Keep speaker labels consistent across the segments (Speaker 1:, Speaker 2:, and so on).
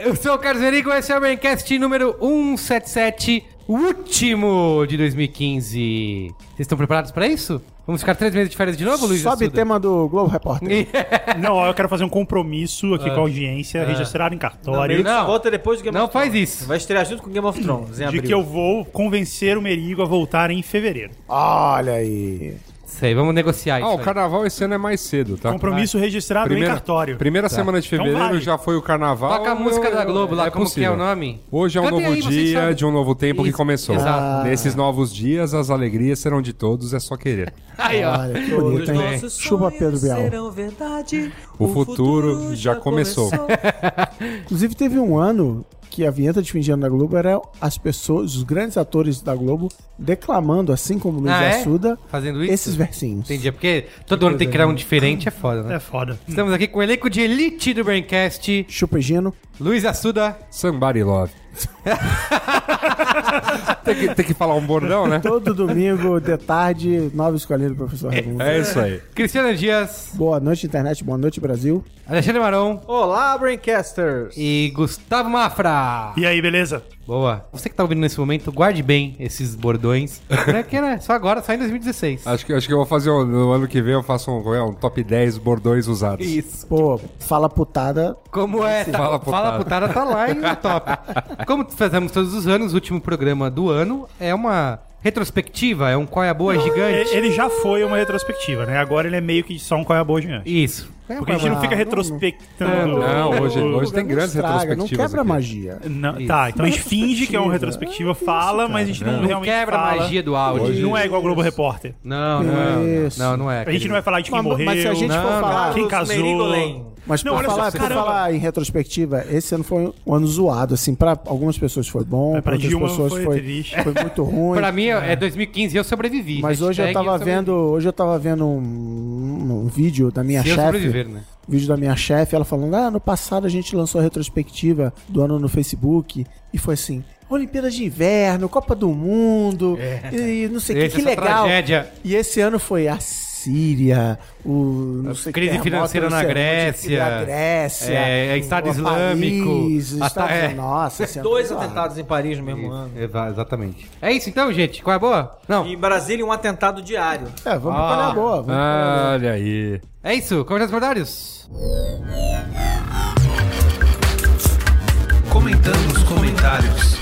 Speaker 1: Eu sou o Carlos Verigo, esse é o Braincast número 177, último de 2015. Vocês estão preparados pra isso? Vamos ficar três meses de férias de novo, Luiz?
Speaker 2: Sobe
Speaker 1: Assuda?
Speaker 2: tema do Globo Repórter.
Speaker 3: Não, eu quero fazer um compromisso aqui com a audiência, registrado em cartório,
Speaker 1: É. Não.
Speaker 4: Volta depois do Game
Speaker 1: Não
Speaker 4: of Thrones.
Speaker 1: faz isso.
Speaker 4: Vai estrear junto com Game of Thrones em
Speaker 3: de
Speaker 4: abril.
Speaker 3: que eu vou convencer o Merigo a voltar em fevereiro.
Speaker 2: Olha aí.
Speaker 1: Sei, vamos negociar isso.
Speaker 5: Ah, o
Speaker 1: aí.
Speaker 5: carnaval esse ano é mais cedo, tá?
Speaker 3: Compromisso registrado em cartório.
Speaker 5: primeira semana de
Speaker 3: Então
Speaker 5: fevereiro
Speaker 3: vale.
Speaker 5: já foi o carnaval.
Speaker 1: Tá. Toca a música
Speaker 5: Eu-
Speaker 1: da Globo lá,
Speaker 5: tá é
Speaker 1: como que é
Speaker 5: possível.
Speaker 1: o nome?
Speaker 5: Hoje é um
Speaker 1: Cantem
Speaker 5: novo
Speaker 1: aí, vocês
Speaker 5: dia
Speaker 1: sabem.
Speaker 5: de um novo tempo
Speaker 1: Isso,
Speaker 5: que começou.
Speaker 1: exato.
Speaker 5: Nesses novos dias, as alegrias serão de todos, é só querer.
Speaker 1: Aí, ó.
Speaker 2: Olha, que bonito, hein? Chupa Pedro Bial.
Speaker 5: O futuro já começou.
Speaker 2: Inclusive, teve um ano que a vinheta de fim de ano da Globo era as pessoas, os grandes atores da Globo, declamando, assim como Luiz
Speaker 1: Ah, é?
Speaker 2: Assuda,
Speaker 1: Fazendo isso?
Speaker 2: esses versinhos.
Speaker 1: Entendi, é porque todo ano tem que criar um diferente, é foda, né?
Speaker 3: É foda.
Speaker 1: Estamos aqui com o elenco de elite do Braincast,
Speaker 2: Chupa Gino.
Speaker 1: Luiz Assuda,
Speaker 5: Somebody love. tem, que, tem que falar um bordão, né?
Speaker 2: Todo domingo, de tarde, nova escolinha do professor Raimundo.
Speaker 5: É isso aí.
Speaker 1: Cristiano Dias,
Speaker 2: Boa noite, internet. Boa noite, Brasil.
Speaker 1: Alexandre Maron
Speaker 4: Olá, Braincasters!
Speaker 1: e Gustavo Mafra.
Speaker 3: E aí, beleza?
Speaker 1: Boa. Você que tá ouvindo nesse momento, guarde bem esses bordões. Não é que era só agora, só em 2016.
Speaker 2: Ah,
Speaker 5: Acho que, acho que eu vou fazer um- no ano que vem, eu faço um, é, um top 10 bordões usados.
Speaker 1: Isso.
Speaker 2: Pô, fala putada.
Speaker 1: Como é? Tá, fala,
Speaker 5: Fala
Speaker 1: putada.
Speaker 5: putada.
Speaker 1: tá lá em top. Como fazemos todos os anos, o último programa do ano é uma retrospectiva, é um qual é a boa gigante.
Speaker 3: E- Ele já foi uma retrospectiva, né? Agora ele é meio que só um qual é a boa gigante.
Speaker 1: Isso. É
Speaker 3: Porque a gente não fica retrospectando.
Speaker 5: Não, hoje,
Speaker 3: o-
Speaker 5: hoje tem
Speaker 2: Não
Speaker 5: grandes
Speaker 2: estraga, Não
Speaker 5: retrospectivas.
Speaker 2: quebra
Speaker 5: aqui.
Speaker 2: magia.
Speaker 3: Não, tá, então a gente finge que é uma retrospectiva, fala, mas a gente não,
Speaker 1: Não
Speaker 3: realmente
Speaker 1: quebra a
Speaker 3: fala.
Speaker 1: magia do áudio.
Speaker 3: Não é igual o Globo Repórter.
Speaker 1: Não, não, é.
Speaker 2: Isso.
Speaker 1: não, não é.
Speaker 3: A gente não vai falar de quem
Speaker 2: Mas- mas
Speaker 3: morreu.
Speaker 2: se a gente
Speaker 1: for falar-
Speaker 3: quem
Speaker 4: Carlos Merigolen.
Speaker 3: casou.
Speaker 2: Mas
Speaker 3: Não,
Speaker 2: por,
Speaker 3: olha só,
Speaker 2: falar, por
Speaker 3: caramba.
Speaker 2: falar em retrospectiva, esse ano foi um ano zoado, assim, pra algumas pessoas foi bom,
Speaker 3: Mas É, pra
Speaker 2: pra outras
Speaker 3: Dilma
Speaker 2: pessoas
Speaker 3: foi
Speaker 2: foi,
Speaker 3: triste.
Speaker 2: foi muito ruim.
Speaker 1: Pra mim
Speaker 3: né?
Speaker 1: é 2015 eu sobrevivi.
Speaker 2: mas hoje eu
Speaker 1: Hashtag
Speaker 2: tava
Speaker 1: sobrevivi.
Speaker 2: vendo, hoje eu tava vendo um, um vídeo da minha
Speaker 1: Se eu
Speaker 2: chefe,
Speaker 1: sobreviver, né?
Speaker 2: vídeo da minha chefe, ela falando: "Ah, no passado a gente lançou a retrospectiva do ano no Facebook e foi assim: Olimpíadas de Inverno, Copa do Mundo, e não sei o que,
Speaker 1: Essa
Speaker 2: que
Speaker 1: é a
Speaker 2: legal.
Speaker 1: Tragédia.
Speaker 2: E esse ano foi a Síria, o não
Speaker 1: A
Speaker 2: sei,
Speaker 1: crise
Speaker 2: terremoto, não
Speaker 1: financeira na
Speaker 2: sei onde, é
Speaker 1: Grécia.
Speaker 2: a Grécia,
Speaker 1: É, é Estado Islâmico,
Speaker 2: Paris, Estados,
Speaker 1: ata- é.
Speaker 2: Nossa, esse ano
Speaker 4: Dois
Speaker 2: foi zoado.
Speaker 4: atentados em Paris no mesmo ano.
Speaker 1: Eva- Exatamente. É isso então, gente? Qual é a boa? Não.
Speaker 4: Em Brasília, um atentado diário.
Speaker 2: É, vamos
Speaker 1: Ah.
Speaker 2: pra na boa. Vamos
Speaker 5: Olha aí.
Speaker 1: É isso. Comentários bordários?
Speaker 6: Comentando nos comentários.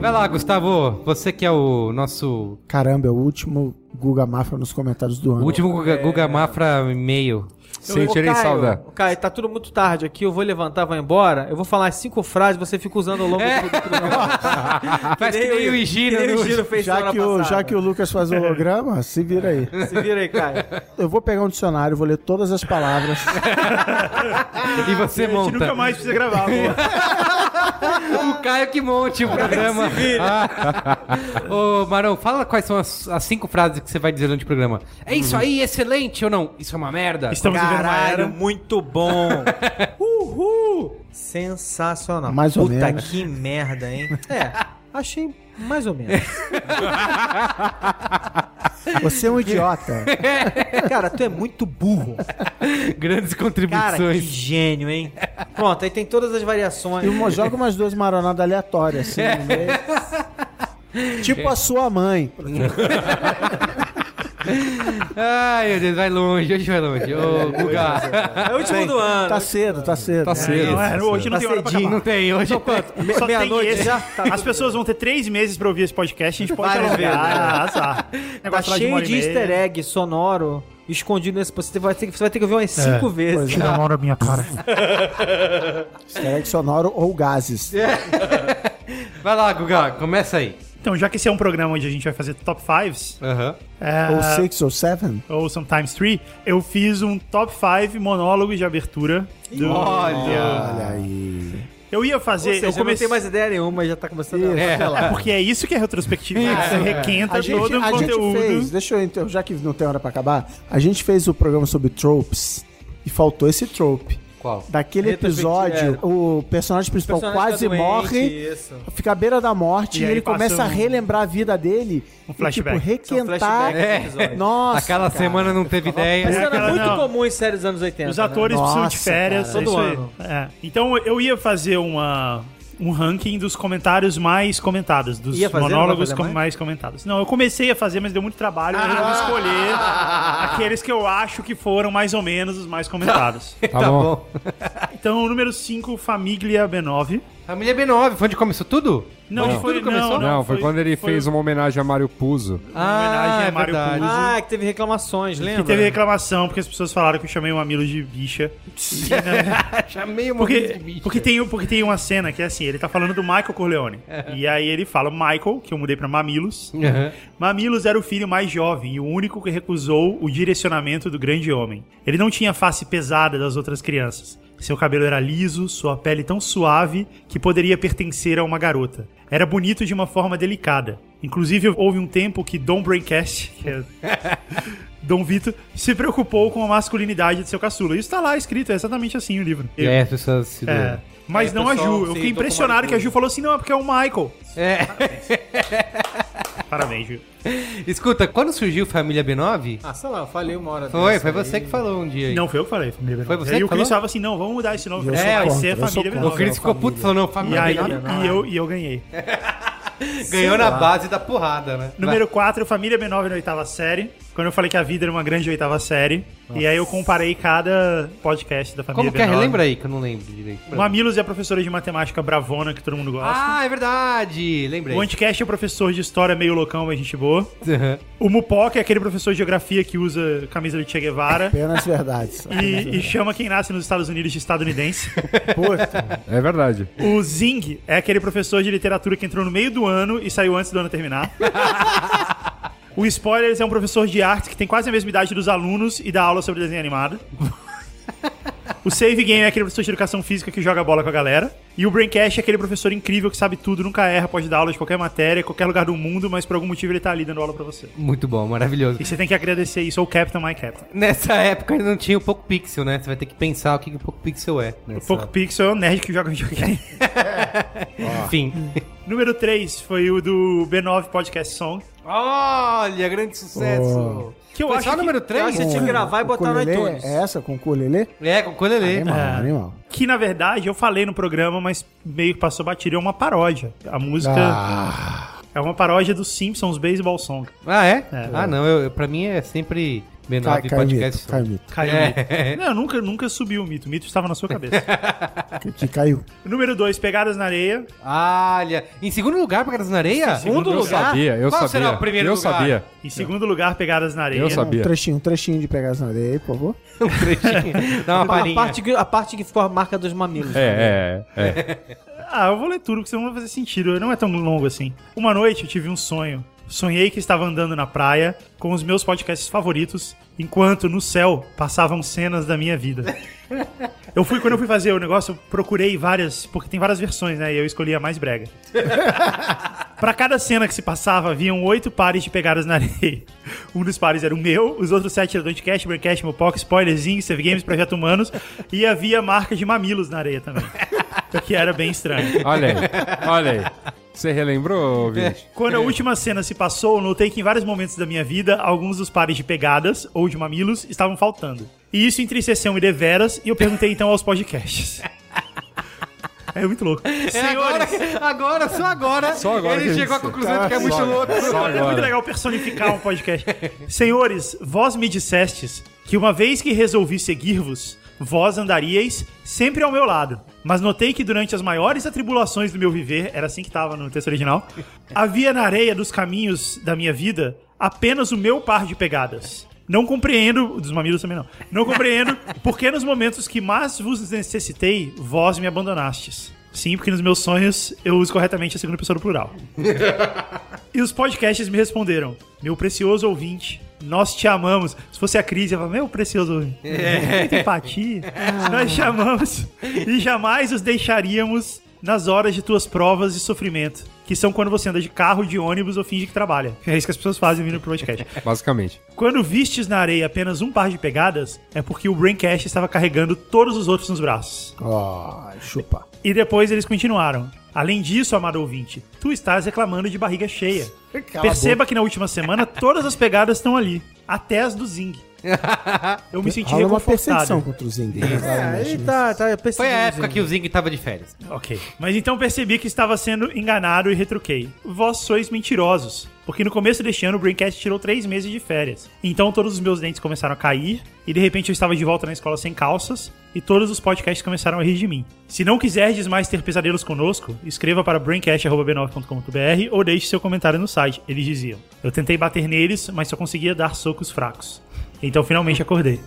Speaker 1: Vai lá, Gustavo. Você que é o nosso
Speaker 2: Caramba, é o último Guga Mafra nos comentários do ano.
Speaker 1: último Guga, Guga Mafra e-mail.
Speaker 5: Sem tirei
Speaker 4: Caio,
Speaker 5: saudade.
Speaker 4: ô, Caio, tá tudo muito tarde aqui, eu vou levantar, vou embora. Eu vou falar as cinco frases, você fica usando ao longo do- do programa.
Speaker 1: Faz Ah, que nem o Higino.
Speaker 4: É, que nem
Speaker 1: no-
Speaker 4: o Gino fez
Speaker 2: Já
Speaker 4: semana
Speaker 2: que, o,
Speaker 4: passada.
Speaker 2: já que o Lucas faz holograma, se vira aí.
Speaker 4: Se vira aí, Caio.
Speaker 2: Eu vou pegar um dicionário, vou ler todas as palavras.
Speaker 1: E você
Speaker 3: A gente nunca
Speaker 1: monta.
Speaker 3: mais precisa gravar, pô.
Speaker 1: O Caio que monte o programa. Ah. Ô, Marão, fala quais são as, as cinco frases que você vai dizer durante o programa. É isso aí, excelente ou não? Isso é uma merda.
Speaker 3: Estamos vivendo uma
Speaker 4: Caralho,
Speaker 3: era.
Speaker 4: muito bom. Uhul. Sensacional.
Speaker 2: Mais ou
Speaker 4: Puta
Speaker 2: menos.
Speaker 4: que merda, hein? É, achei mais ou menos.
Speaker 2: Você é um idiota.
Speaker 4: Cara, tu é muito burro.
Speaker 1: Grandes
Speaker 4: Cara, que
Speaker 1: contribuições.
Speaker 4: gênio, hein? Pronto, aí tem todas as variações.
Speaker 2: E uma- joga umas duas maronadas aleatórias, assim, no meio. Tipo a sua mãe.
Speaker 1: Ai, meu Deus, vai longe, hoje vai longe. Ô, Guga.
Speaker 4: É o último do ano.
Speaker 2: Tá cedo, tá cedo.
Speaker 5: Tá cedo.
Speaker 3: Não, é, hoje não
Speaker 4: Tá
Speaker 3: tem hora pra
Speaker 4: cedinho.
Speaker 3: acabar.
Speaker 1: Não tem, hoje é
Speaker 4: Me-
Speaker 3: Só tem
Speaker 4: meia-noite
Speaker 3: esse.
Speaker 4: já? Tá
Speaker 3: As pessoas vão ter três meses pra ouvir esse podcast, a gente pode
Speaker 4: Várias
Speaker 3: alongar.
Speaker 4: vezes, né?
Speaker 3: Ah, azar.
Speaker 4: Tá
Speaker 3: Negócio lá
Speaker 4: cheio
Speaker 3: uma
Speaker 4: de,
Speaker 3: hora e meia.
Speaker 4: easter egg sonoro escondido nesse. Você vai ter, que- você vai ter que ver umas cinco vezes.
Speaker 3: Tira a mão da minha cara.
Speaker 2: Estereg É, sonoro ou gases.
Speaker 5: É.
Speaker 1: Vai lá, Guga, começa aí.
Speaker 3: Então, já que esse é um programa onde a gente vai fazer top 5,
Speaker 1: Aham.
Speaker 4: É.
Speaker 2: Ou six ou seven.
Speaker 3: ou sometimes 3, eu fiz um top 5 monólogo de abertura. do-
Speaker 1: Olha.
Speaker 2: Olha aí.
Speaker 3: Eu ia
Speaker 4: Ou
Speaker 3: fazer.
Speaker 4: seja,
Speaker 3: eu
Speaker 4: eu não
Speaker 3: comecei
Speaker 4: tenho mais ideia nenhuma, já tá começando a
Speaker 1: É.
Speaker 3: É porque é isso que é retrospectiva. Você requenta
Speaker 2: A gente,
Speaker 3: Tá todo o
Speaker 2: a gente
Speaker 3: conteúdo.
Speaker 2: fez, deixa eu, então, já que não tem hora pra acabar, a gente fez o programa sobre tropes e faltou esse trope.
Speaker 1: Qual?
Speaker 2: Daquele episódio,
Speaker 3: é.
Speaker 2: o personagem principal
Speaker 4: personagem
Speaker 2: quase
Speaker 4: tá doente,
Speaker 2: morre,
Speaker 4: Isso.
Speaker 2: fica à beira da morte
Speaker 3: E
Speaker 2: e,
Speaker 3: aí
Speaker 2: ele
Speaker 3: passa
Speaker 2: começa a
Speaker 3: um-
Speaker 2: relembrar a vida dele.
Speaker 3: Um É.
Speaker 2: e,
Speaker 3: flashback.
Speaker 2: tipo,
Speaker 4: São
Speaker 2: requentar.
Speaker 4: flashbacks do episódio.
Speaker 2: Nossa.
Speaker 1: Aquela
Speaker 2: cara.
Speaker 1: semana não teve
Speaker 4: Mas
Speaker 1: ideia.
Speaker 4: isso tá era
Speaker 3: cara,
Speaker 4: muito
Speaker 3: não.
Speaker 4: comum em séries dos anos né? 80.
Speaker 3: Os atores
Speaker 2: Nossa,
Speaker 3: precisam de férias.
Speaker 2: cara.
Speaker 3: é
Speaker 4: Todo
Speaker 3: isso aí.
Speaker 4: ano.
Speaker 3: É. Então eu ia fazer uma, um ranking dos comentários mais comentados, dos
Speaker 4: Ia fazer? Não vai
Speaker 3: monólogos
Speaker 4: fazer
Speaker 3: com-
Speaker 4: mais?
Speaker 3: mais? comentados. Não, eu comecei a fazer, mas deu muito trabalho. Eu resolvi escolher aqueles que eu acho que foram mais ou menos os mais comentados.
Speaker 5: Tá bom.
Speaker 3: então, o número 5, Família B9.
Speaker 1: Família B9, é foi onde começou tudo?
Speaker 3: Não,
Speaker 1: Onde
Speaker 3: foi-
Speaker 1: tudo começou?
Speaker 5: Não, foi quando ele
Speaker 3: foi-
Speaker 5: fez é uma homenagem a Mário Puzo.
Speaker 3: Uma homenagem a Mário
Speaker 1: verdade.
Speaker 3: Puzo.
Speaker 4: Ah, que teve reclamações, lembra?
Speaker 3: E teve reclamação, porque as pessoas falaram que eu chamei o Mamilo de bicha.
Speaker 2: É,
Speaker 1: Chamei o Maurício de
Speaker 3: Porque,
Speaker 1: bicho.
Speaker 3: porque, tem, porque tem uma cena que é assim, ele tá falando do Michael Corleone. E aí ele fala, Michael, que eu mudei pra Mamilos.
Speaker 1: Aham.
Speaker 3: Mamilos era o filho mais jovem e o único que recusou o direcionamento do grande homem. Ele não tinha a face pesada das outras crianças. Seu cabelo era liso, sua pele tão suave que poderia pertencer a uma garota. Era bonito de uma forma delicada. Inclusive, houve um tempo que Don Braincast, que é Dom Vito, se preocupou com a masculinidade de seu caçula. Isso tá lá escrito, é exatamente assim o livro.
Speaker 1: E aí as pessoas se
Speaker 3: É.
Speaker 1: doeram.
Speaker 3: Mas
Speaker 1: É,
Speaker 3: não a
Speaker 1: pessoal,
Speaker 3: Ju.
Speaker 1: sim,
Speaker 3: Eu fiquei
Speaker 1: tô com
Speaker 3: impressionado
Speaker 1: Michael.
Speaker 3: que a Ju falou assim: não, é porque é o Michael.
Speaker 1: É.
Speaker 3: Parabéns, Ju.
Speaker 1: Escuta, quando surgiu Família B9,
Speaker 4: Ah, sei lá, eu falei uma hora.
Speaker 1: foi,
Speaker 4: dessa
Speaker 1: foi
Speaker 4: aí.
Speaker 1: você que falou um dia aí.
Speaker 3: Não, foi eu que falei. Família
Speaker 1: Foi
Speaker 3: Benova.
Speaker 1: você
Speaker 3: E aí
Speaker 1: que
Speaker 3: o Cris
Speaker 1: falou?
Speaker 3: falava assim: não, vamos mudar esse nome.
Speaker 2: Eu
Speaker 3: vai
Speaker 2: sou
Speaker 3: vai
Speaker 2: contra,
Speaker 3: ser
Speaker 2: eu sou
Speaker 3: é Família
Speaker 2: contra.
Speaker 1: O
Speaker 3: Benova.
Speaker 1: Cris ficou puto e falou, não,
Speaker 3: E
Speaker 1: Família
Speaker 3: aí,
Speaker 1: B9.
Speaker 3: e eu, e eu ganhei.
Speaker 1: Ganhou na base da porrada, né?
Speaker 3: Número 4, Família B9 na oitava série. Quando eu falei que a vida era uma grande oitava série. E aí eu comparei cada podcast um da
Speaker 1: Vai.
Speaker 3: Família
Speaker 1: Como que é?
Speaker 3: B9.
Speaker 1: Relembra aí, que eu não lembro direito.
Speaker 3: O Mamilos é a professora de matemática bravona que todo mundo gosta.
Speaker 1: Ah, é verdade! Lembrei.
Speaker 3: o Anticast é o professor de história meio loucão, mas gente boa.
Speaker 1: Aham.
Speaker 3: O Mupoca é aquele professor de geografia que usa camisa de Che Guevara.
Speaker 2: Apenas verdades.
Speaker 3: E, e chama quem nasce nos Estados Unidos de estadunidense.
Speaker 2: Puta,
Speaker 5: É verdade.
Speaker 3: O Zing é aquele professor de literatura que entrou no meio do ano e saiu antes do ano terminar. O Spoilers é um professor de arte que tem quase a mesma idade dos alunos e dá aula sobre desenho animado. O Save Game é aquele professor de educação física que joga bola com a galera. E o Braincast é aquele professor incrível que sabe tudo, nunca erra, pode dar aula de qualquer matéria, em qualquer lugar do mundo, mas por algum motivo ele tá ali dando aula pra você.
Speaker 1: Muito bom, maravilhoso.
Speaker 3: E você tem que agradecer isso ao Captain My Captain.
Speaker 1: Nessa época ainda não tinha o Poco Pixel, né? Você vai ter que pensar o que que o Poco Pixel é.
Speaker 3: O
Speaker 1: nessa-
Speaker 3: Poco Pixel é o nerd que joga videogame.
Speaker 1: Enfim.
Speaker 3: Número 3 foi o do B9 Podcast Song.
Speaker 1: Olha, grande sucesso!
Speaker 3: Que eu
Speaker 1: Foi
Speaker 3: acho
Speaker 1: só o
Speaker 3: que-
Speaker 1: número
Speaker 4: Eu acho
Speaker 1: 3?
Speaker 4: que você tinha que gravar e
Speaker 2: o
Speaker 4: botar no
Speaker 2: ukulele
Speaker 4: iTunes.
Speaker 2: um É essa com o ukulele?
Speaker 1: É, com Colelê.
Speaker 2: Animal,
Speaker 3: É.
Speaker 2: animal.
Speaker 3: Que na verdade eu falei no programa, mas meio que passou batido. É uma paródia. A música
Speaker 2: Ah,
Speaker 3: é uma paródia dos Simpsons Baseball Song.
Speaker 1: Ah, é? Ah, não. Eu, eu- pra mim é sempre menor
Speaker 2: cai,
Speaker 1: de
Speaker 2: cai o
Speaker 1: podcast.
Speaker 2: mito,
Speaker 1: só.
Speaker 2: cai o mito.
Speaker 3: Caiu
Speaker 1: É.
Speaker 3: o mito. Não, nunca, nunca subiu o mito. O mito estava na sua cabeça.
Speaker 2: Que, que caiu.
Speaker 3: Número 2, Pegadas na Areia.
Speaker 1: Olha. Em segundo lugar, Pegadas na Areia?
Speaker 3: Segundo
Speaker 5: Eu sabia, eu
Speaker 1: Qual
Speaker 5: sabia.
Speaker 1: será o primeiro
Speaker 5: eu
Speaker 1: lugar?
Speaker 5: sabia.
Speaker 3: Em segundo lugar, Pegadas na Areia.
Speaker 5: Eu sabia.
Speaker 2: Um trechinho, um trechinho de pegar as na areia aí, por favor.
Speaker 1: Um trechinho. Dá uma
Speaker 4: A
Speaker 1: palhinha.
Speaker 4: parte, que, a parte que ficou a marca dos mamilos.
Speaker 5: É, é, é.
Speaker 3: Ah, eu vou ler tudo, porque senão não vai fazer sentido. Não é tão longo assim. Uma noite eu tive um sonho. Sonhei que estava andando na praia com os meus podcasts favoritos, enquanto no céu passavam cenas da minha vida. Eu fui, quando eu fui fazer o negócio, eu procurei várias, porque tem várias versões, né? E eu escolhi a mais brega. Pra cada cena que se passava, haviam oito pares de pegadas na areia. Um dos pares era o meu, os outros sete eram do Anticast, Braincast, Mopox, Spoilerzinho, Save Games, Projeto Humanos, e havia marcas de mamilos na areia também. O que era bem estranho.
Speaker 5: Olha aí, olha aí. Você relembrou, ouvinte?
Speaker 3: Quando a última cena se passou, notei que em vários momentos da minha vida, alguns dos pares de pegadas, ou de mamilos, estavam faltando. E isso entristeceu-me deveras, e eu perguntei então aos podcasts. É muito louco.
Speaker 1: É agora, que- agora, só agora,
Speaker 5: Só agora
Speaker 1: ele
Speaker 5: que
Speaker 1: chegou à
Speaker 5: isso.
Speaker 1: conclusão de que é muito
Speaker 5: Só-
Speaker 1: louco.
Speaker 5: Só
Speaker 3: É muito
Speaker 5: agora.
Speaker 3: legal personificar um podcast. Senhores, vós me dissestes que uma vez que resolvi seguir-vos, vós andaríeis sempre ao meu lado. Mas notei que durante as maiores atribulações do meu viver, era assim que estava no texto original, havia na areia dos caminhos da minha vida apenas o meu par de pegadas. Não compreendo. Dos mamilos também não. Não compreendo porque nos momentos que mais vos necessitei, vós me abandonastes. Sim, porque nos meus sonhos eu uso corretamente a segunda pessoa do plural. E os podcasts me responderam: Meu precioso ouvinte, nós te amamos. Se fosse a crise, eu falava, meu precioso ouvinte, muita empatia. Nós te amamos e jamais os deixaríamos nas horas de tuas provas e sofrimento, que são quando você anda de carro, de ônibus ou finge que trabalha. É isso que as pessoas fazem vindo pro podcast.
Speaker 5: Basicamente.
Speaker 3: Quando vistes na areia apenas um par de pegadas, é porque o Braincast estava carregando todos os outros nos braços.
Speaker 2: Ah, chupa.
Speaker 3: E depois eles continuaram. Além disso, amado ouvinte, tu estás reclamando de barriga cheia. Perceba que na última semana todas as pegadas estão ali, até as do Zing. Eu me senti
Speaker 2: Rola uma perseguição
Speaker 3: reconfortado.
Speaker 2: contra o Zing.
Speaker 4: É,
Speaker 2: claramente,
Speaker 4: ele
Speaker 2: né?
Speaker 4: tá, tá
Speaker 1: Foi a
Speaker 4: perseguindo
Speaker 1: época
Speaker 4: o
Speaker 1: que o Zing tava de férias.
Speaker 3: Ok. Mas então percebi que estava sendo enganado e retruquei. Vós sois mentirosos. Porque no começo deste ano o Braincast tirou três meses de férias. Então todos os meus dentes começaram a cair, e de repente eu estava de volta na escola sem calças, e todos os podcasts começaram a rir de mim. Se não quiserdes mais ter pesadelos conosco, escreva para braincast.b9.com.br ou deixe seu comentário no site, eles diziam. Eu tentei bater neles, mas só conseguia dar socos fracos. Então finalmente acordei.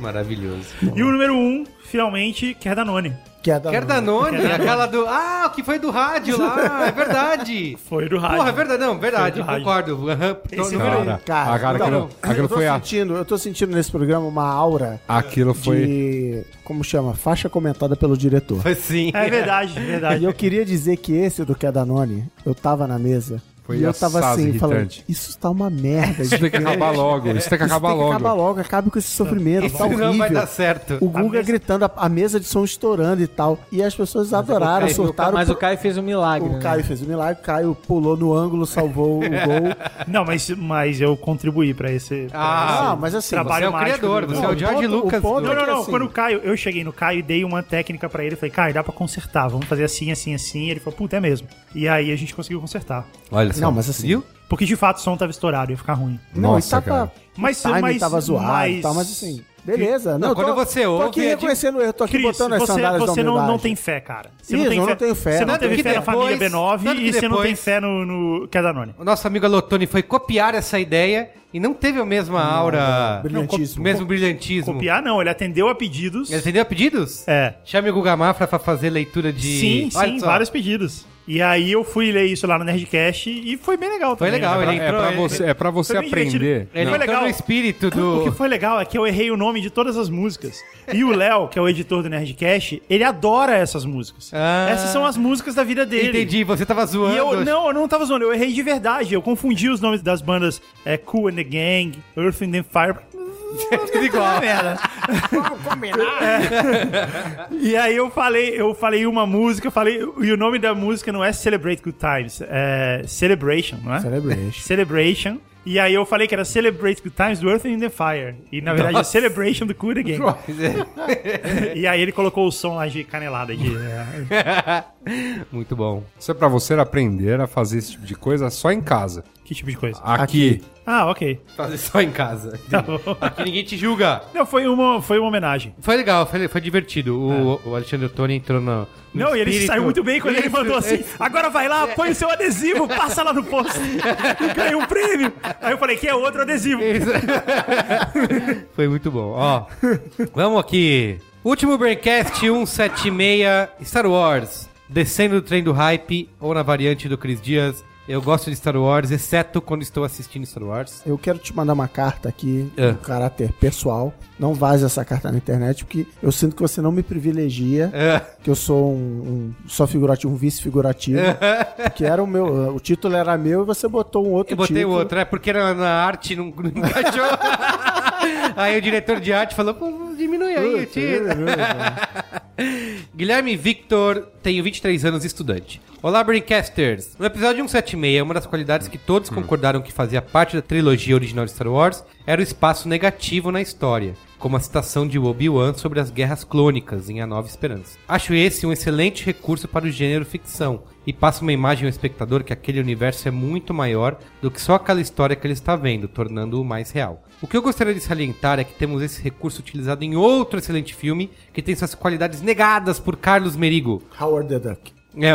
Speaker 1: Maravilhoso.
Speaker 3: E o número um, finalmente, que é da None.
Speaker 2: Que é da
Speaker 1: Quer Danone, aquela do. Ah, o que foi do rádio lá, é verdade.
Speaker 3: Foi do rádio.
Speaker 1: Porra, é verdade, não, verdade,
Speaker 3: Foi do rádio.
Speaker 1: concordo. Aham, tô-
Speaker 3: Esse
Speaker 1: número
Speaker 5: Cara,
Speaker 1: um.
Speaker 2: Cara,
Speaker 5: ah, cara,
Speaker 2: não,
Speaker 5: aquilo, aquilo
Speaker 2: eu, tô
Speaker 5: foi a.
Speaker 2: sentindo, eu tô sentindo nesse programa uma aura
Speaker 5: Aquilo foi.
Speaker 2: de. Como chama? Faixa comentada pelo diretor.
Speaker 1: Foi sim.
Speaker 3: É verdade,
Speaker 2: E
Speaker 3: verdade.
Speaker 2: eu queria dizer que esse do que é Danone, eu tava na mesa.
Speaker 5: Foi
Speaker 2: e eu tava
Speaker 5: assaz
Speaker 2: assim, falando,
Speaker 5: irritante.
Speaker 2: isso tá uma merda.
Speaker 5: Isso tem que acabar logo. Isso tem que acabar
Speaker 2: Isso tem que
Speaker 5: logo.
Speaker 2: acabar logo, acabe com esse sofrimento, tá horrível.
Speaker 1: Não vai dar certo.
Speaker 2: O Guga gritando, a, a mesa de som estourando e tal. E as pessoas adoraram,
Speaker 5: É,
Speaker 4: Caio.
Speaker 2: surtaram.
Speaker 4: Mas o
Speaker 2: Pro-
Speaker 4: Caio fez um milagre.
Speaker 2: o
Speaker 4: né?
Speaker 2: Caio fez o milagre, o Caio pulou no ângulo, salvou o gol.
Speaker 3: Não, mas, mas eu contribuí pra esse.
Speaker 1: Ah,
Speaker 2: Ah, mas assim,
Speaker 1: você é
Speaker 3: trabalho
Speaker 1: o
Speaker 3: mágico
Speaker 1: criador,
Speaker 3: do-
Speaker 1: você é o
Speaker 2: Não,
Speaker 1: George
Speaker 2: o ponto- o
Speaker 1: Lucas.
Speaker 2: ponto
Speaker 1: do-
Speaker 3: Não, não, não.
Speaker 2: assim-
Speaker 3: Quando o Caio, eu cheguei no Caio, dei uma técnica pra ele, falei, Caio, dá pra consertar, vamos fazer assim, assim, assim. Ele falou, puta, é mesmo. E aí a gente conseguiu consertar.
Speaker 5: Olha só.
Speaker 2: Não, mas assim,
Speaker 1: Viu?
Speaker 3: Porque de fato o som tava estourado, ia ficar ruim.
Speaker 2: Não,
Speaker 5: Nossa,
Speaker 2: e tava,
Speaker 5: cara.
Speaker 3: Mas,
Speaker 2: o time
Speaker 3: mas,
Speaker 2: tava zoado
Speaker 3: mas-
Speaker 2: e tal, mas assim, beleza. Não,
Speaker 1: quando
Speaker 2: tô,
Speaker 1: você
Speaker 2: tô
Speaker 1: ouve,
Speaker 2: aqui
Speaker 1: é de-
Speaker 2: reconhecendo o erro, tô aqui
Speaker 3: Cris,
Speaker 2: botando as
Speaker 3: você,
Speaker 2: sandálias
Speaker 3: você
Speaker 2: da
Speaker 3: não,
Speaker 2: humildade.
Speaker 3: não tem fé, cara. Você
Speaker 2: Isso,
Speaker 3: não tem
Speaker 2: eu
Speaker 3: fé.
Speaker 2: não tenho fé.
Speaker 3: Você não
Speaker 1: Tanto
Speaker 3: teve
Speaker 1: que
Speaker 3: fé na
Speaker 1: depois-
Speaker 3: família B9
Speaker 1: tanto que
Speaker 3: e você não tem
Speaker 1: depois-
Speaker 3: fé no, no é Cadanone.
Speaker 1: O nosso amigo Alotone foi copiar essa ideia e não teve a mesma aura, o
Speaker 2: Brilhantíssimo.
Speaker 1: mesmo brilhantismo.
Speaker 3: Copiar, ah, não, ele atendeu a pedidos.
Speaker 1: Hum. Ele atendeu a pedidos?
Speaker 3: É.
Speaker 1: Chame o Guga Mafra pra fazer leitura de...
Speaker 3: Sim,
Speaker 1: Olha
Speaker 3: sim,
Speaker 1: só.
Speaker 3: vários pedidos. E aí eu fui ler isso lá no Nerdcast e foi bem legal
Speaker 1: Foi
Speaker 3: também.
Speaker 1: legal,
Speaker 3: né?
Speaker 1: ele
Speaker 5: É pra-
Speaker 1: entrou...
Speaker 5: é pra
Speaker 1: ele-
Speaker 5: você, é pra você
Speaker 3: Foi bem divertido. É.
Speaker 5: aprender.
Speaker 1: Ele
Speaker 3: Não.
Speaker 1: entrou
Speaker 3: Legal.
Speaker 1: no espírito
Speaker 3: O que
Speaker 1: do...
Speaker 3: foi legal é que eu errei o nome de todas as músicas. E o Léo, que é o editor do Nerdcast, ele adora essas músicas.
Speaker 1: Ah.
Speaker 3: Essas são as músicas da vida dele.
Speaker 1: Entendi, você tava zoando.
Speaker 3: E eu, não, eu não tava zoando, eu errei de verdade. Eu confundi os nomes das bandas é, Cool and the Gang, Earth and the Fire. É Tudo igual. merda. É. E aí eu falei, eu falei uma música, eu falei, e o nome da música não é Celebrate Good Times, é Celebration, não é?
Speaker 2: Celebration.
Speaker 3: Celebration. E aí eu falei que era Celebrate Good Times do Earth and the Fire. E na verdade é Celebration do Cool and the Gang. e aí ele colocou o som lá de canelada. De,
Speaker 1: Muito bom.
Speaker 5: Isso é pra você aprender a fazer esse tipo de coisa só em casa.
Speaker 3: que tipo de coisa?
Speaker 5: Aqui.
Speaker 3: Ah, ok.
Speaker 1: Fazer só em casa.
Speaker 3: Tá bom.
Speaker 1: Aqui ninguém te julga.
Speaker 3: Não, foi uma, foi uma homenagem.
Speaker 1: Foi legal, foi, foi divertido. O, o Alexandre Ottoni entrou no. no
Speaker 3: É. Não, e ele
Speaker 1: espírito.
Speaker 3: saiu muito bem quando ele
Speaker 1: Isso,
Speaker 3: mandou assim:
Speaker 1: isso.
Speaker 3: agora vai lá, põe o seu adesivo, passa lá no posto e ganha um prêmio. Aí eu falei: que é outro adesivo.
Speaker 1: Foi muito bom. Ó, vamos aqui. Último Braincast 176 Star Wars. Descendo do trem do hype ou na variante do Cris Dias. Eu gosto de Star Wars, exceto quando estou assistindo Star Wars.
Speaker 2: Eu quero te mandar uma carta aqui,
Speaker 1: É.
Speaker 2: de caráter pessoal. Não vaze essa carta na internet, porque eu sinto que você não me privilegia,
Speaker 1: É.
Speaker 2: que eu sou um, um só figurativo, um vice-figurativo. que era o meu. O título era meu e você botou um outro
Speaker 1: Eu botei
Speaker 2: título.
Speaker 1: outro, é porque na, na arte não, não encaixou. aí o diretor de arte falou: Pô, diminui aí, tira. Guilherme Victor, tenho 23 anos, estudante. Olá, Braincasters! No episódio 176, uma das qualidades que todos concordaram que fazia parte da trilogia original de Star Wars era o espaço negativo na história, como a citação de Obi-Wan sobre as guerras clônicas em A Nova Esperança. Acho esse um excelente recurso para o gênero ficção, e passa uma imagem ao espectador que aquele universo é muito maior do que só aquela história que ele está vendo, tornando-o mais real. O que eu gostaria de salientar é que temos esse recurso utilizado em outro excelente filme que tem suas qualidades negadas por Carlos Merigo,
Speaker 2: Howard the Duck.
Speaker 1: É.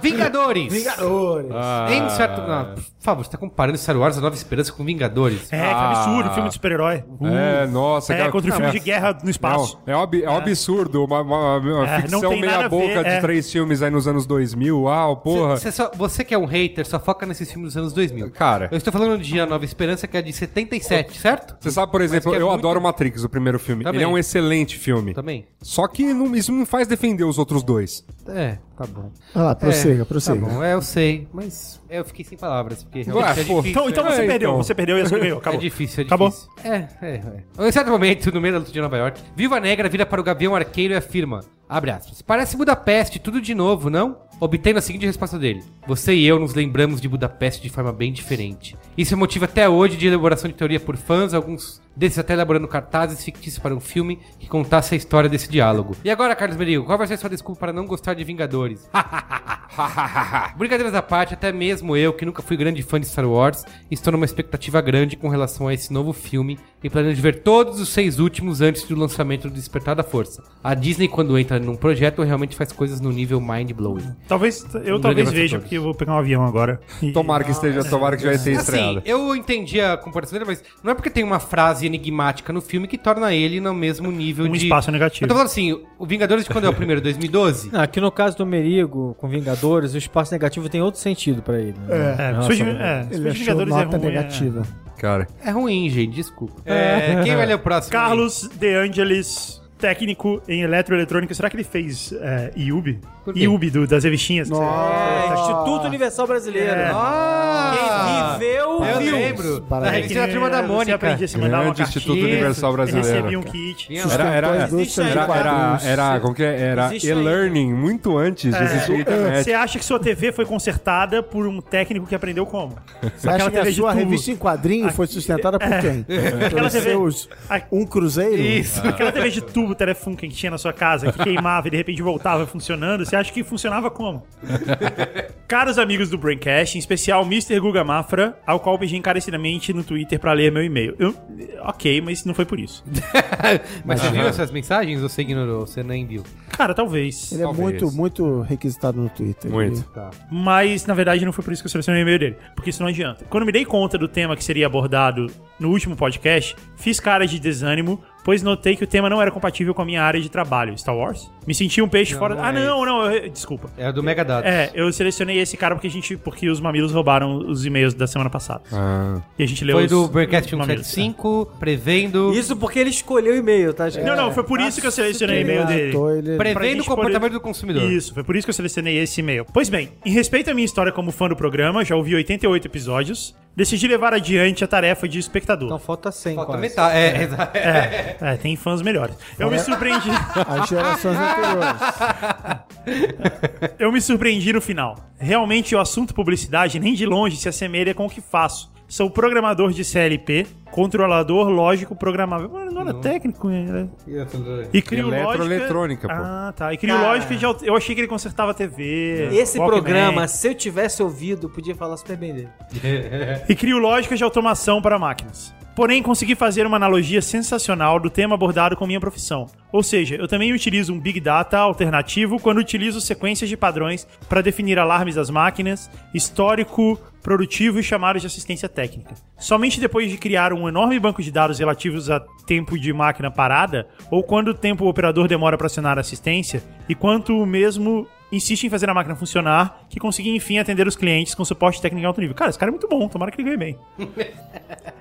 Speaker 1: Vingadores!
Speaker 2: Vingadores.
Speaker 1: Em certo... Não, por favor, você tá comparando Star Wars A Nova Esperança com Vingadores.
Speaker 3: É, que absurdo,
Speaker 1: Ah.
Speaker 3: filme de super-herói.
Speaker 5: É, nossa,
Speaker 3: É, contra o filme de guerra no espaço.
Speaker 5: Não, é, um ab- é um absurdo, uma, uma- uma
Speaker 3: É, não
Speaker 5: ficção
Speaker 3: tem nada a
Speaker 5: meia boca
Speaker 3: ver,
Speaker 5: de
Speaker 3: é.
Speaker 5: três filmes aí nos anos 2000, uau, porra.
Speaker 1: Você, só- você que é um hater, só foca nesses filmes dos anos 2000.
Speaker 5: Cara.
Speaker 1: Eu estou falando de A Nova Esperança, que é de 77, certo?
Speaker 5: Você sabe, por exemplo,
Speaker 1: que é
Speaker 5: eu
Speaker 1: muito-
Speaker 5: adoro Matrix, o primeiro filme.
Speaker 1: Também.
Speaker 5: Ele é um excelente filme.
Speaker 1: Também.
Speaker 5: Só que não- isso não faz defender os outros dois.
Speaker 1: É, tá bom.
Speaker 2: Vai lá, prossiga, prossiga.
Speaker 1: Tá bom, é, eu sei, mas é, eu fiquei sem palavras, porque realmente
Speaker 5: Ué,
Speaker 1: é
Speaker 5: pô,
Speaker 1: difícil.
Speaker 3: Então, então
Speaker 5: É,
Speaker 3: você perdeu,
Speaker 5: então.
Speaker 3: você perdeu e você ganhou,
Speaker 1: É
Speaker 3: acabou.
Speaker 1: difícil, é
Speaker 3: Acabou.
Speaker 1: difícil. É, é, é. Em certo momento, no meio da luta de Nova York, Viva Negra vira para o Gavião Arqueiro e afirma, abre aspas, parece Budapeste, tudo de novo, não? Obtendo a seguinte resposta dele. Você e eu nos lembramos de Budapeste de forma bem diferente. Isso é motivo até hoje de elaboração de teoria por fãs, alguns desses até elaborando cartazes fictícios para um filme que contasse a história desse diálogo. E agora, Carlos Merigo, qual vai ser a sua desculpa para não gostar de Vingadores? Brincadeiras à parte, até mesmo eu, que nunca fui grande fã de Star Wars, estou numa expectativa grande com relação a esse novo filme e planejo ver todos os seis últimos antes do lançamento do Despertar da Força. A Disney, quando entra num projeto, realmente faz coisas no nível mind-blowing.
Speaker 3: Talvez, eu
Speaker 1: Um
Speaker 3: talvez
Speaker 1: grande abraço
Speaker 3: veja,
Speaker 1: a
Speaker 3: porque eu vou pegar um avião agora. E-
Speaker 5: Tomara que esteja, tomara que já esteja
Speaker 1: é. Assim,
Speaker 5: estreado.
Speaker 1: eu entendi a comparação dele, mas não é porque tem uma frase enigmática no filme que torna ele no mesmo nível
Speaker 3: Um
Speaker 1: de...
Speaker 3: espaço negativo.
Speaker 1: Eu tô falando assim, o Vingadores de quando é o primeiro? 2012?
Speaker 4: Não, aqui no caso do Merigo, com Vingadores, o espaço negativo tem outro sentido pra ele. né?
Speaker 3: É,
Speaker 4: Nossa,
Speaker 3: Nossa, de,
Speaker 4: mano.
Speaker 3: é,
Speaker 2: Ele
Speaker 3: Suicide
Speaker 2: achou
Speaker 3: Vingadores é
Speaker 2: nota
Speaker 3: ruim, é.
Speaker 2: negativa.
Speaker 5: Cara,
Speaker 1: É ruim, gente, desculpa. É, quem vai ler o próximo?
Speaker 3: Carlos De Angelis, técnico em eletroeletrônica. Será que ele fez é, IUB?
Speaker 1: Por quê?
Speaker 3: IUB do- das revistinhas. que
Speaker 4: É, Instituto Universal Brasileiro.
Speaker 1: Ah!
Speaker 4: Quem viveu,
Speaker 3: Tá
Speaker 1: Eu
Speaker 4: viu.
Speaker 1: lembro.
Speaker 2: Parabéns.
Speaker 1: Da
Speaker 3: você-
Speaker 2: É
Speaker 1: revista da Turma da
Speaker 3: você
Speaker 1: Mônica.
Speaker 3: aprendia a se mandar uma
Speaker 5: Grande Instituto
Speaker 3: cartinha,
Speaker 5: Universal Brasileiro,
Speaker 3: Recebia um
Speaker 5: cara.
Speaker 3: kit.
Speaker 1: Tinha lá.
Speaker 5: era, era,
Speaker 2: Sustentou as
Speaker 5: era,
Speaker 2: indústrias de
Speaker 5: era,
Speaker 2: quadrinhos.
Speaker 5: era, como que é? Era
Speaker 4: Existe ainda.
Speaker 5: e-learning muito antes
Speaker 1: É.
Speaker 5: de existir
Speaker 2: um
Speaker 5: internet.
Speaker 3: Você acha que sua TV foi consertada por um técnico que aprendeu como?
Speaker 2: Você acha que a sua revista em quadrinho foi sustentada por quem?
Speaker 3: Aquela
Speaker 2: Pelos
Speaker 3: TV
Speaker 2: seus
Speaker 3: a-
Speaker 2: um cruzeiro?
Speaker 1: Isso.
Speaker 3: Aquela TV de tubo Telefunken que tinha na sua casa, que queimava e de repente voltava funcionando, você acha que funcionava como? Caros amigos do Braincast, em especial Mr. Guga Mafra, ao qual pedi encarecidamente no Twitter pra ler meu e-mail. Eu, ok, mas não foi por isso.
Speaker 1: Mas você viu essas mensagens ou você ignorou? Você nem viu.
Speaker 3: Cara, talvez.
Speaker 2: Ele é
Speaker 5: Talvez.
Speaker 2: muito, muito requisitado no Twitter.
Speaker 5: Muito.
Speaker 3: Mas, na verdade, não foi por isso que eu selecionei o e-mail dele. Porque isso não adianta. Quando me dei conta do tema que seria abordado no último podcast, fiz cara de desânimo, pois notei que o tema não era compatível com a minha área de trabalho. Star Wars? Me senti um peixe fora...
Speaker 1: não
Speaker 3: ah,
Speaker 1: é
Speaker 3: não, não. eu- desculpa.
Speaker 1: É a do Megadata.
Speaker 3: É, eu selecionei esse cara porque a gente. Porque os mamilos roubaram os e-mails da semana passada.
Speaker 5: Ah,
Speaker 1: Tá.
Speaker 3: E a gente leu
Speaker 1: Foi
Speaker 3: os-
Speaker 1: do
Speaker 3: os
Speaker 1: Breakcast
Speaker 3: mamilos. tá?
Speaker 1: 175,
Speaker 3: é.
Speaker 1: prevendo...
Speaker 4: Isso porque ele escolheu o e-mail, tá, gente?
Speaker 3: Não, não, foi por isso que eu selecionei o e-mail dele.
Speaker 2: Então, ele...
Speaker 3: pra
Speaker 1: Prevendo
Speaker 3: gente
Speaker 1: o comportamento
Speaker 3: poder-
Speaker 1: do consumidor.
Speaker 3: Isso, foi por isso que eu selecionei esse e-mail. Pois bem, em respeito à minha história como fã do programa, já ouvi 88 episódios, decidi levar adiante a tarefa de espectador.
Speaker 4: Então falta 100
Speaker 1: Falta
Speaker 4: quase.
Speaker 1: metade. É, exato.
Speaker 3: É, tem fãs melhores. Eu me surpreendi.
Speaker 2: As gerações anteriores.
Speaker 3: Eu me surpreendi no final. Realmente o assunto publicidade nem de longe se assemelha com o que faço. Sou programador de CLP, controlador lógico programável. Ah, Não era técnico, né? E crio
Speaker 5: Eletroeletrônica, pô.
Speaker 3: Ah, tá. E crio
Speaker 4: Cara.
Speaker 3: lógica de... alt- Eu achei que ele consertava a TV.
Speaker 4: Esse
Speaker 3: Walkman.
Speaker 4: programa, se eu tivesse ouvido, podia falar super bem dele.
Speaker 3: E crio lógica de automação para máquinas. Porém, consegui fazer uma analogia sensacional do tema abordado com minha profissão. Ou seja, eu também utilizo um Big Data alternativo quando utilizo sequências de padrões para definir alarmes das máquinas, histórico, produtivo e chamadas de assistência técnica. Somente depois de criar um enorme banco de dados relativos a tempo de máquina parada, ou quanto tempo o operador demora para acionar a assistência, e quanto o mesmo insiste em fazer a máquina funcionar, que consegui, enfim, atender os clientes com suporte técnico em alto nível. Cara, esse cara é muito bom, tomara que ele ganhe bem.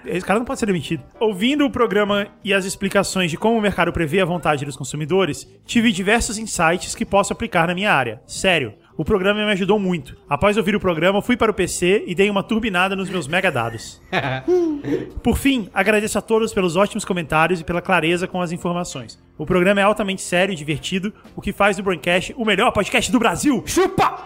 Speaker 3: Esse cara não pode ser demitido. Ouvindo o programa e as explicações de como o mercado prevê a vontade dos consumidores, tive diversos insights que posso aplicar na minha área. Sério. O programa me ajudou muito. Após ouvir o programa, fui para o PC e dei uma turbinada nos meus mega dados. Por fim, agradeço a todos pelos ótimos comentários e pela clareza com as informações. O programa é altamente sério e divertido, o que faz do Braincast o melhor podcast do Brasil.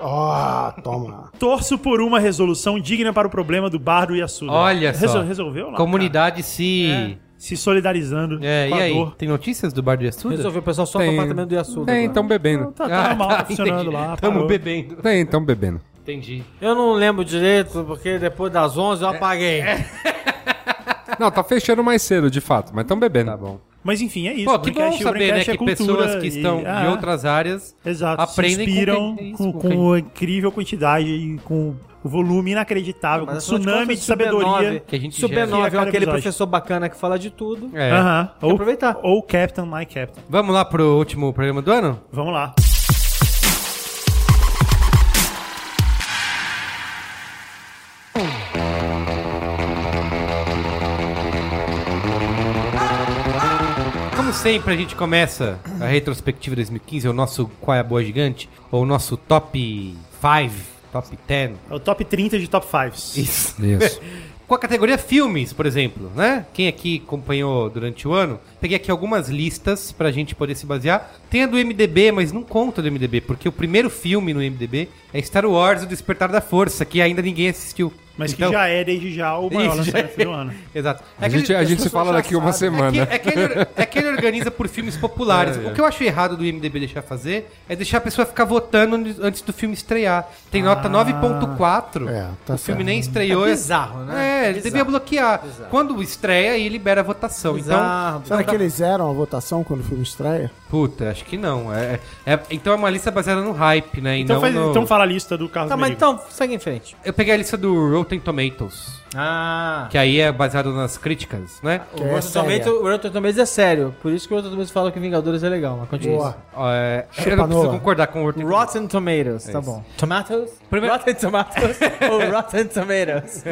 Speaker 2: Ó, toma.
Speaker 3: Torço por uma resolução digna para o problema do Bardo e Assuda.
Speaker 1: Olha só.
Speaker 3: Resol- resolveu ou não?
Speaker 1: Comunidade se...
Speaker 3: cara? Se solidarizando
Speaker 1: É,
Speaker 3: com
Speaker 1: e
Speaker 3: a
Speaker 1: aí?
Speaker 3: dor.
Speaker 1: Tem notícias do Bar do Yassuda?
Speaker 4: Resolveu, o pessoal só no
Speaker 5: Tem.
Speaker 4: apartamento do Iaçuda.
Speaker 5: Tem,
Speaker 4: agora.
Speaker 1: então-
Speaker 5: estão bebendo.
Speaker 3: Tá, tá normal, tá funcionando
Speaker 1: Ah, entendi.
Speaker 3: lá.
Speaker 1: Tamo
Speaker 3: parou.
Speaker 1: bebendo.
Speaker 5: Tem, estão bebendo.
Speaker 1: Entendi.
Speaker 4: Eu não lembro direito, porque depois É, das 11 eu apaguei.
Speaker 5: Não, tá fechando mais cedo, de fato, mas estão bebendo. Tá bom.
Speaker 3: Mas enfim, é isso.
Speaker 1: Pô, que bom
Speaker 3: Braincast- o
Speaker 1: saber, né,
Speaker 3: Braincast
Speaker 1: que
Speaker 3: é cultura
Speaker 1: pessoas que
Speaker 3: e-
Speaker 1: estão
Speaker 3: ah,
Speaker 1: de outras áreas
Speaker 3: Exato, se
Speaker 1: aprendem com
Speaker 3: inspiram
Speaker 1: quem- é isso,
Speaker 3: com,
Speaker 1: com
Speaker 3: com
Speaker 1: quem-
Speaker 3: a incrível quantidade e com o volume inacreditável, com um
Speaker 4: Mas afinal
Speaker 3: tsunami
Speaker 1: é
Speaker 4: contas,
Speaker 3: de
Speaker 4: o Sub-9
Speaker 3: sabedoria.
Speaker 1: que a gente gera.
Speaker 4: Sub-9 é
Speaker 3: Cada
Speaker 4: aquele
Speaker 3: episódio.
Speaker 4: professor bacana que fala de tudo.
Speaker 1: É.
Speaker 3: Aham.
Speaker 4: que aproveitar.
Speaker 3: Ou Captain, My Captain.
Speaker 1: Vamos lá pro último programa do ano?
Speaker 3: Vamos lá.
Speaker 1: Como sempre, a gente começa a retrospectiva 2015, o nosso Qual é a Boa Gigante, ou o nosso top 5, top 10.
Speaker 3: É o top 30 de top 5.
Speaker 1: Isso.
Speaker 5: Isso.
Speaker 1: Com a categoria filmes, por exemplo, né? Quem aqui acompanhou durante o ano, peguei aqui algumas listas pra gente poder se basear. Tem a do MDB, mas não conta do MDB, porque o primeiro filme no MDB é Star Wars O Despertar da Força, que ainda ninguém assistiu.
Speaker 3: Mas
Speaker 1: Então-
Speaker 3: que já é desde já o maior
Speaker 1: Isso, já
Speaker 3: lançamento do ano.
Speaker 1: Exato.
Speaker 5: A gente, a gente se fala daqui uma
Speaker 1: É que,
Speaker 5: semana.
Speaker 1: é, que ele, é que ele organiza por filmes populares. O que eu acho errado do IMDB deixar fazer é deixar a pessoa ficar votando antes- antes do filme estrear. Tem nota 9.4.
Speaker 2: É, tá
Speaker 1: o filme
Speaker 2: certo.
Speaker 1: nem estreou.
Speaker 4: É bizarro, né?
Speaker 1: É, ele
Speaker 4: Bizarro.
Speaker 1: devia bloquear. Quando estreia, aí libera a votação.
Speaker 4: Bizarro.
Speaker 1: Então,
Speaker 2: Será que eles zeram a votação quando o filme estreia?
Speaker 1: puta, acho que não. É, é- então é uma lista baseada no hype, né? E
Speaker 3: Então,
Speaker 1: não
Speaker 3: faz-
Speaker 1: no-
Speaker 3: então fala a lista do Carlos
Speaker 4: Tá, mas
Speaker 3: Merigo.
Speaker 4: então, segue em frente.
Speaker 1: Eu peguei a lista do Rotten Tomatoes,
Speaker 4: Ah.
Speaker 1: que aí é baseado nas críticas, né?
Speaker 4: O
Speaker 2: é
Speaker 4: Rotten
Speaker 2: séria.
Speaker 4: Tomatoes- o Rotten Tomatoes é sério. Por isso que o Rotten Tomatoes fala que Vingadores é legal, mas continua.
Speaker 2: Boa.
Speaker 1: É, eu não
Speaker 2: Chupanola.
Speaker 1: preciso concordar com o Rotten Tomatoes.
Speaker 4: Rotten Tomatoes, tá bom. Tomatoes?
Speaker 1: Tipo, Primeiro-
Speaker 4: Rotten Tomatoes ou Rotten Tomatoes?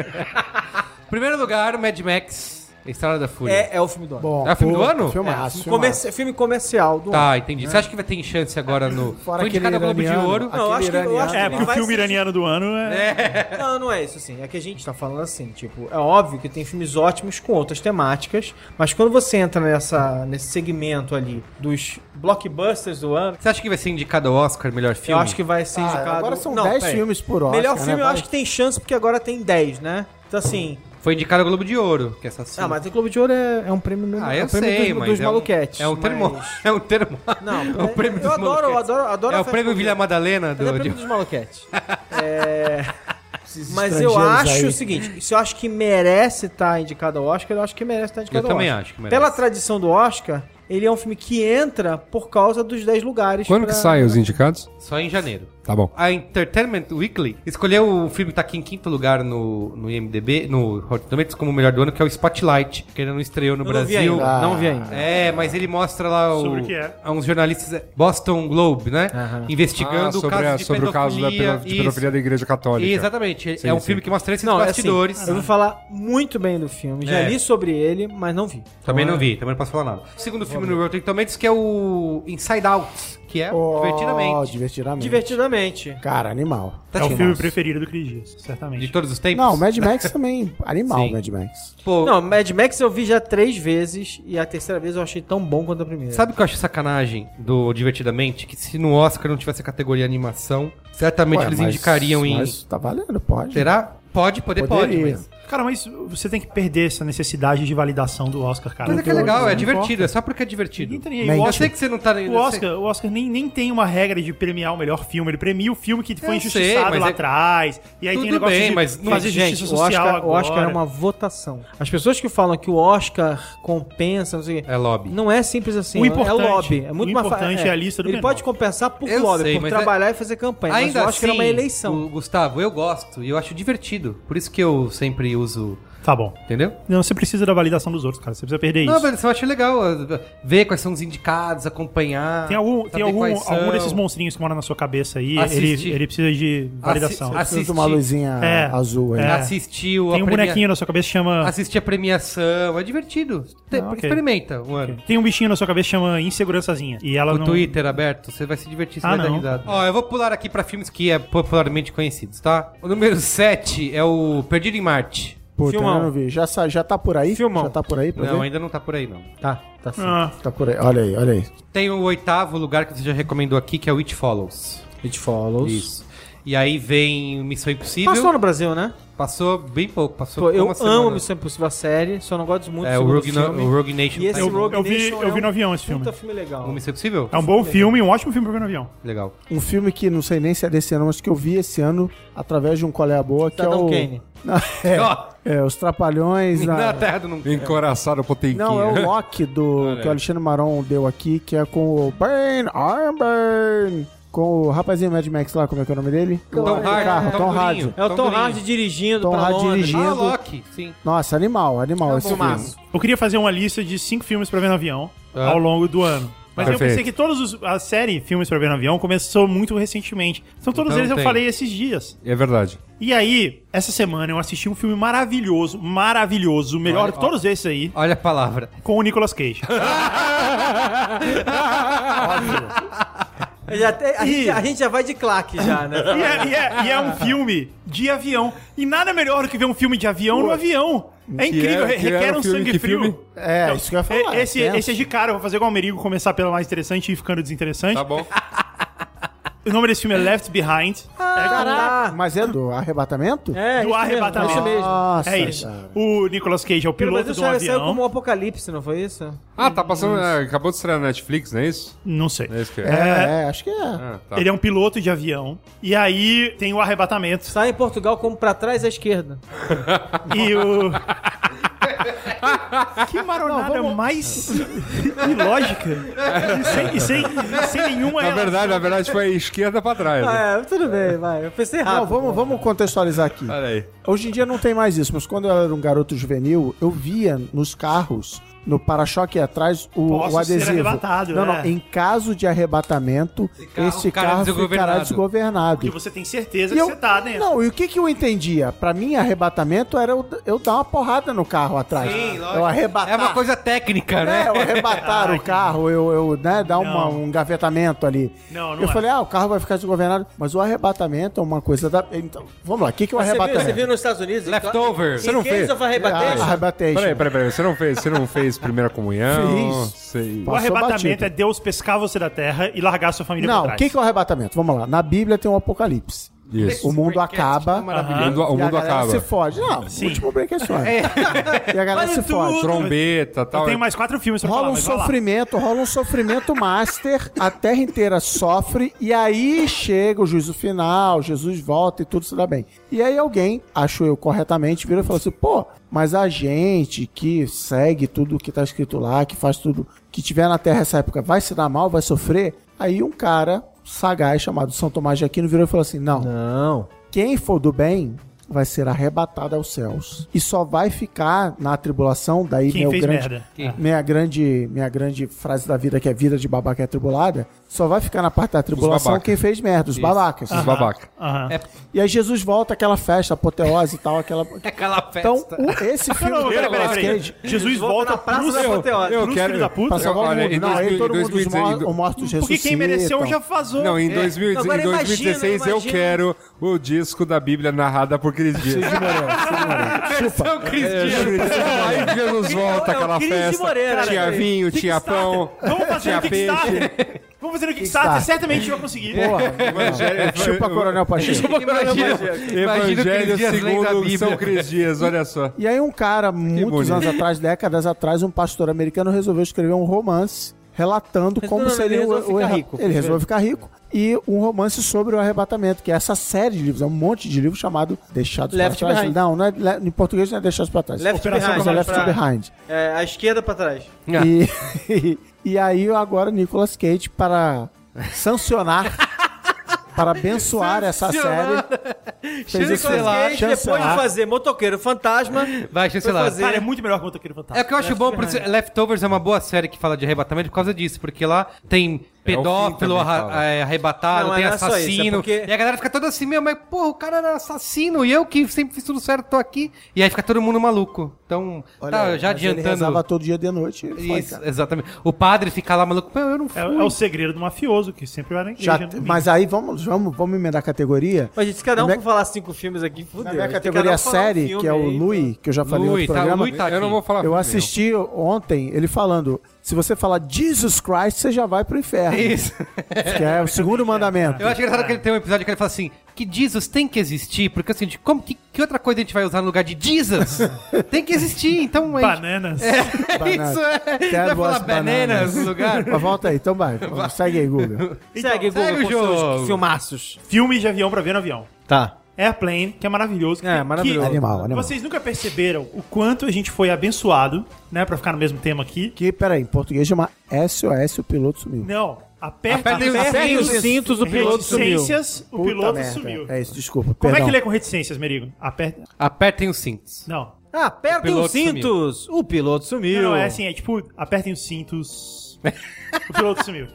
Speaker 1: Primeiro lugar, Mad Max, Estrada da Fúria.
Speaker 4: É, é o É, um filme do ano.
Speaker 2: Bom,
Speaker 1: É o filme do
Speaker 2: pô,
Speaker 1: ano?
Speaker 2: Filmaço, filmaço.
Speaker 4: Comerci- filme comercial do ano.
Speaker 1: Tá, entendi. Você acha que vai ter chance agora no.
Speaker 2: Fora aquele
Speaker 1: Foi indicado ao Globo de
Speaker 2: iraniano.
Speaker 1: Ouro.
Speaker 4: Não, eu acho que, eu
Speaker 1: então,
Speaker 4: acho que
Speaker 3: É,
Speaker 1: tá,
Speaker 4: ele
Speaker 3: porque o
Speaker 4: vai
Speaker 3: filme
Speaker 4: ser-
Speaker 3: iraniano do ano é.
Speaker 4: Não, não é isso, assim. É que a gente tá falando assim, tipo, é óbvio que tem filmes ótimos com outras temáticas, mas quando você entra nessa, nesse segmento ali dos blockbusters do ano,
Speaker 1: Você acha que vai ser indicado ao Oscar melhor filme?
Speaker 4: eu acho que vai ser
Speaker 2: Ah,
Speaker 4: indicado...
Speaker 2: agora são
Speaker 4: Não,
Speaker 2: 10
Speaker 4: peraí.
Speaker 2: filmes por né? hora.
Speaker 4: Melhor filme eu acho que tem chance, porque agora tem 10, né? Então, assim...
Speaker 1: Foi indicado ao Globo de Ouro, que é essa
Speaker 4: Ah, mas o Globo de Ouro é, é um prêmio... mesmo-
Speaker 1: Ah,
Speaker 4: é
Speaker 1: eu
Speaker 4: um prêmio
Speaker 1: sei,
Speaker 4: dos,
Speaker 1: mas.
Speaker 4: dos
Speaker 1: é,
Speaker 4: maluquetes.
Speaker 1: um, é um termo.
Speaker 4: mas-
Speaker 1: É um termo.
Speaker 4: Não,
Speaker 1: é um prêmio
Speaker 4: eu
Speaker 1: dos
Speaker 4: adoro, eu
Speaker 1: maluquetes.
Speaker 4: adoro, adoro
Speaker 1: É
Speaker 4: a
Speaker 1: o
Speaker 4: festa
Speaker 1: prêmio
Speaker 4: do
Speaker 1: Vila
Speaker 4: Globo.
Speaker 1: Madalena
Speaker 4: Mas é
Speaker 1: do.
Speaker 4: prêmio
Speaker 1: de-
Speaker 4: dos maluquetes. É...
Speaker 2: tem.
Speaker 4: Mas eu acho o seguinte, se eu acho que merece estar indicado ao Oscar, eu acho que merece
Speaker 1: Eu
Speaker 4: estar indicado ao
Speaker 1: também
Speaker 4: Oscar.
Speaker 1: acho que merece.
Speaker 4: Pela tradição do Oscar, ele é um filme que entra por causa dos 10 lugares.
Speaker 5: Quando
Speaker 1: tá
Speaker 5: que
Speaker 4: pra-
Speaker 5: saem os indicados?
Speaker 1: Só em janeiro.
Speaker 5: Tá bom.
Speaker 1: A Entertainment Weekly escolheu o filme que tá aqui em quinto lugar no, no IMDB, no Rotten Tomatoes, como o melhor do ano, que é o Spotlight, que ainda não estreou no
Speaker 4: Eu não vi
Speaker 1: Brasil.
Speaker 4: ainda, não vi ainda.
Speaker 1: É, mas ele mostra lá o,
Speaker 3: Sobre o que é.
Speaker 1: a uns jornalistas Boston Globe, né? Investigando
Speaker 5: Ah,
Speaker 1: o caso
Speaker 5: sobre, a-
Speaker 1: de
Speaker 5: sobre o caso da
Speaker 1: pedofilia.
Speaker 5: pedo- de pedofilia da Igreja Católica.
Speaker 1: Isso. Exatamente.
Speaker 5: Sim,
Speaker 1: é um
Speaker 5: sim.
Speaker 1: filme que mostra esses
Speaker 4: Não, é assim,
Speaker 1: bastidores.
Speaker 4: eu vou falar muito bem do filme. Já
Speaker 1: É.
Speaker 4: li sobre ele, mas não vi.
Speaker 1: Também
Speaker 4: Então,
Speaker 1: não vi, também não posso falar nada. O segundo filme no Rotten Tomatoes que é o Inside Out, que é
Speaker 2: Divertidamente.
Speaker 1: divertidamente.
Speaker 4: é,
Speaker 2: Oh, Divertidamente.
Speaker 4: Divertidamente.
Speaker 2: Cara, animal.
Speaker 1: Tá
Speaker 3: é o
Speaker 1: demais.
Speaker 3: filme preferido do Cris Dias,
Speaker 1: De
Speaker 3: certamente.
Speaker 1: todos os tempos?
Speaker 2: Não, Mad Max também. Animal,
Speaker 1: Sim.
Speaker 2: Mad Max.
Speaker 1: Pô,
Speaker 4: Não, Mad Max eu vi já três vezes e a terceira vez eu achei tão bom quanto a primeira.
Speaker 1: É. Sabe o que eu acho sacanagem do Divertidamente? Que se no Oscar não tivesse a categoria animação, certamente
Speaker 2: Ué,
Speaker 1: é eles
Speaker 2: mas-
Speaker 1: indicariam em.
Speaker 2: Mas tá valendo, pode.
Speaker 1: Será? Pode, poder, pode.
Speaker 2: Poderia.
Speaker 1: Mas,
Speaker 3: Cara, mas você tem que perder essa necessidade de validação do Oscar, cara.
Speaker 1: mas é que é
Speaker 2: Conteúdo,
Speaker 1: legal, é
Speaker 2: não
Speaker 1: divertido, é só porque é divertido.
Speaker 3: Ninguém tá nem aí.
Speaker 2: Mas
Speaker 1: Eu
Speaker 3: O
Speaker 1: sei
Speaker 3: Oscar,
Speaker 1: que você não tá nem.
Speaker 3: o Oscar, o Oscar nem, nem tem uma regra de premiar o melhor filme. Ele premia o filme que foi
Speaker 1: Eu
Speaker 3: injustiçado
Speaker 1: sei, mas
Speaker 3: lá
Speaker 1: é-
Speaker 3: atrás. E aí tem
Speaker 1: Tudo
Speaker 3: o negócio
Speaker 1: bem,
Speaker 3: de
Speaker 1: mas não-
Speaker 3: fazer
Speaker 4: Gente,
Speaker 3: justiça
Speaker 4: o
Speaker 3: social
Speaker 4: Oscar, o
Speaker 3: agora.
Speaker 4: Oscar é uma votação. As pessoas que falam que o Oscar compensa, não sei o quê.
Speaker 1: É lobby.
Speaker 4: Não é simples assim.
Speaker 3: O
Speaker 4: é-
Speaker 3: importante-
Speaker 4: é lobby. É muito
Speaker 3: o
Speaker 4: mais fa-
Speaker 3: importante é a lista do
Speaker 4: Ele
Speaker 3: menor.
Speaker 4: pode compensar por
Speaker 1: Eu
Speaker 4: lobby,
Speaker 1: sei,
Speaker 4: por
Speaker 1: mas é-
Speaker 4: trabalhar e fazer campanha.
Speaker 1: Ainda
Speaker 4: mas eu acho que era
Speaker 3: é
Speaker 1: assim,
Speaker 4: uma eleição.
Speaker 1: o- Gustavo, eu gosto e eu acho divertido. Por isso que eu sempre uso.
Speaker 3: Tá bom.
Speaker 1: Entendeu?
Speaker 3: Não, você precisa da validação dos outros, cara. Você precisa perder
Speaker 1: Não,
Speaker 3: É isso.
Speaker 1: mas eu acho legal uh, ver quais são os indicados, acompanhar.
Speaker 3: Tem algum, tem
Speaker 1: saber
Speaker 3: algum,
Speaker 1: quais são.
Speaker 3: algum desses monstrinhos que moram na sua cabeça aí,
Speaker 1: Assiste.
Speaker 3: ele, ele precisa de validação.
Speaker 1: Assi-
Speaker 2: Precisa de
Speaker 1: Assistir.
Speaker 2: uma luzinha
Speaker 3: É,
Speaker 2: azul aí.
Speaker 3: é.
Speaker 1: Assistiu
Speaker 3: Tem
Speaker 1: a
Speaker 3: um
Speaker 1: premia-
Speaker 3: bonequinho na sua cabeça que chama.
Speaker 1: Assistir a premiação, é divertido. Te-
Speaker 3: Ah, ok.
Speaker 1: Experimenta um ano.
Speaker 3: Tem um bichinho na sua cabeça que chama Insegurançazinha. E ela
Speaker 1: o
Speaker 3: não.
Speaker 1: Twitter aberto, você vai se divertir, você
Speaker 3: Ah,
Speaker 1: vai dar
Speaker 3: não.
Speaker 1: risada. Ó, eu vou pular aqui pra filmes que é popularmente conhecidos, tá? O número 7 é o Perdido em Marte.
Speaker 2: Puta, eu
Speaker 4: Filmão.
Speaker 2: não tá vi. Já, sa- já tá por aí?
Speaker 4: Filmão.
Speaker 2: Já tá por aí pra
Speaker 1: Não,
Speaker 2: ver?
Speaker 1: ainda não tá por aí, não.
Speaker 4: Tá, tá sim.
Speaker 3: Ah,
Speaker 2: Tá por aí. Olha aí, olha aí.
Speaker 1: Tem o oitavo lugar que você já recomendou aqui, que é o It Follows.
Speaker 4: It Follows.
Speaker 1: Isso. E aí vem Missão Impossível.
Speaker 4: Passou no Brasil, né?
Speaker 1: Passou bem pouco, passou
Speaker 4: Pô, eu
Speaker 1: uma
Speaker 4: amo
Speaker 1: semana.
Speaker 4: Missão Impossível a série, só não gosto muito
Speaker 1: É,
Speaker 4: do
Speaker 1: o
Speaker 4: segundo
Speaker 1: Rogue, Na-
Speaker 4: filme.
Speaker 1: o Rogue Nation.
Speaker 4: E esse
Speaker 1: tá
Speaker 3: Eu-
Speaker 1: em-
Speaker 4: Rogue
Speaker 3: eu vi-
Speaker 4: Nation
Speaker 3: eu
Speaker 4: é
Speaker 3: vi no
Speaker 4: um
Speaker 3: avião esse filme.
Speaker 4: Puta filme legal.
Speaker 1: O Missão Impossível?
Speaker 3: É um bom filme, um ótimo filme pra ver no avião.
Speaker 1: Legal.
Speaker 2: Um filme que não sei nem se é desse ano, mas que eu vi esse ano através de um colega boa, que é
Speaker 4: Cidadão
Speaker 2: o...
Speaker 4: Kane.
Speaker 2: É,
Speaker 1: Ó.
Speaker 2: é, Os Trapalhões...
Speaker 1: Na
Speaker 2: Na...
Speaker 1: terra do não.
Speaker 5: É. Encoraçado Potemkinha.
Speaker 2: Não, é o Loki do, que o Alexandre Maron deu aqui, que é com o Burn, Iron Burn, com o rapazinho Mad Max lá, como é que é o nome dele?
Speaker 1: Tom
Speaker 2: O-
Speaker 1: Hardy,
Speaker 2: Carro,
Speaker 1: Tom
Speaker 2: Tom
Speaker 1: Durinho.
Speaker 2: Hardy.
Speaker 4: É o
Speaker 1: Tom
Speaker 4: Tom,
Speaker 1: Green.
Speaker 4: Hardy dirigindo
Speaker 2: Tom
Speaker 4: pra
Speaker 2: Hardy
Speaker 4: Londres.
Speaker 2: dirigindo.
Speaker 1: Ah, Loki, sim.
Speaker 2: Nossa, animal,
Speaker 1: É
Speaker 2: animal esse filme.
Speaker 4: Filmaço.
Speaker 3: Eu queria fazer uma lista de cinco filmes pra ver no avião
Speaker 1: Ah.
Speaker 3: ao longo do ano. Mas eu
Speaker 5: Perfeito.
Speaker 3: pensei que todos os, a série Filmes pra Ver no Avião começou muito recentemente. Então todos
Speaker 1: Então
Speaker 3: eles eu
Speaker 1: tem.
Speaker 3: falei esses dias.
Speaker 5: É verdade.
Speaker 3: E aí, essa semana eu assisti um filme maravilhoso, maravilhoso, melhor que todos esses aí,
Speaker 1: Olha a palavra.
Speaker 3: com o Nicolas Cage.
Speaker 4: Eu já Ah, até- a,
Speaker 3: Ih.
Speaker 4: gente, a gente já vai de claque já, né?
Speaker 3: E é, e é- e é um filme de avião. E nada melhor do que ver um filme de avião no avião. É incrível,
Speaker 5: é-
Speaker 3: re-
Speaker 5: que era
Speaker 3: requer
Speaker 5: o
Speaker 3: um
Speaker 5: filme,
Speaker 3: sangue
Speaker 5: que
Speaker 3: frio.
Speaker 5: filme? Ah,
Speaker 2: É,
Speaker 3: Então,
Speaker 2: isso que eu ia falar.
Speaker 3: é- Esse,
Speaker 2: tenso.
Speaker 3: esse é de cara, eu vou fazer igual o Merigo, começar pela mais interessante e ir ficando desinteressante.
Speaker 5: Tá bom.
Speaker 3: O nome desse filme é Left Behind.
Speaker 5: Ah,
Speaker 3: Tá.
Speaker 4: Caraca.
Speaker 2: Mas é do arrebatamento?
Speaker 4: É,
Speaker 3: Do
Speaker 4: isso mesmo,
Speaker 3: arrebatamento.
Speaker 4: é isso mesmo.
Speaker 1: Ah,
Speaker 2: Nossa,
Speaker 3: é isso.
Speaker 2: cara.
Speaker 3: O Nicolas Cage é o
Speaker 4: Pelo
Speaker 3: piloto
Speaker 4: Brasil
Speaker 3: de um
Speaker 4: saiu, saiu
Speaker 3: avião.
Speaker 4: como um apocalipse, não foi isso?
Speaker 5: Ah, tá passando. é, acabou de estrear na Netflix, não é isso?
Speaker 3: Não sei.
Speaker 5: É isso que é.
Speaker 2: É, é, acho que é.
Speaker 5: Ah, tá.
Speaker 3: Ele é um piloto de avião. E aí tem o arrebatamento.
Speaker 4: Sai em Portugal como pra trás à esquerda.
Speaker 3: E o. que maronada mais ilógica. E sem, e sem, sem nenhuma
Speaker 5: Na
Speaker 3: relação.
Speaker 5: verdade, na verdade foi esquerda pra trás. né?
Speaker 4: Ah, é, tudo bem, vai. Eu pensei errado.
Speaker 2: Não, vamos, vamos contextualizar aqui.
Speaker 5: Olha aí.
Speaker 2: Hoje em dia não tem mais isso, mas quando eu era um garoto juvenil, eu via nos carros, no para-choque atrás, o,
Speaker 3: Posso
Speaker 2: o adesivo.
Speaker 3: ser arrebatado,
Speaker 2: não,
Speaker 3: né?
Speaker 2: não, em caso de arrebatamento,
Speaker 1: carro
Speaker 2: este
Speaker 1: ficará
Speaker 2: carro ficará
Speaker 1: desgovernado.
Speaker 2: desgovernado.
Speaker 3: Que você tem certeza
Speaker 2: E eu-
Speaker 3: que você tá dentro.
Speaker 2: Não, e o que, que eu entendia? Pra mim, arrebatamento era eu, eu dar uma porrada no carro atrás.
Speaker 1: Sim, lógico.
Speaker 2: Eu
Speaker 4: Tá,
Speaker 2: arrebatar.
Speaker 1: É uma coisa técnica, né?
Speaker 2: É, eu arrebatar o carro, eu, eu né, dar uma-
Speaker 3: Não.
Speaker 2: um gavetamento ali.
Speaker 3: Não, não
Speaker 2: eu
Speaker 3: é.
Speaker 2: falei, ah, o carro vai ficar desgovernado. Mas o arrebatamento é uma coisa da. Então, vamos lá, o que, que é o
Speaker 4: Mas Você viu,
Speaker 2: arrebatamento?
Speaker 4: você viu nos Estados Unidos?
Speaker 1: Leftover.
Speaker 4: Você não fez? Of
Speaker 2: Ah,
Speaker 4: Arrebatation?
Speaker 2: arrebatation.
Speaker 5: Peraí, peraí, peraí. Você não fez, você não fez primeira comunhão?
Speaker 2: Fiz.
Speaker 5: Sei.
Speaker 3: O
Speaker 2: Passou
Speaker 3: arrebatamento
Speaker 2: batido.
Speaker 3: é Deus pescar você da terra e largar sua família
Speaker 2: Não,
Speaker 3: pra
Speaker 2: o
Speaker 3: trás.
Speaker 2: que, que é o arrebatamento? Vamos lá. Na Bíblia tem um apocalipse.
Speaker 5: Isso.
Speaker 2: O mundo
Speaker 4: é tipo
Speaker 2: acaba.
Speaker 5: O mundo, o
Speaker 2: e a
Speaker 5: mundo
Speaker 2: galera
Speaker 5: acaba.
Speaker 2: se fode. Não,
Speaker 3: Sim.
Speaker 2: último break é só. E a galera se
Speaker 4: Vale
Speaker 2: fode.
Speaker 4: tudo.
Speaker 5: Trombeta, tal. é
Speaker 3: Eu tenho mais quatro filmes pra
Speaker 2: Rola
Speaker 3: falar,
Speaker 2: um
Speaker 3: mas vai lá.
Speaker 2: sofrimento, rola um sofrimento master, a terra inteira sofre, e aí chega o juízo final, Jesus volta e tudo se dá bem. E aí alguém, acho eu corretamente, vira e fala assim, pô, mas a gente que segue tudo que tá escrito lá, que faz tudo que tiver na terra essa época, vai se dar mal, vai sofrer? Aí um cara sagaz chamado São Tomás de Aquino virou e falou assim, não
Speaker 4: Não.
Speaker 2: quem for do bem vai ser arrebatado aos céus e só vai ficar na tribulação daí
Speaker 3: Quem
Speaker 2: meu
Speaker 3: fez
Speaker 2: grande
Speaker 3: merda.
Speaker 1: Quem?
Speaker 2: Ah. minha grande minha grande frase da vida que é vida de babaca é tribulada só vai ficar na parte da tribulação
Speaker 5: babaca.
Speaker 2: quem fez merda os babacas
Speaker 5: Os babaca.
Speaker 3: Aham.
Speaker 2: e aí Jesus volta àquela festa apoteose e tal aquela
Speaker 1: É aquela festa.
Speaker 2: então o- esse
Speaker 3: Não,
Speaker 2: filme
Speaker 3: não,
Speaker 2: do
Speaker 3: peraí, peraí,
Speaker 2: Nicolas
Speaker 3: peraí.
Speaker 2: Cage
Speaker 3: Jesus volta,
Speaker 4: na Praça
Speaker 3: pro
Speaker 4: da
Speaker 3: céu.
Speaker 4: Apoteose.
Speaker 3: Eu
Speaker 5: quero-
Speaker 3: da puta.
Speaker 2: pra salvar
Speaker 5: Olha,
Speaker 2: o mundo
Speaker 5: em
Speaker 2: não aí
Speaker 5: 2000,
Speaker 2: todo mundo os
Speaker 5: 2016,
Speaker 2: mortos, os mortos
Speaker 3: Porque quem mereceu um
Speaker 2: ressuscitam.
Speaker 3: já vazou.
Speaker 5: Não, em,
Speaker 3: É.
Speaker 5: 2000 em
Speaker 4: Agora imagina,
Speaker 5: 2016 eu
Speaker 4: imagina.
Speaker 5: quero o disco da Bíblia narrada por Cris Dias.
Speaker 2: Cid Moreira, Cid Moreira.
Speaker 3: É
Speaker 1: Versão Cristina.
Speaker 5: Aí Jesus volta
Speaker 4: é o
Speaker 5: aquela
Speaker 4: Cris de
Speaker 5: festa.
Speaker 4: Moreira,
Speaker 5: é, tinha
Speaker 2: é,
Speaker 4: cara.
Speaker 5: vinho, tinha
Speaker 3: Kickstarter.
Speaker 5: pão.
Speaker 3: Vamos fazer
Speaker 5: tinha
Speaker 3: no Kickstarter. Vamos fazer no Kickstarter. Certamente a gente vai conseguir.
Speaker 2: Porra,
Speaker 5: é,
Speaker 2: não. chupa Coronel Pacheco.
Speaker 1: Imagina o Cris
Speaker 5: Evangelho
Speaker 1: Dias lendo a
Speaker 5: segundo São
Speaker 1: Bíblia.
Speaker 5: Cris Dias, olha só.
Speaker 2: E aí um cara, muitos
Speaker 5: bonito.
Speaker 2: anos atrás, décadas atrás, um pastor americano resolveu escrever um romance relatando
Speaker 4: Mas
Speaker 2: como
Speaker 4: não, não,
Speaker 2: seria
Speaker 4: ele
Speaker 2: o,
Speaker 4: resolveu
Speaker 2: o
Speaker 4: ficar
Speaker 2: erra-
Speaker 4: rico. é.
Speaker 2: Ele resolveu ficar rico. E um romance sobre o arrebatamento, que é essa série de livros, é um monte de livro chamado Deixados
Speaker 4: Left
Speaker 2: para Trás.
Speaker 4: Behind.
Speaker 2: Não, não é, le- em português não é Deixados para Trás.
Speaker 4: Left
Speaker 3: Operação
Speaker 4: Behind.
Speaker 2: Mas é
Speaker 4: né,
Speaker 2: Left
Speaker 4: pra-
Speaker 2: Behind.
Speaker 4: É, a esquerda pra trás.
Speaker 1: Ah.
Speaker 2: E, e aí agora Nicolas Cage para sancionar, para abençoar essa série, fez
Speaker 1: Nicolas
Speaker 2: esse-
Speaker 1: Cage,
Speaker 4: Cage, depois de
Speaker 2: chancelar.
Speaker 4: fazer Motoqueiro Fantasma,
Speaker 1: Vai,
Speaker 4: foi
Speaker 1: chancelar.
Speaker 4: fazer... Tá,
Speaker 3: Cara, é muito melhor que o Motoqueiro Fantasma.
Speaker 1: Tá, É o que eu acho bom, por isso, Leftovers é uma boa série que fala de arrebatamento por causa disso, porque lá tem pedófilo
Speaker 5: É também
Speaker 1: arra-
Speaker 5: fala.
Speaker 1: é, arrebatado,
Speaker 4: Não, mas
Speaker 1: tem
Speaker 4: não é só isso, é
Speaker 1: assassino,
Speaker 4: porque-
Speaker 1: e a galera fica toda assim, meu, mas porra, o cara era assassino, e eu que sempre fiz tudo certo, tô aqui, e aí fica todo mundo maluco. Então,
Speaker 2: Olha,
Speaker 1: tá, já
Speaker 2: mas Ele rezava
Speaker 1: adiantando...
Speaker 2: todo dia de noite. e foi,
Speaker 1: Isso, é,
Speaker 2: cara.
Speaker 1: exatamente. O padre fica lá maluco, meu, eu não fui.
Speaker 3: É, é o segredo do mafioso, que sempre vai na igreja. né?
Speaker 2: Já-
Speaker 3: no domingo.
Speaker 2: mas aí vamos, vamos, vamos emendar a categoria.
Speaker 4: Mas, gente, se cada um
Speaker 2: Minha-
Speaker 4: for falar cinco filmes aqui, fudeu.
Speaker 2: Na minha
Speaker 4: Tem cada um
Speaker 2: é categoria
Speaker 4: falar um
Speaker 2: série,
Speaker 4: filme
Speaker 2: que é o
Speaker 4: aí,
Speaker 2: Lui, que eu já falei
Speaker 1: Lui,
Speaker 2: no outro
Speaker 1: tá,
Speaker 2: programa,
Speaker 1: Lui tá aqui.
Speaker 5: Eu não vou falar
Speaker 2: eu
Speaker 5: filme
Speaker 2: assisti ontem ele falando: se você falar Jesus Christ, você já vai pro inferno.
Speaker 1: Isso.
Speaker 2: Que é o segundo mandamento.
Speaker 1: Eu acho engraçado que ele tem um episódio que ele fala assim, que Jesus tem que existir, porque assim, de como que, que outra coisa a gente vai usar no lugar de Jesus? tem que existir, então a gente-
Speaker 3: Bananas.
Speaker 2: Banana.
Speaker 1: Isso
Speaker 2: Quero
Speaker 1: é. Vai falar
Speaker 2: boas
Speaker 1: bananas
Speaker 2: bananas.
Speaker 1: no lugar?
Speaker 2: Mas volta aí, então vai. Vamos, Segue aí, Guga.
Speaker 3: Então,
Speaker 4: segue,
Speaker 1: segue
Speaker 4: Google,
Speaker 1: o
Speaker 4: com
Speaker 1: jogo.
Speaker 4: seus filmaços.
Speaker 3: Filme de avião pra ver no avião.
Speaker 4: Tá.
Speaker 3: Airplane, que é maravilhoso.
Speaker 4: É,
Speaker 3: que-
Speaker 4: maravilhoso.
Speaker 3: que-
Speaker 2: Animal, animal.
Speaker 3: Vocês nunca perceberam o quanto a gente foi abençoado, né? Pra ficar no mesmo tema aqui.
Speaker 2: Que, peraí, em português chama SOS, o piloto sumiu.
Speaker 3: Não, aperta,
Speaker 1: Apertem os
Speaker 4: Apertem os
Speaker 1: cintos.
Speaker 4: cintos, o piloto sumiu.
Speaker 3: Reticências, o
Speaker 2: Puta
Speaker 3: piloto
Speaker 2: merda.
Speaker 3: sumiu.
Speaker 2: É isso, desculpa.
Speaker 3: Como é
Speaker 2: perdão.
Speaker 3: que lê com reticências, Merigo? Aperta.
Speaker 1: Apertem os cintos.
Speaker 3: Não.
Speaker 4: Apertem
Speaker 1: O piloto
Speaker 4: Ah, os cintos. O piloto sumiu.
Speaker 3: Não, não, é assim, é tipo, apertem os cintos. o piloto sumiu.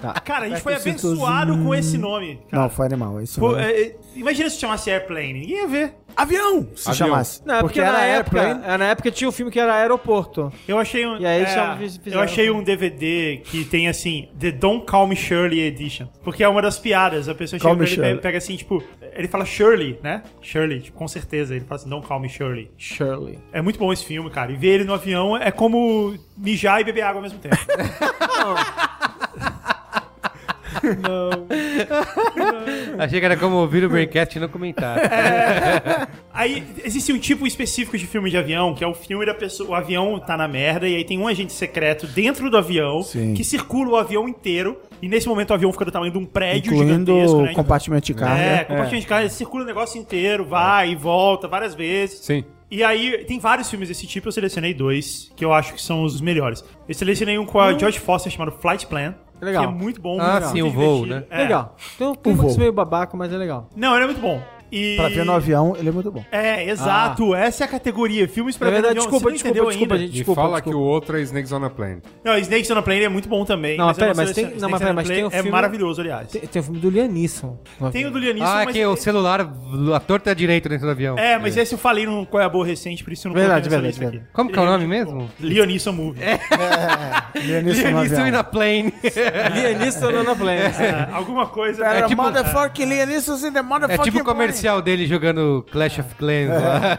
Speaker 2: Tá.
Speaker 3: Cara, a gente foi
Speaker 2: Apertem os cintos.
Speaker 3: abençoado com esse nome. cara.
Speaker 2: Não, foi animal, é isso.
Speaker 3: Pô,
Speaker 2: mesmo.
Speaker 4: Né?
Speaker 3: é, é, imagina se chamasse Airplane, ninguém ia ver.
Speaker 2: Avião! Se
Speaker 5: Avião.
Speaker 2: chamasse.
Speaker 4: Não, é porque, na época, é, na época tinha um filme que era Aeroporto.
Speaker 3: Eu achei um.
Speaker 4: E aí
Speaker 3: é,
Speaker 4: chama- fizeram-
Speaker 3: eu achei um DVD que tem assim, The Don't Call Me Shirley Edition. Porque é uma das piadas. A pessoa
Speaker 2: Call
Speaker 3: chega
Speaker 2: me
Speaker 3: pra ele e pega,
Speaker 2: Shirley.
Speaker 3: pega assim, tipo, ele fala Shirley, né? Shirley, tipo, com certeza. Ele fala assim, Don't Call Me Shirley.
Speaker 4: Shirley.
Speaker 3: É muito bom esse filme, cara. E ver ele no avião é como mijar e beber água ao mesmo tempo.
Speaker 1: Achei que era como ouvir o Braincast e não comentar.
Speaker 3: Aí existe um tipo específico de filme de avião, que é o filme da pessoa. O avião tá na merda, e aí tem um agente secreto dentro do avião
Speaker 2: Sim.
Speaker 3: que circula o avião inteiro. E nesse momento o avião fica do tamanho de um prédio
Speaker 2: Incluindo
Speaker 3: gigantesco, né?
Speaker 2: o compartimento de né? carga.
Speaker 3: É, compartimento de carga, ele circula o negócio inteiro, vai e volta várias vezes.
Speaker 5: Sim.
Speaker 3: E aí, tem vários filmes desse tipo, eu selecionei dois, que eu acho que são os melhores. Eu selecionei um com a George Foster chamado Flight Plan.
Speaker 4: Legal.
Speaker 3: Que é muito bom,
Speaker 1: Hum. Ah,
Speaker 3: muito
Speaker 1: sim, o
Speaker 3: divertido.
Speaker 1: voo, né?
Speaker 3: É.
Speaker 4: Legal. Tem um clima que
Speaker 2: voo.
Speaker 4: isso é meio babaca, mas é legal.
Speaker 3: Não, ele é muito bom. E...
Speaker 2: Pra ver no avião, ele é muito bom.
Speaker 3: É, exato. Essa é a categoria. Filmes pra
Speaker 4: Ah. Na
Speaker 3: ver
Speaker 4: verdade,
Speaker 3: no avião.
Speaker 4: desculpa,
Speaker 3: Você não
Speaker 4: desculpa,
Speaker 3: entendeu
Speaker 4: desculpa,
Speaker 3: ainda?
Speaker 4: gente.
Speaker 5: Me
Speaker 4: Desculpa,
Speaker 5: fala
Speaker 4: desculpa.
Speaker 5: que o outro é Snakes on a Plane.
Speaker 3: Não, Snakes on a Plane é muito bom também.
Speaker 4: Não, mas
Speaker 3: eu
Speaker 4: pera, mas tem-
Speaker 3: selecionei.
Speaker 4: não,
Speaker 3: Snakes
Speaker 4: mas
Speaker 3: on
Speaker 4: pera,
Speaker 3: a
Speaker 4: mas
Speaker 3: Plane
Speaker 4: tem o
Speaker 3: É
Speaker 4: filme-
Speaker 3: maravilhoso, aliás.
Speaker 4: Tem, tem o filme do Lianisson.
Speaker 3: Tem o do Lianisson,
Speaker 1: ah, é
Speaker 3: mas...
Speaker 1: que o celular torta à direita dentro do avião.
Speaker 3: É, mas esse eu falei num Qual é a Boa recente, por isso eu não
Speaker 4: Verdade,
Speaker 3: coloquei
Speaker 4: verdade,
Speaker 3: nessa lista
Speaker 4: verdade.
Speaker 3: aqui.
Speaker 1: Como que é o
Speaker 3: Ele
Speaker 1: nome
Speaker 3: muito
Speaker 1: mesmo?
Speaker 3: bom. Leonisson Movie. É.
Speaker 2: Leonisson no
Speaker 1: Isso
Speaker 2: avião.
Speaker 1: e na plane.
Speaker 4: tá Lianisson na Plane.
Speaker 3: É, alguma coisa... é
Speaker 2: Era
Speaker 4: É
Speaker 1: tipo-
Speaker 2: motherfucking Leonisson in the
Speaker 1: É
Speaker 2: motherfucking
Speaker 1: tipo o
Speaker 2: plane.
Speaker 1: comercial dele jogando Clash of Clans lá.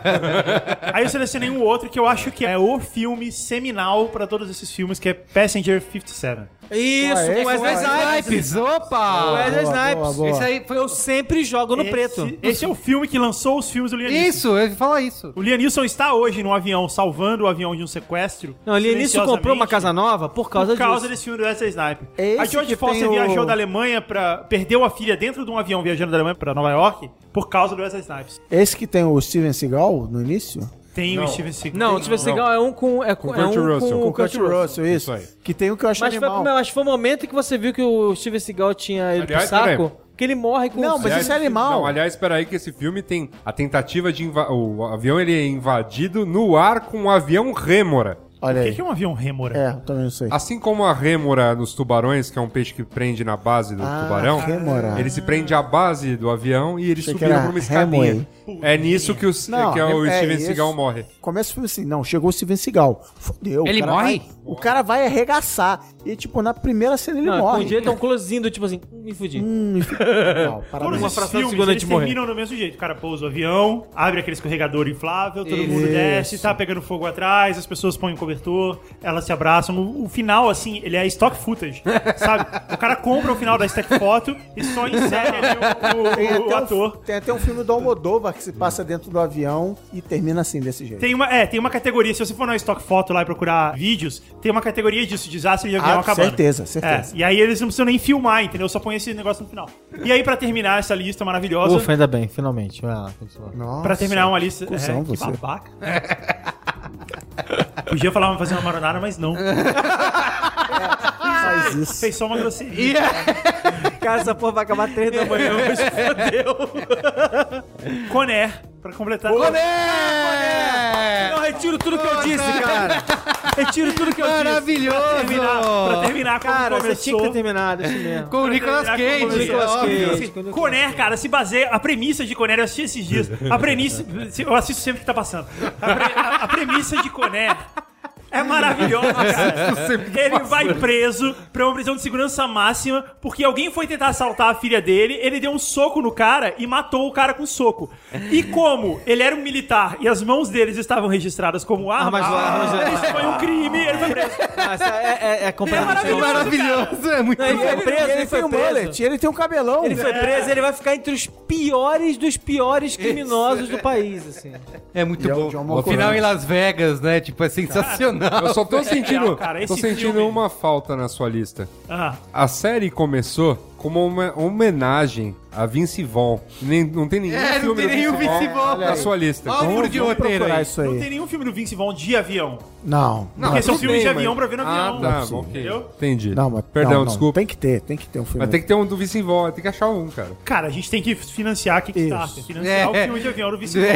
Speaker 3: Aí eu selecionei um outro que eu acho que é o filme seminal pra todos esses filmes, que é Passenger 57.
Speaker 4: Isso,
Speaker 2: Ué,
Speaker 4: com Wesley
Speaker 2: esse- é
Speaker 4: Snipes.
Speaker 1: Snipes, opa!
Speaker 4: Wesley
Speaker 2: Boa, boa,
Speaker 4: Snipes.
Speaker 2: boa.
Speaker 1: Esse aí foi
Speaker 4: Eu sempre jogo no
Speaker 3: Esse-
Speaker 4: preto.
Speaker 3: Esse é o filme que lançou os filmes do Lianisson.
Speaker 1: Isso, eu ia falar isso.
Speaker 3: O Lianisson está hoje no avião, salvando o avião de um sequestro.
Speaker 4: Não, o Lianisson comprou uma
Speaker 3: silenciosamente,
Speaker 4: casa nova por causa,
Speaker 3: Por causa
Speaker 4: disso.
Speaker 3: desse filme do Wesley Sniper.
Speaker 2: É esse
Speaker 3: a George
Speaker 2: que tem
Speaker 3: Foster
Speaker 2: o-
Speaker 3: viajou da Alemanha pra. Perdeu a filha dentro de um avião viajando da Alemanha pra Nova York por causa do Wesley Snipes.
Speaker 2: Esse que tem o Steven Seagal no início?
Speaker 3: Tem o Steven Seagal.
Speaker 4: Não, o Steven Seagal é um com. É com,
Speaker 5: Com
Speaker 4: é um
Speaker 5: Kurt Russell.
Speaker 4: com o
Speaker 5: Com
Speaker 4: Kurt Russell.
Speaker 2: isso. Que tem o que eu acho
Speaker 4: Mas foi,
Speaker 2: animal.
Speaker 4: mas foi o momento que você viu que o Steven Seagal tinha ele
Speaker 5: Aliás,
Speaker 4: pro saco,
Speaker 5: peraí.
Speaker 4: que ele morre com
Speaker 2: Não, mas
Speaker 5: Aliás,
Speaker 2: isso é animal.
Speaker 5: Não, aliás, espera aí que esse filme tem a tentativa de inva- o avião ele é invadido no ar com um avião rêmora.
Speaker 2: Olha
Speaker 3: O
Speaker 2: aí.
Speaker 3: que que é um avião rêmora?
Speaker 2: É, eu também não sei.
Speaker 5: Assim como a rêmora nos tubarões, que é um peixe que prende na base do
Speaker 2: Ah,
Speaker 5: tubarão,
Speaker 2: rêmora.
Speaker 5: ele se prende à base do avião e ele
Speaker 2: Achei que
Speaker 5: subiram
Speaker 2: era
Speaker 5: por uma escadinha.
Speaker 2: Hemway.
Speaker 5: É nisso que, os,
Speaker 2: Não,
Speaker 5: que o
Speaker 2: é
Speaker 5: Steven
Speaker 2: isso.
Speaker 5: Seagal morre.
Speaker 2: Começa o filme assim, não, chegou o Steven Seagal. Fudeu. o
Speaker 1: Ele
Speaker 2: cara
Speaker 1: morre?
Speaker 2: vai- o cara vai arregaçar. E, tipo, na primeira cena ele
Speaker 4: Não, com
Speaker 2: morre.
Speaker 4: o direito a um closezinho do tipo assim, "Hum, me fudi.
Speaker 2: Não,
Speaker 3: Todos
Speaker 2: parabéns.
Speaker 4: Uma
Speaker 3: esses
Speaker 4: fração de
Speaker 3: filmes
Speaker 4: segunda
Speaker 3: eles
Speaker 4: de morrer.
Speaker 3: terminam do mesmo jeito. O cara pousa o avião, abre aquele escorregador inflável, todo mundo desce, tá pegando fogo atrás, as pessoas põem o cobertor, elas se abraçam. O, o final, assim, ele é stock footage, sabe? O cara compra o final da stack foto e só insere ali
Speaker 2: Tem
Speaker 3: o, o- o
Speaker 2: até, um,
Speaker 3: ator.
Speaker 2: tem até um filme do Almodóvar que se passa dentro do avião e termina assim, desse jeito.
Speaker 3: Tem uma, é, tem uma categoria, se você for na stock foto lá e procurar vídeos, tem uma categoria disso, desastre de avião
Speaker 2: Ah,
Speaker 3: acabando.
Speaker 2: certeza, certeza.
Speaker 3: É, e aí eles não precisam nem filmar, entendeu? Só põe esse negócio no final. E aí, pra terminar essa lista maravilhosa,
Speaker 4: Ufa, ainda bem, finalmente. Vai lá, continua.
Speaker 2: Nossa.
Speaker 3: Pra terminar uma lista.
Speaker 2: Cusão
Speaker 3: é, que
Speaker 2: você.
Speaker 3: babaca. Podia falar fazer uma maronada, mas não.
Speaker 2: Faz isso.
Speaker 3: Fez só uma grosseria.
Speaker 4: Cara, essa porra vai acabar três da manhã hoje, fodeu.
Speaker 3: Conair, pra completar.
Speaker 1: Boné!
Speaker 4: Não, retiro tudo que eu disse, É. cara. Retiro tudo que eu disse.
Speaker 3: Pra terminar, pra
Speaker 1: Maravilhoso!
Speaker 3: terminar como
Speaker 4: Cara, você
Speaker 3: começou.
Speaker 4: tinha que ter terminado isso mesmo.
Speaker 1: Com o Nicolas
Speaker 3: Pra terminar é, como
Speaker 1: Cage. É
Speaker 3: começou.
Speaker 4: Nicolas
Speaker 3: Óbvio.
Speaker 4: Cage.
Speaker 3: Assim, Conair, cara, se baseia. A premissa de Conair, eu assisti esses dias. A premissa. Eu assisto sempre que tá passando. A, pre- a- a premissa de Conair. é maravilhosa, cara. Ele vai preso pra uma prisão de segurança máxima porque alguém foi tentar assaltar a filha dele, ele deu um soco no cara e matou o cara com soco. E como ele era um militar e as mãos deles estavam registradas como
Speaker 1: Ah,
Speaker 3: arma,
Speaker 4: Armas largas, é.
Speaker 3: isso foi um crime, ele foi preso.
Speaker 4: Mas é, é, é completamente.
Speaker 3: É
Speaker 4: louco.
Speaker 1: Maravilhoso, é muito
Speaker 4: Não, ele
Speaker 1: bom.
Speaker 4: foi preso, ele foi
Speaker 2: um
Speaker 4: preso.
Speaker 2: mullet, ele tem um cabelão.
Speaker 4: Ele foi preso, ele vai ficar entre os piores dos piores criminosos do país, assim.
Speaker 1: É muito
Speaker 2: E é o John
Speaker 1: bom. O
Speaker 2: Malkovich.
Speaker 1: final em Las Vegas, né? Tipo, é sensacional.
Speaker 5: Eu só tô
Speaker 3: é real,
Speaker 5: sentindo,
Speaker 3: cara,
Speaker 5: tô
Speaker 3: esse
Speaker 5: sentindo
Speaker 3: filme.
Speaker 5: uma falta na sua lista.
Speaker 3: Ah,
Speaker 5: A série começou como uma homenagem a Vince Vaughn. Nem, não tem nenhum
Speaker 1: É, não
Speaker 5: filme
Speaker 1: tem
Speaker 5: do
Speaker 1: nenhum Vince Vaughn.
Speaker 5: na sua lista. Então
Speaker 1: Olha o furo de roteiro
Speaker 2: procurar
Speaker 1: aí.
Speaker 2: isso
Speaker 3: não
Speaker 2: aí.
Speaker 3: tem nenhum filme do Vince Vaughn de avião.
Speaker 2: Não, não,
Speaker 3: Porque são
Speaker 5: tudo
Speaker 3: filmes de
Speaker 5: bem,
Speaker 3: avião
Speaker 5: mas-
Speaker 3: pra ver no avião.
Speaker 5: Ah, tá,
Speaker 2: Não é
Speaker 5: ok.
Speaker 3: possível.
Speaker 5: Entendi.
Speaker 2: não, mas
Speaker 5: Perdão,
Speaker 2: não, não,
Speaker 5: desculpa.
Speaker 2: Tem que ter, tem que ter um filme.
Speaker 5: Mas tem que ter um do Vince Vaughn, tem que achar um, cara.
Speaker 3: Cara, a gente tem que financiar Kickstarter.
Speaker 2: Isso.
Speaker 3: Financiar
Speaker 1: É.
Speaker 3: o filme de avião do Vince Vaughn.
Speaker 5: É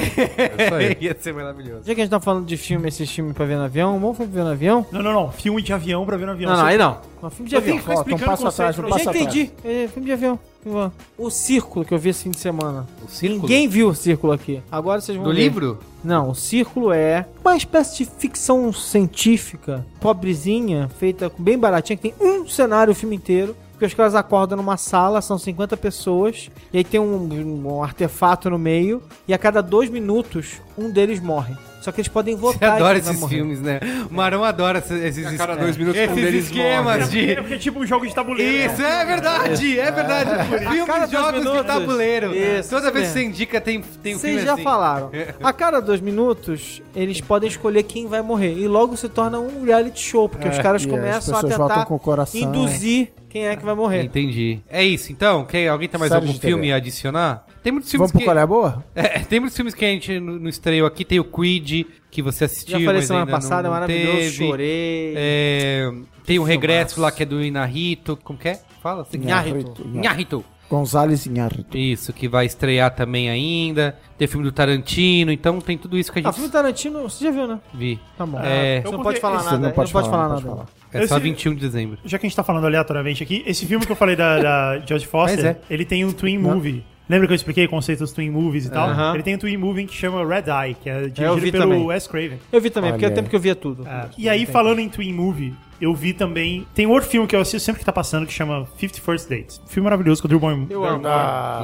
Speaker 5: isso aí.
Speaker 1: Ia ser maravilhoso.
Speaker 4: Já que a gente tá falando de filme, esses filmes pra ver no avião, vamos pra ver no avião?
Speaker 3: Não, não, não. Filme de avião pra ver no avião.
Speaker 4: Não, não, aí não. Mas filme de
Speaker 3: Eu tenho
Speaker 4: avião.
Speaker 3: que ficar
Speaker 2: Ó, então
Speaker 3: explicando
Speaker 2: passa
Speaker 3: o conceito
Speaker 2: atrás,
Speaker 3: pra
Speaker 2: não
Speaker 4: Eu
Speaker 3: gente.
Speaker 4: já
Speaker 2: passa atrás.
Speaker 4: entendi. É, filme de avião. Ivan. O Círculo que eu vi esse fim de semana.
Speaker 1: O círculo?
Speaker 4: Ninguém viu o Círculo aqui. Agora vocês vão
Speaker 1: Do
Speaker 4: ver.
Speaker 1: livro?
Speaker 4: Não, o Círculo é uma espécie de ficção científica, pobrezinha, feita com- bem baratinha, que tem um cenário o filme inteiro. Porque os caras acordam numa sala, são 50 pessoas, e aí tem um, um artefato no meio, e a cada dois minutos, um deles morre. Só que eles podem
Speaker 1: Você
Speaker 4: votar.
Speaker 1: adora
Speaker 4: quem vai
Speaker 1: esses
Speaker 4: morrer.
Speaker 1: filmes, né? O Marão adora esses, esses, é,
Speaker 5: A cada dois minutos, um
Speaker 1: esses
Speaker 5: deles
Speaker 1: esquemas
Speaker 3: É
Speaker 1: de...
Speaker 3: porque é tipo um jogo de tabuleiro.
Speaker 1: Isso, é verdade, é verdade.
Speaker 4: cada
Speaker 1: Filmes,
Speaker 4: dois
Speaker 1: jogos de
Speaker 4: minutos.
Speaker 1: tabuleiro.
Speaker 4: Isso,
Speaker 1: Toda
Speaker 4: isso
Speaker 1: vez que
Speaker 4: mesmo.
Speaker 1: você indica, tem, tem um filme
Speaker 4: Vocês já
Speaker 1: assim.
Speaker 4: falaram. A cada dois minutos, eles podem escolher quem vai morrer. E logo se torna um reality show, porque
Speaker 1: É.
Speaker 4: os caras
Speaker 2: e as
Speaker 4: começam a
Speaker 2: pessoas votam
Speaker 4: tentar
Speaker 2: com o coração.
Speaker 4: induzir quem é que vai morrer.
Speaker 1: Entendi. É isso, então. Quer, alguém tem mais
Speaker 2: Série
Speaker 1: algum
Speaker 2: de TV.
Speaker 1: filme a adicionar? Tem muitos
Speaker 2: Vamos
Speaker 1: filmes
Speaker 2: pro
Speaker 1: que...
Speaker 2: Qual é a Boa?
Speaker 1: É, tem muitos filmes que a gente não não estreou aqui. Tem o Creed, que você assistiu,
Speaker 4: Já falei
Speaker 1: mas
Speaker 4: semana
Speaker 1: ainda não-
Speaker 4: passada,
Speaker 1: não
Speaker 4: é maravilhoso,
Speaker 1: teve.
Speaker 4: chorei.
Speaker 1: É, tem o Regresso lá, que é do Inarito. Como que é? Fala.
Speaker 4: Inarritu.
Speaker 1: Inarito.
Speaker 2: Gonzales Inharrito.
Speaker 1: Isso, que vai estrear também ainda. Tem filme do Tarantino. Então tem tudo isso que a
Speaker 4: Ah,
Speaker 1: gente
Speaker 4: filme Tarantino, você já viu, né?
Speaker 1: vi.
Speaker 4: Tá bom.
Speaker 1: É.
Speaker 4: Você
Speaker 3: Eu
Speaker 4: não
Speaker 3: curti-
Speaker 4: pode falar
Speaker 3: esse
Speaker 4: nada.
Speaker 2: Você não pode
Speaker 4: pode
Speaker 2: falar,
Speaker 4: falar
Speaker 2: não pode
Speaker 4: nada.
Speaker 2: falar.
Speaker 1: É só
Speaker 3: Ah, então Esse-
Speaker 1: 21 de dezembro.
Speaker 3: Já que a gente tá falando aleatoriamente aqui, esse filme que eu falei da, da George Foster,
Speaker 1: Mas é.
Speaker 3: ele tem um Twin Movie. Lembra que eu expliquei o conceito dos Twin Movies e tal?
Speaker 4: Aham.
Speaker 3: Ele tem um Twin Movie que chama Red Eye, que é
Speaker 4: Eu
Speaker 3: dirigido
Speaker 4: vi
Speaker 3: pelo
Speaker 4: também.
Speaker 3: Wes Craven.
Speaker 4: Eu vi também, porque é
Speaker 2: Olha
Speaker 4: tempo
Speaker 2: aí.
Speaker 4: que eu via tudo.
Speaker 3: É. E aí, falando em Twin Movie, eu vi também. Tem outro filme que eu assisto sempre que tá passando que chama Fifty First Dates. Um filme maravilhoso com o Drew Barrymore.
Speaker 4: Eu amo.
Speaker 1: e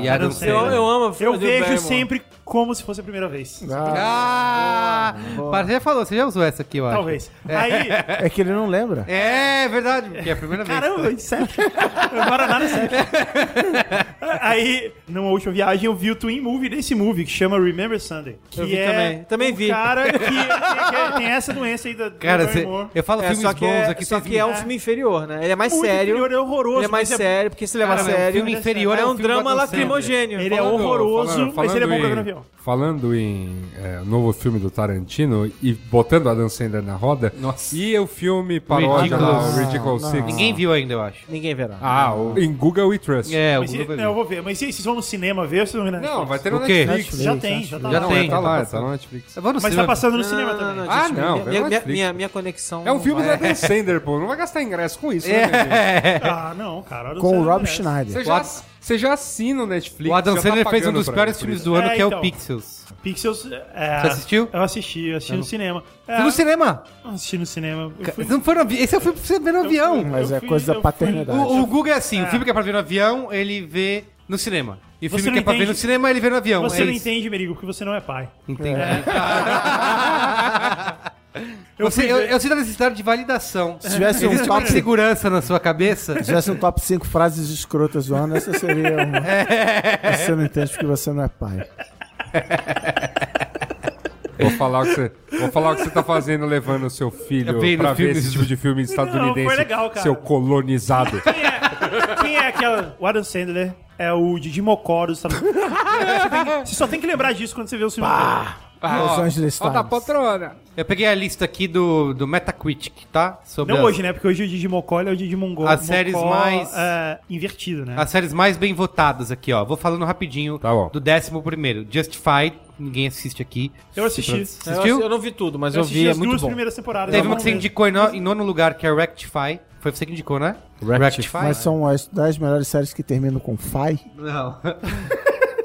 Speaker 1: Adam
Speaker 3: Adam
Speaker 1: Sandler.
Speaker 3: Sandler.
Speaker 4: amo
Speaker 3: Eu
Speaker 4: do
Speaker 3: vejo
Speaker 4: Barrymore.
Speaker 3: sempre como se fosse a primeira vez.
Speaker 1: Ah! Para, Você já falou, você já usou essa aqui, eu acho.
Speaker 3: Talvez. Aí.
Speaker 2: É que ele não lembra.
Speaker 1: É verdade, porque é a primeira vez.
Speaker 3: Caramba, Inception. Guaraná no Inception. Aí, numa última viagem, eu vi o Twin Movie desse movie que chama Remember Sunday. Que
Speaker 4: Eu vi
Speaker 3: é
Speaker 4: também. Também
Speaker 3: um
Speaker 4: vi.
Speaker 3: cara que, que- que tem essa doença aí da do
Speaker 1: Cara, cê-
Speaker 3: Barrymore.
Speaker 1: eu falo
Speaker 4: É,
Speaker 1: filmes
Speaker 4: só que,
Speaker 1: bons
Speaker 4: é,
Speaker 1: aqui,
Speaker 4: só
Speaker 1: vocês
Speaker 4: que é
Speaker 1: me-
Speaker 4: um filme inferior, né? Ele é mais
Speaker 3: Muito
Speaker 4: sério.
Speaker 3: inferior, é horroroso.
Speaker 4: Ele é mais
Speaker 3: mas
Speaker 4: sério, porque se leva a
Speaker 1: Cara, mas é um
Speaker 4: sério.
Speaker 1: filme inferior
Speaker 4: é
Speaker 1: é um
Speaker 4: um
Speaker 1: filme do
Speaker 4: drama
Speaker 1: Adam Sandler.
Speaker 4: lacrimogênio.
Speaker 3: Ele é
Speaker 4: Falando-
Speaker 3: horroroso, mas ele é bom pra ver no avião.
Speaker 5: Falando em é, novo filme do Tarantino e botando a Adam Sandler na roda,
Speaker 1: Nossa.
Speaker 5: e o filme paródia lá,
Speaker 1: Ridiculous.
Speaker 5: o Ridiculous Six.
Speaker 1: um.
Speaker 4: um-
Speaker 1: Ninguém viu ainda, eu acho.
Speaker 4: Ninguém verá.
Speaker 5: Ah, o... em Google We Trust.
Speaker 1: É, o
Speaker 3: Mas se-
Speaker 1: Google
Speaker 3: não,
Speaker 1: vai ver.
Speaker 3: eu vou ver. Mas se vocês vão no cinema ver, vocês vão ver na
Speaker 5: Não,
Speaker 3: Netflix.
Speaker 5: vai ter no
Speaker 1: O quê?
Speaker 5: Netflix.
Speaker 3: Já
Speaker 2: né?
Speaker 3: tem, já tá
Speaker 1: Já
Speaker 3: lá.
Speaker 1: tem.
Speaker 5: Tá lá, tá lá na Netflix.
Speaker 1: Eu vou no
Speaker 3: Mas tá
Speaker 1: cinema.
Speaker 3: passando no
Speaker 4: Não,
Speaker 3: cinema
Speaker 4: não,
Speaker 3: também.
Speaker 4: não, não,
Speaker 5: Ah,
Speaker 4: gente,
Speaker 5: não,
Speaker 4: Minha,
Speaker 5: pelo
Speaker 4: minha,
Speaker 5: Netflix.
Speaker 4: minha- minha conexão.
Speaker 5: É um filme do
Speaker 4: vai.
Speaker 5: Adam Sandler, pô. Não vai gastar ingresso com
Speaker 1: É.
Speaker 5: isso, né, gente?
Speaker 3: Ah, não, é cara. olha
Speaker 2: Com o
Speaker 3: céu,
Speaker 2: Rob
Speaker 3: merece.
Speaker 2: Schneider.
Speaker 5: Você já, você já assina o Netflix.
Speaker 1: O Adam
Speaker 5: já tá
Speaker 1: Sandler fez um
Speaker 5: pagando
Speaker 1: dos
Speaker 5: pra
Speaker 1: piores
Speaker 5: isso,
Speaker 1: filmes
Speaker 5: por
Speaker 1: do ano,
Speaker 3: É,
Speaker 1: que é o
Speaker 3: então.
Speaker 1: Pixels.
Speaker 3: Pixels. é,
Speaker 1: Você assistiu?
Speaker 3: Eu assisti, eu assisti no cinema. É,
Speaker 1: Foi no cinema.
Speaker 3: eu assisti no cinema. Eu fui-
Speaker 1: Não foi no avi- Esse é o filme pra você ver no avião.
Speaker 2: Mas
Speaker 3: Eu
Speaker 2: é
Speaker 3: fui-
Speaker 2: coisa
Speaker 3: eu
Speaker 2: da
Speaker 3: fui-
Speaker 2: paternidade.
Speaker 1: O, o Google é assim, o filme que é pra ver no avião, ele vê no cinema. E o
Speaker 3: Você
Speaker 1: filme que
Speaker 3: não
Speaker 1: é pra ver
Speaker 3: entende-
Speaker 1: no cinema, ele vê no avião.
Speaker 3: Você
Speaker 1: é
Speaker 3: não
Speaker 1: isso.
Speaker 3: entende, Merigo, porque você não é pai.
Speaker 1: Entendi.
Speaker 3: Eu
Speaker 1: Você-
Speaker 3: fui
Speaker 1: eu,
Speaker 3: ver-
Speaker 1: eu sinto a necessidade de validação.
Speaker 2: Se tivesse um
Speaker 1: Existe uma
Speaker 2: top cinco-
Speaker 1: segurança na sua cabeça?
Speaker 2: se tivesse um top 5 frases escrotas do ano, essa seria uma.
Speaker 3: É.
Speaker 2: Você não entende porque você não é pai.
Speaker 5: Vou falar o que você, vou falar o que você tá fazendo levando o seu filho
Speaker 1: Eu vi no
Speaker 5: pra ver
Speaker 1: filme-
Speaker 5: esse tipo de filme estadunidense.
Speaker 3: foi legal, cara.
Speaker 5: Seu colonizado.
Speaker 3: Quem é, quem é aquela. O Adam Sandler é o Didi Mocó dos Estados Unidos. Você, tem que- você só tem que lembrar disso quando você vê o filme.
Speaker 2: Los Angeles
Speaker 5: Ó da
Speaker 2: Times.
Speaker 5: patrona.
Speaker 1: tá Eu peguei a lista aqui do, do Metacritic, tá? Sobre
Speaker 3: Não
Speaker 1: as,
Speaker 3: hoje, né? Porque hoje o Didi Mocó ele é o Didi Mongol.
Speaker 1: As séries
Speaker 3: Mocó,
Speaker 1: mais-
Speaker 3: é, invertido, né?
Speaker 1: as séries mais bem votadas aqui, ó. Vou falando rapidinho
Speaker 5: Tá bom.
Speaker 1: do décimo primeiro. Justified, ninguém assiste aqui.
Speaker 3: Eu assisti.
Speaker 4: Eu
Speaker 1: Assistiu?
Speaker 4: assi- Eu não vi tudo, mas eu,
Speaker 3: assisti
Speaker 4: vi, é
Speaker 3: as
Speaker 4: muito
Speaker 3: duas
Speaker 4: bom.
Speaker 3: primeiras temporadas.
Speaker 1: Teve uma
Speaker 3: Tá
Speaker 1: que
Speaker 3: bom
Speaker 1: você
Speaker 3: mesmo.
Speaker 1: indicou em no- em nono lugar, que é Rectify. Foi você que indicou, né?
Speaker 5: Rectify.
Speaker 2: Mas são as 10 melhores séries que terminam com Fai.
Speaker 1: Não.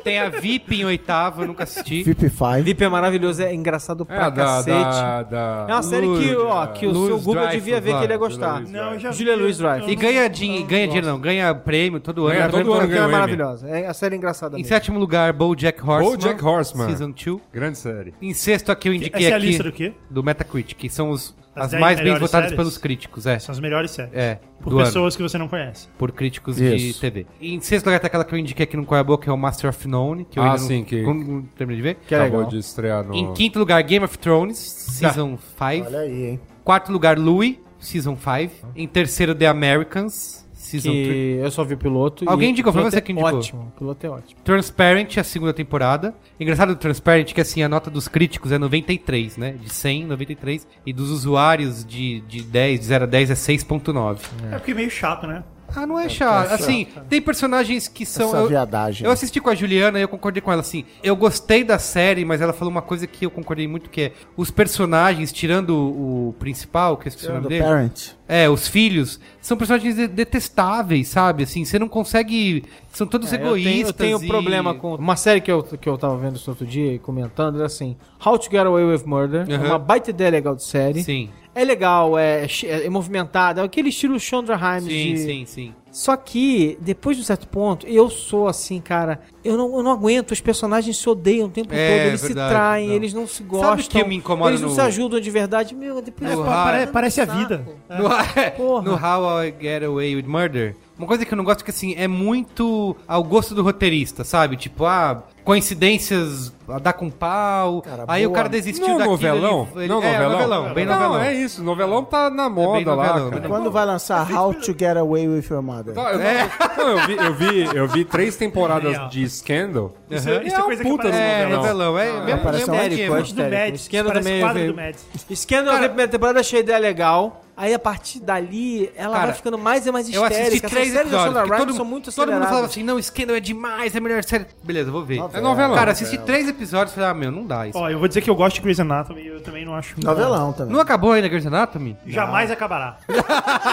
Speaker 1: Tem a VIP em oitavo, eu nunca assisti.
Speaker 2: VIP 5.
Speaker 4: VIP é maravilhoso, é engraçado pra
Speaker 5: É, da,
Speaker 4: cacete.
Speaker 5: da, da-
Speaker 4: É uma série que, ó, que o
Speaker 5: Lourdes
Speaker 4: seu Google
Speaker 5: Dreyfus
Speaker 4: devia ver
Speaker 5: lá,
Speaker 4: que ele ia
Speaker 5: Julia
Speaker 4: gostar.
Speaker 5: Louis
Speaker 3: Não, eu
Speaker 5: Dreyfus.
Speaker 3: já vi,
Speaker 4: Julia Louis
Speaker 3: eu-
Speaker 4: Drive.
Speaker 1: E ganha, din- ganha dinheiro, não, ganha prêmio todo ano.
Speaker 5: Ganha
Speaker 1: Prêmio
Speaker 5: todo ano
Speaker 4: Porque
Speaker 5: ganhou
Speaker 4: ela é
Speaker 5: Emmy.
Speaker 4: maravilhosa. É a série engraçada
Speaker 1: Em
Speaker 4: mesmo.
Speaker 1: sétimo lugar, BoJack Horseman.
Speaker 5: BoJack Horseman.
Speaker 1: Season 2.
Speaker 5: Grande série.
Speaker 1: Em sexto aqui eu indiquei
Speaker 3: Essa é a
Speaker 1: aqui
Speaker 3: lista do quê?
Speaker 1: do Metacritic, que são os,
Speaker 3: As
Speaker 1: as
Speaker 3: dez
Speaker 1: mais bem
Speaker 3: melhores
Speaker 1: votadas
Speaker 3: séries?
Speaker 1: pelos críticos, é.
Speaker 3: São as melhores séries.
Speaker 1: É,
Speaker 3: Por
Speaker 1: do ano,
Speaker 3: pessoas que você não conhece.
Speaker 1: por críticos de
Speaker 2: Isso.
Speaker 1: TV. Em sexto lugar tá aquela que eu indiquei aqui no Qual é a Boa, que é o Master of None, que eu
Speaker 5: Ah,
Speaker 1: ainda
Speaker 5: sim,
Speaker 1: não,
Speaker 5: que-
Speaker 1: como- não terminei de ver.
Speaker 4: Que é
Speaker 5: Acabou
Speaker 4: legal.
Speaker 5: de estrear no...
Speaker 1: Em quinto lugar, Game of Thrones, Season 5.
Speaker 2: Olha aí, hein?
Speaker 1: Quarto lugar, Louis, Season 5. Em terceiro, The Americans, Season 3.
Speaker 4: Que eu só vi o piloto.
Speaker 1: Alguém
Speaker 4: e o
Speaker 1: indicou, foi
Speaker 4: piloto
Speaker 1: você que indicou.
Speaker 4: É ótimo, o piloto é ótimo.
Speaker 1: Transparent, a segunda temporada. Engraçado do Transparent que assim, a nota dos críticos é 93, né? De 100, 93. E dos usuários de, de 10, de 0 a 10 é 6.9.
Speaker 3: É. porque é meio chato, né?
Speaker 1: Ah, não é chato.
Speaker 4: tá
Speaker 1: Assim, tem personagens que são...
Speaker 2: Essa
Speaker 1: eu-
Speaker 2: viadagem.
Speaker 1: Eu assisti com a Juliana e eu concordei com ela, assim, eu gostei da série, mas ela falou uma coisa que eu concordei muito, que é os personagens, tirando o o principal, que eu esqueci o nome
Speaker 2: Do
Speaker 1: dele,
Speaker 2: Parent.
Speaker 1: é, os filhos, são personagens de- detestáveis, sabe, assim, você não consegue, são todos
Speaker 4: É,
Speaker 1: egoístas.
Speaker 4: Eu tenho, eu tenho
Speaker 1: e-
Speaker 4: problema com. Uma série que eu, que eu tava vendo isso outro dia e comentando era assim: How to Get Away with Murder. É
Speaker 1: Aham.
Speaker 4: uma baita ideia legal de série.
Speaker 1: Sim,
Speaker 4: É legal, é, chi- é movimentada, é aquele estilo Chandra Himes
Speaker 1: sim,
Speaker 4: de.
Speaker 1: sim, sim.
Speaker 4: Só que, depois de um certo ponto, eu sou assim, cara. Eu não, eu não aguento. Os personagens se odeiam o tempo
Speaker 1: É,
Speaker 4: todo. Eles
Speaker 1: verdade,
Speaker 4: se traem,
Speaker 1: não.
Speaker 4: eles não se
Speaker 1: o
Speaker 4: gostam.
Speaker 1: que me incomoda
Speaker 4: Eles não
Speaker 1: no-
Speaker 4: se ajudam de verdade. Meu, depois
Speaker 1: É,
Speaker 4: eu-
Speaker 1: pa- pare-
Speaker 3: parece a
Speaker 4: saco.
Speaker 3: vida.
Speaker 1: No,
Speaker 4: Ah,
Speaker 1: é,
Speaker 4: Porra.
Speaker 1: no How I Get Away with Murder. Uma coisa que eu não gosto é que, assim, é muito ao gosto do roteirista, sabe? Tipo, ah, coincidências, a dar com pau.
Speaker 2: Cara,
Speaker 1: aí o
Speaker 2: boa.
Speaker 1: cara desistiu
Speaker 5: Não é um
Speaker 1: daquilo.
Speaker 5: novelão?
Speaker 1: ele- ele-
Speaker 5: Não um
Speaker 1: é,
Speaker 5: novelão?
Speaker 1: bem
Speaker 5: não,
Speaker 1: novelão.
Speaker 5: é isso. Novelão tá na moda
Speaker 1: bem
Speaker 5: lá,
Speaker 1: novelão,
Speaker 5: cara.
Speaker 1: bem
Speaker 2: Quando vai lançar How to Get Away with Your Mother?
Speaker 5: Tá, eu,
Speaker 1: É.
Speaker 5: não, eu vi, eu, vi, eu vi três temporadas
Speaker 3: Aí, ó.
Speaker 5: de Scandal.
Speaker 3: Isso,
Speaker 1: Aham.
Speaker 3: isso é
Speaker 5: uma
Speaker 3: coisa que
Speaker 5: puta
Speaker 3: parece
Speaker 1: É,
Speaker 3: novelão.
Speaker 1: novelão. É,
Speaker 4: Ah,
Speaker 1: mesmo,
Speaker 2: parece
Speaker 1: mesmo
Speaker 2: um
Speaker 1: esquema.
Speaker 2: Érico,
Speaker 3: Do Mads,
Speaker 4: Esquerda
Speaker 3: parece
Speaker 4: também,
Speaker 3: quadro
Speaker 4: eu vi.
Speaker 3: do Mads.
Speaker 4: Scandal, na primeira temporada, achei a ideia legal. Aí, a partir dali, ela
Speaker 1: Cara,
Speaker 4: vai ficando mais e mais
Speaker 1: Eu
Speaker 4: histérica.
Speaker 1: assisti
Speaker 4: Essas
Speaker 1: três
Speaker 4: séries da
Speaker 1: episódios.
Speaker 4: Shonda
Speaker 1: porque
Speaker 4: Rhimes
Speaker 1: todo,
Speaker 4: são muito
Speaker 1: todo mundo
Speaker 4: aceleradas.
Speaker 1: falava assim, não, Scandal é demais, é a melhor série... Beleza, vou ver.
Speaker 5: É novelão.
Speaker 1: Cara, assisti três episódios e falei, ah, meu, não dá isso.
Speaker 3: Ó, eu vou dizer que eu gosto de Grey's Anatomy e eu também não acho.
Speaker 2: Novelão também.
Speaker 1: Não acabou ainda Grey's Anatomy?
Speaker 3: Jamais acabará.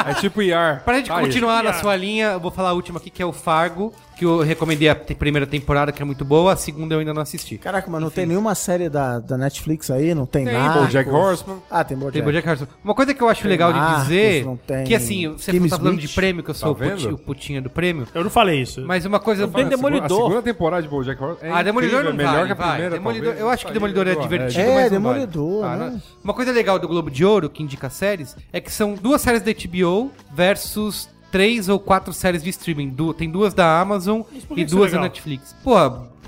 Speaker 5: é tipo IR.
Speaker 1: Pra gente
Speaker 5: Tá aí.
Speaker 1: continuar na
Speaker 3: Piada.
Speaker 1: sua linha, eu vou falar a última aqui, que é o Fargo, que eu recomendei a te- primeira temporada, que é muito boa, a segunda eu ainda não assisti.
Speaker 2: Caraca, mas não tem nenhuma série da, da Netflix aí? Não tem,
Speaker 5: Tem
Speaker 2: nada.
Speaker 5: BoJack Horseman.
Speaker 2: Ah, tem
Speaker 1: Tem
Speaker 2: Bojack.
Speaker 1: BoJack Horseman. Uma coisa que eu acho legal de
Speaker 2: Marcos,
Speaker 1: dizer,
Speaker 2: não tem
Speaker 1: que assim, você
Speaker 2: Kim
Speaker 1: tá falando de
Speaker 2: Smith.
Speaker 1: prêmio, que eu sou
Speaker 5: Tá
Speaker 1: o, puti-
Speaker 5: vendo?
Speaker 1: o putinha do prêmio,
Speaker 3: Eu não falei isso.
Speaker 1: mas uma coisa...
Speaker 5: Cara, a segunda- A
Speaker 4: Demolidor.
Speaker 5: segunda temporada de BoJack Horseman é
Speaker 1: Ah, Demolidor
Speaker 5: incrível,
Speaker 1: não
Speaker 5: melhor
Speaker 1: vale,
Speaker 5: que a
Speaker 1: vai.
Speaker 5: primeira,
Speaker 1: Demolidor,
Speaker 5: talvez. Tá
Speaker 1: eu acho que
Speaker 5: Aí,
Speaker 1: Demolidor é
Speaker 5: ó,
Speaker 1: divertido,
Speaker 2: É,
Speaker 1: mas não vale.
Speaker 2: Demolidor,
Speaker 1: Ah,
Speaker 2: né?
Speaker 1: não- Uma coisa legal do Globo de Ouro, que indica séries, é que são duas séries da HBO versus três ou quatro séries de streaming. Du- tem duas da Amazon
Speaker 3: por que
Speaker 1: e
Speaker 3: isso é
Speaker 1: duas da
Speaker 3: legal?
Speaker 1: Netflix. Pô,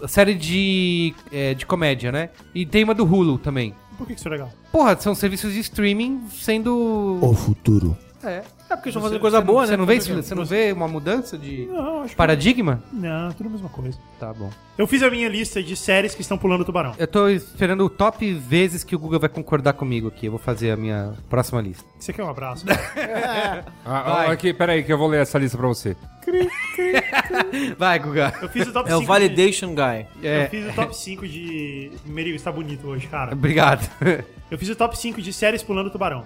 Speaker 1: série de, é, de comédia, né? E tem uma do Hulu também.
Speaker 3: Por que que isso é legal?
Speaker 1: Porra, são serviços de streaming sendo...
Speaker 2: O futuro.
Speaker 1: É, é porque estão
Speaker 4: fazendo coisa boa,
Speaker 1: Você
Speaker 4: né?
Speaker 1: não vê, isso? você não vê uma mudança de
Speaker 3: Não, acho
Speaker 1: paradigma?
Speaker 3: que. Não, tudo a mesma coisa.
Speaker 1: Tá bom.
Speaker 3: Eu fiz a minha lista de séries que estão pulando o tubarão.
Speaker 1: Eu tô esperando o top vezes que o Google vai concordar comigo aqui. Eu vou fazer a minha próxima lista.
Speaker 3: Você quer um abraço? É,
Speaker 5: Ah, ah, aqui, peraí, que eu vou ler essa lista pra você.
Speaker 1: Vai, Guga.
Speaker 3: Eu fiz o top
Speaker 4: É
Speaker 3: 5.
Speaker 4: o é. Validation Guy.
Speaker 3: Eu fiz o top 5 de. Merigo está bonito hoje, cara.
Speaker 1: Obrigado.
Speaker 3: Eu fiz o top 5 de séries pulando o tubarão.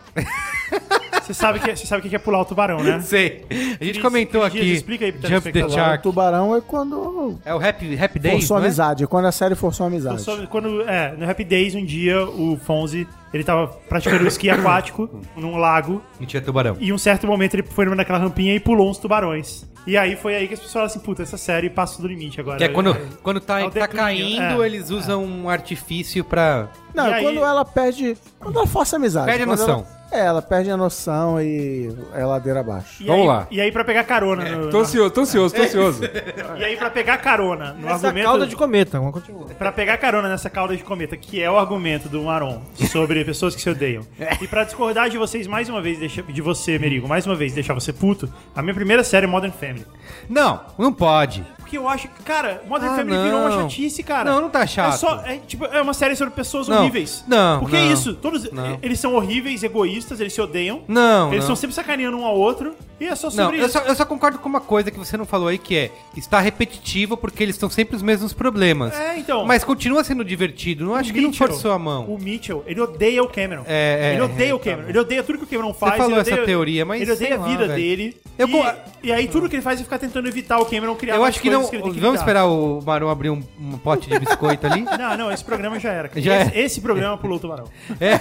Speaker 3: Você sabe que você sabe o que que é pular o tubarão, né?
Speaker 1: Sei. A gente
Speaker 3: Cris,
Speaker 1: comentou
Speaker 3: Cris Dias,
Speaker 1: aqui.
Speaker 3: explica aí pro
Speaker 1: Jump the
Speaker 3: telespectador.
Speaker 2: O
Speaker 1: Shark.
Speaker 2: tubarão é quando
Speaker 1: É o Happy, happy Days,
Speaker 2: forçou
Speaker 1: não é?
Speaker 2: amizade. É quando a série forçou amizade.
Speaker 3: Só quando, é, no Happy Days, um dia, o Fonzi, ele tava praticando esqui aquático num lago,
Speaker 1: Mentira, tubarão.
Speaker 3: e em um certo momento ele foi numa daquela rampinha e pulou uns tubarões. E aí foi aí que as pessoas falaram assim, puta, essa série passa do limite agora.
Speaker 1: Que é quando, quando tá,
Speaker 3: É o
Speaker 1: tá
Speaker 3: declínio,
Speaker 1: caindo,
Speaker 3: é.
Speaker 1: eles usam um artifício pra...
Speaker 2: Não,
Speaker 3: E aí-
Speaker 2: quando ela perde. Quando ela força amizade.
Speaker 1: Perde a
Speaker 2: Quando
Speaker 1: noção.
Speaker 2: ela- é, ela perde a noção e é ladeira abaixo.
Speaker 3: E
Speaker 5: Vamos
Speaker 3: aí-
Speaker 5: lá.
Speaker 3: E aí pra pegar carona.
Speaker 4: É,
Speaker 3: no-
Speaker 4: então
Speaker 5: Tô ansioso, tô ansioso, tô ansioso. É,
Speaker 3: E aí pra pegar carona no
Speaker 4: Essa
Speaker 3: argumento...
Speaker 4: cauda de cometa. Vamos continuar.
Speaker 3: Pra pegar carona nessa cauda de cometa, que é o argumento do Maron sobre pessoas que se odeiam. E pra discordar de vocês mais uma vez, deixa- de você, Merigo, mais uma vez, deixar você puto, a minha primeira série é Modern Family.
Speaker 1: Não, não pode.
Speaker 3: Porque eu acho que, cara, Modern
Speaker 1: Ah,
Speaker 3: Family virou uma
Speaker 1: não.
Speaker 3: chatice, cara.
Speaker 1: Não, não tá chato.
Speaker 3: É só, é, tipo, é uma série sobre pessoas
Speaker 1: Não,
Speaker 3: horríveis.
Speaker 1: não,
Speaker 3: Porque é
Speaker 1: não,
Speaker 3: isso, todos
Speaker 1: não.
Speaker 3: eles são horríveis, egoístas, eles se odeiam.
Speaker 1: Não,
Speaker 3: Eles
Speaker 1: não.
Speaker 3: estão sempre sacaneando um ao outro. E é só
Speaker 1: Não,
Speaker 3: sobre
Speaker 1: eu
Speaker 3: isso.
Speaker 1: só, eu só concordo com uma coisa que você não falou aí, que é está repetitivo porque eles estão sempre os mesmos problemas.
Speaker 3: É, então.
Speaker 1: Mas continua sendo divertido, não acho que não
Speaker 3: Mitchell,
Speaker 1: forçou a mão.
Speaker 3: O Mitchell, ele odeia o Cameron.
Speaker 1: É, é,
Speaker 3: ele odeia
Speaker 1: é,
Speaker 3: o Cameron. Ele odeia tudo que o Cameron faz.
Speaker 1: falou
Speaker 3: ele
Speaker 1: essa
Speaker 3: odeia-
Speaker 1: teoria, mas
Speaker 3: Ele
Speaker 1: sei
Speaker 3: odeia a
Speaker 1: lá,
Speaker 3: vida
Speaker 1: velho.
Speaker 3: dele.
Speaker 1: Eu
Speaker 3: e,
Speaker 1: co-
Speaker 3: e aí tudo que ele faz é ficar tentando evitar o Cameron criar
Speaker 1: Eu
Speaker 3: mais
Speaker 1: acho que
Speaker 3: coisas
Speaker 1: não.
Speaker 3: que ele tem que
Speaker 1: Vamos
Speaker 3: evitar.
Speaker 1: esperar o Maru abrir um, um pote de biscoito ali.
Speaker 3: Não, não, esse programa já era. cara.
Speaker 1: Já
Speaker 3: esse, esse programa pulou o tubarão.
Speaker 1: É.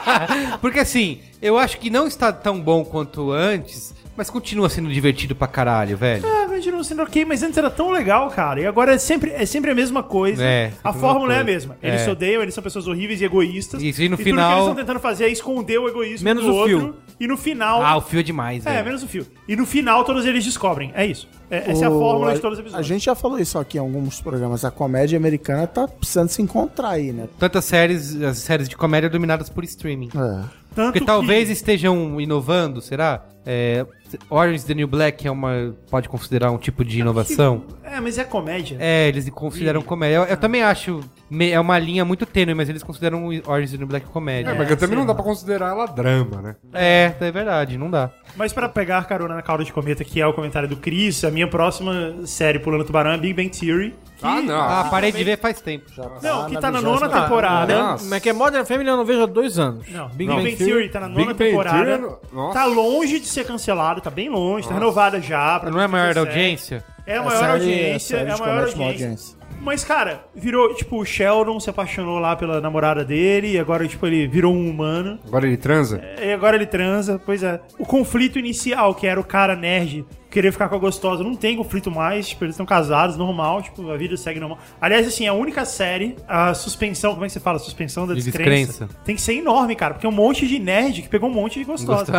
Speaker 1: Porque assim, eu acho que não está tão bom quanto antes, mas continua sendo divertido pra caralho, velho.
Speaker 3: Ah, continua sendo ok, mas antes era tão legal, cara. E agora é sempre, é sempre a mesma coisa.
Speaker 1: É, sempre a
Speaker 3: a
Speaker 1: mesma
Speaker 3: fórmula é
Speaker 1: coisa.
Speaker 3: a mesma. Eles
Speaker 1: É.
Speaker 3: se odeiam, eles são pessoas horríveis e egoístas.
Speaker 1: Isso, e no
Speaker 3: tudo
Speaker 1: final-
Speaker 3: que eles estão tentando fazer é esconder o egoísmo
Speaker 4: Menos
Speaker 3: do
Speaker 4: o
Speaker 3: outro.
Speaker 4: fio.
Speaker 3: E no final.
Speaker 1: Ah, o fio é demais,
Speaker 3: É,
Speaker 1: velho.
Speaker 3: menos o fio. E no final todos eles descobrem. É isso. É- essa é a
Speaker 2: O-
Speaker 3: fórmula
Speaker 2: a-
Speaker 3: de todos os
Speaker 2: A
Speaker 3: episódios.
Speaker 2: gente já falou isso aqui em alguns programas. A comédia americana tá precisando se encontrar aí, né?
Speaker 1: Tantas séries, as séries de comédia dominadas por streaming.
Speaker 2: É.
Speaker 3: Tanto
Speaker 1: Porque
Speaker 3: que-
Speaker 1: talvez estejam inovando, será? É, Orange is the New Black é uma. pode considerar um tipo de inovação?
Speaker 3: É, mas é comédia.
Speaker 1: É, eles consideram comédia.
Speaker 3: Ah.
Speaker 1: Eu, eu também acho. me- É uma linha muito tênue, mas eles consideram o Orange is the New Black comédia.
Speaker 5: É, mas também não dá pra considerar ela drama, né?
Speaker 1: É, é verdade, não dá.
Speaker 3: Mas pra pegar carona na cauda de cometa, que é o comentário do Chris, a minha próxima série pulando tubarão é Big Bang Theory. que-
Speaker 5: Ah, não.
Speaker 1: Ah, parei de ver faz tempo. Já.
Speaker 3: Não, que tá
Speaker 2: vigésima
Speaker 3: na nona temporada.
Speaker 5: Ah, não.
Speaker 4: Como é que é Modern Family eu não vejo há dois anos.
Speaker 3: Não, Big
Speaker 4: Big
Speaker 3: Bang, Theory, tá na
Speaker 5: Big
Speaker 3: nona
Speaker 5: Bang
Speaker 3: temporada.
Speaker 5: Theory é no- Nossa.
Speaker 3: Tá longe de ser cancelado, tá bem longe, tá renovada já. pra
Speaker 1: Não é a maior audiência?
Speaker 3: 2017. É a
Speaker 2: A
Speaker 3: maior
Speaker 2: série-
Speaker 3: audiência,
Speaker 2: a série
Speaker 3: é a
Speaker 2: de
Speaker 3: maior
Speaker 2: comédia com
Speaker 3: audiência.
Speaker 2: audiência.
Speaker 3: Mas, cara, virou, tipo, o Sheldon se apaixonou lá pela namorada dele, e agora, tipo, ele virou um humano.
Speaker 1: é?
Speaker 5: Agora ele transa?
Speaker 3: E agora ele transa, pois é. O conflito inicial, que era o cara nerd querer ficar com a gostosa, não tem conflito mais, tipo, eles estão casados, normal, tipo, a vida segue normal. Aliás, assim, a única série, a suspensão, como é que você fala? Suspensão da
Speaker 1: De
Speaker 3: descrença.
Speaker 1: descrença.
Speaker 3: Tem que ser enorme, cara, porque é um monte de nerd que pegou um monte de gostosa.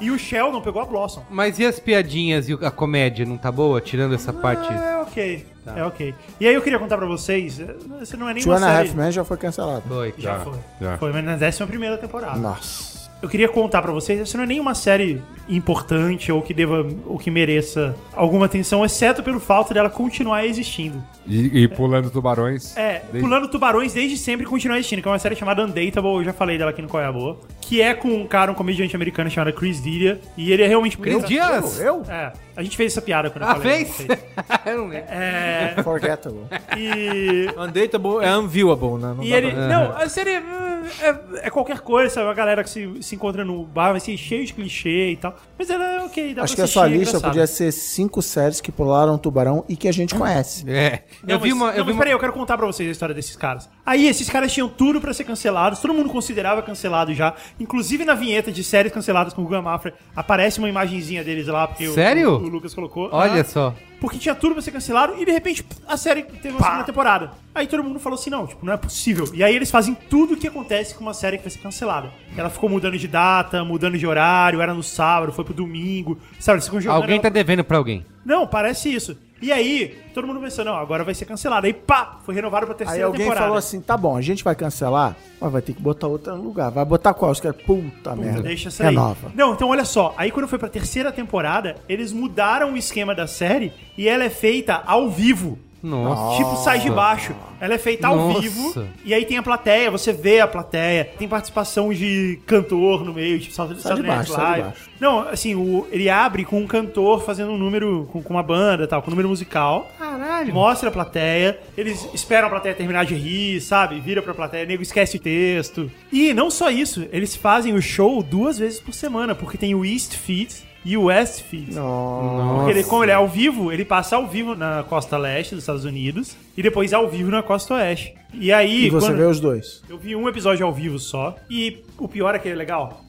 Speaker 3: e o Sheldon pegou a Blossom.
Speaker 1: Mas e as piadinhas e o- a comédia? Não tá boa? Tirando essa parte.
Speaker 3: É ok, é ok. E aí eu queria contar pra vocês, eh, você não é nem
Speaker 2: Two
Speaker 3: uma
Speaker 2: and a
Speaker 3: série...
Speaker 2: Half Men já foi cancelado.
Speaker 1: Foi. tá.
Speaker 3: Já, foi.
Speaker 5: já.
Speaker 3: Foi, mas na décima primeira temporada.
Speaker 2: Nossa.
Speaker 3: Eu queria contar pra vocês, essa não é nenhuma série importante ou que deva ou que mereça alguma atenção, exceto pelo fato dela continuar existindo.
Speaker 5: E, e pulando tubarões.
Speaker 3: É,
Speaker 5: Desde-
Speaker 3: Pulando Tubarões desde sempre continuar existindo, que é uma série chamada Undateable, eu já falei dela aqui no Qual é a Boa, que é com um cara, um comediante americano chamado Chris D'Elia, e ele é realmente muito
Speaker 1: Chris Dias? Eu?
Speaker 3: É, a gente fez essa piada quando eu
Speaker 1: Ah,
Speaker 3: falei.
Speaker 1: fez?
Speaker 3: não sei.
Speaker 1: eu não lembro.
Speaker 3: É,
Speaker 2: Forgettable.
Speaker 3: e
Speaker 4: Undateable é unviewable, né? Não
Speaker 3: E
Speaker 4: dá
Speaker 3: ele.
Speaker 4: pra-
Speaker 3: Não,
Speaker 2: É.
Speaker 3: a série é, é qualquer coisa, sabe? A galera que se, se encontra no bar vai ser cheio de clichê e tal. Mas ela é ok, dá
Speaker 2: Acho que
Speaker 3: pra
Speaker 2: a sua
Speaker 3: assistir, é
Speaker 2: lista
Speaker 3: engraçado.
Speaker 2: podia ser cinco séries que pularam o tubarão e que a gente conhece.
Speaker 1: É.
Speaker 3: Não,
Speaker 1: eu vi
Speaker 3: mas-
Speaker 1: uma.
Speaker 3: não,
Speaker 1: eu vi
Speaker 3: mas
Speaker 1: uma...
Speaker 3: peraí, eu quero contar pra vocês a história desses caras. Aí, esses caras tinham tudo pra ser cancelados, todo mundo considerava cancelado já. Inclusive na vinheta de séries canceladas com o Guga Mafra, aparece uma imagenzinha deles lá, porque o-
Speaker 1: Sério?
Speaker 3: O, o Lucas colocou.
Speaker 1: Olha
Speaker 3: Ah,
Speaker 1: só.
Speaker 3: Porque tinha tudo pra ser cancelado e de repente pff, a série teve uma segunda temporada. Aí todo mundo falou assim: não, tipo, não é possível. E aí eles fazem tudo o que acontece com uma série que vai ser cancelada. Ela ficou mudando de data, mudando de horário, era no sábado, foi pro domingo. Sabe, eles ficam jogando.
Speaker 1: Alguém
Speaker 3: ela-
Speaker 1: tá devendo pra alguém.
Speaker 3: Não, parece isso. E aí, todo mundo pensou, não, agora vai ser cancelado. Aí, pá, foi renovado pra terceira
Speaker 2: Aí alguém
Speaker 3: temporada.
Speaker 2: falou assim: tá bom, a gente vai cancelar, mas vai ter que botar outra no lugar. Vai botar qual? Os caras, puta merda. É
Speaker 3: Deixa sair.
Speaker 2: Renova.
Speaker 3: Não, então olha só. Aí quando foi pra terceira temporada, eles mudaram o esquema da série e ela é feita ao vivo.
Speaker 1: Nossa.
Speaker 3: Tipo, sai de baixo. Ela é feita ao
Speaker 1: Nossa.
Speaker 3: vivo. E aí tem a plateia, você vê a plateia. Tem participação de cantor no meio, tipo, Saturday
Speaker 2: Sai de
Speaker 3: Night
Speaker 2: baixo, sai de
Speaker 3: Live.
Speaker 2: baixo.
Speaker 3: Não, assim, o- ele abre com um cantor fazendo um número, com, com uma banda e tal, com um número musical. Caralho. Mostra a plateia. Eles esperam a plateia terminar de rir, sabe? Vira pra plateia, nego esquece o texto. E não só isso, eles fazem o show duas vezes por semana, porque tem o East Feed e o West Feed. Porque ele, como ele é ao vivo, ele passa ao vivo na costa leste dos Estados Unidos e depois ao vivo na costa oeste. E aí,
Speaker 2: E você
Speaker 3: quando-
Speaker 2: vê os dois.
Speaker 3: eu vi um episódio ao vivo só. E o pior é que ele é legal.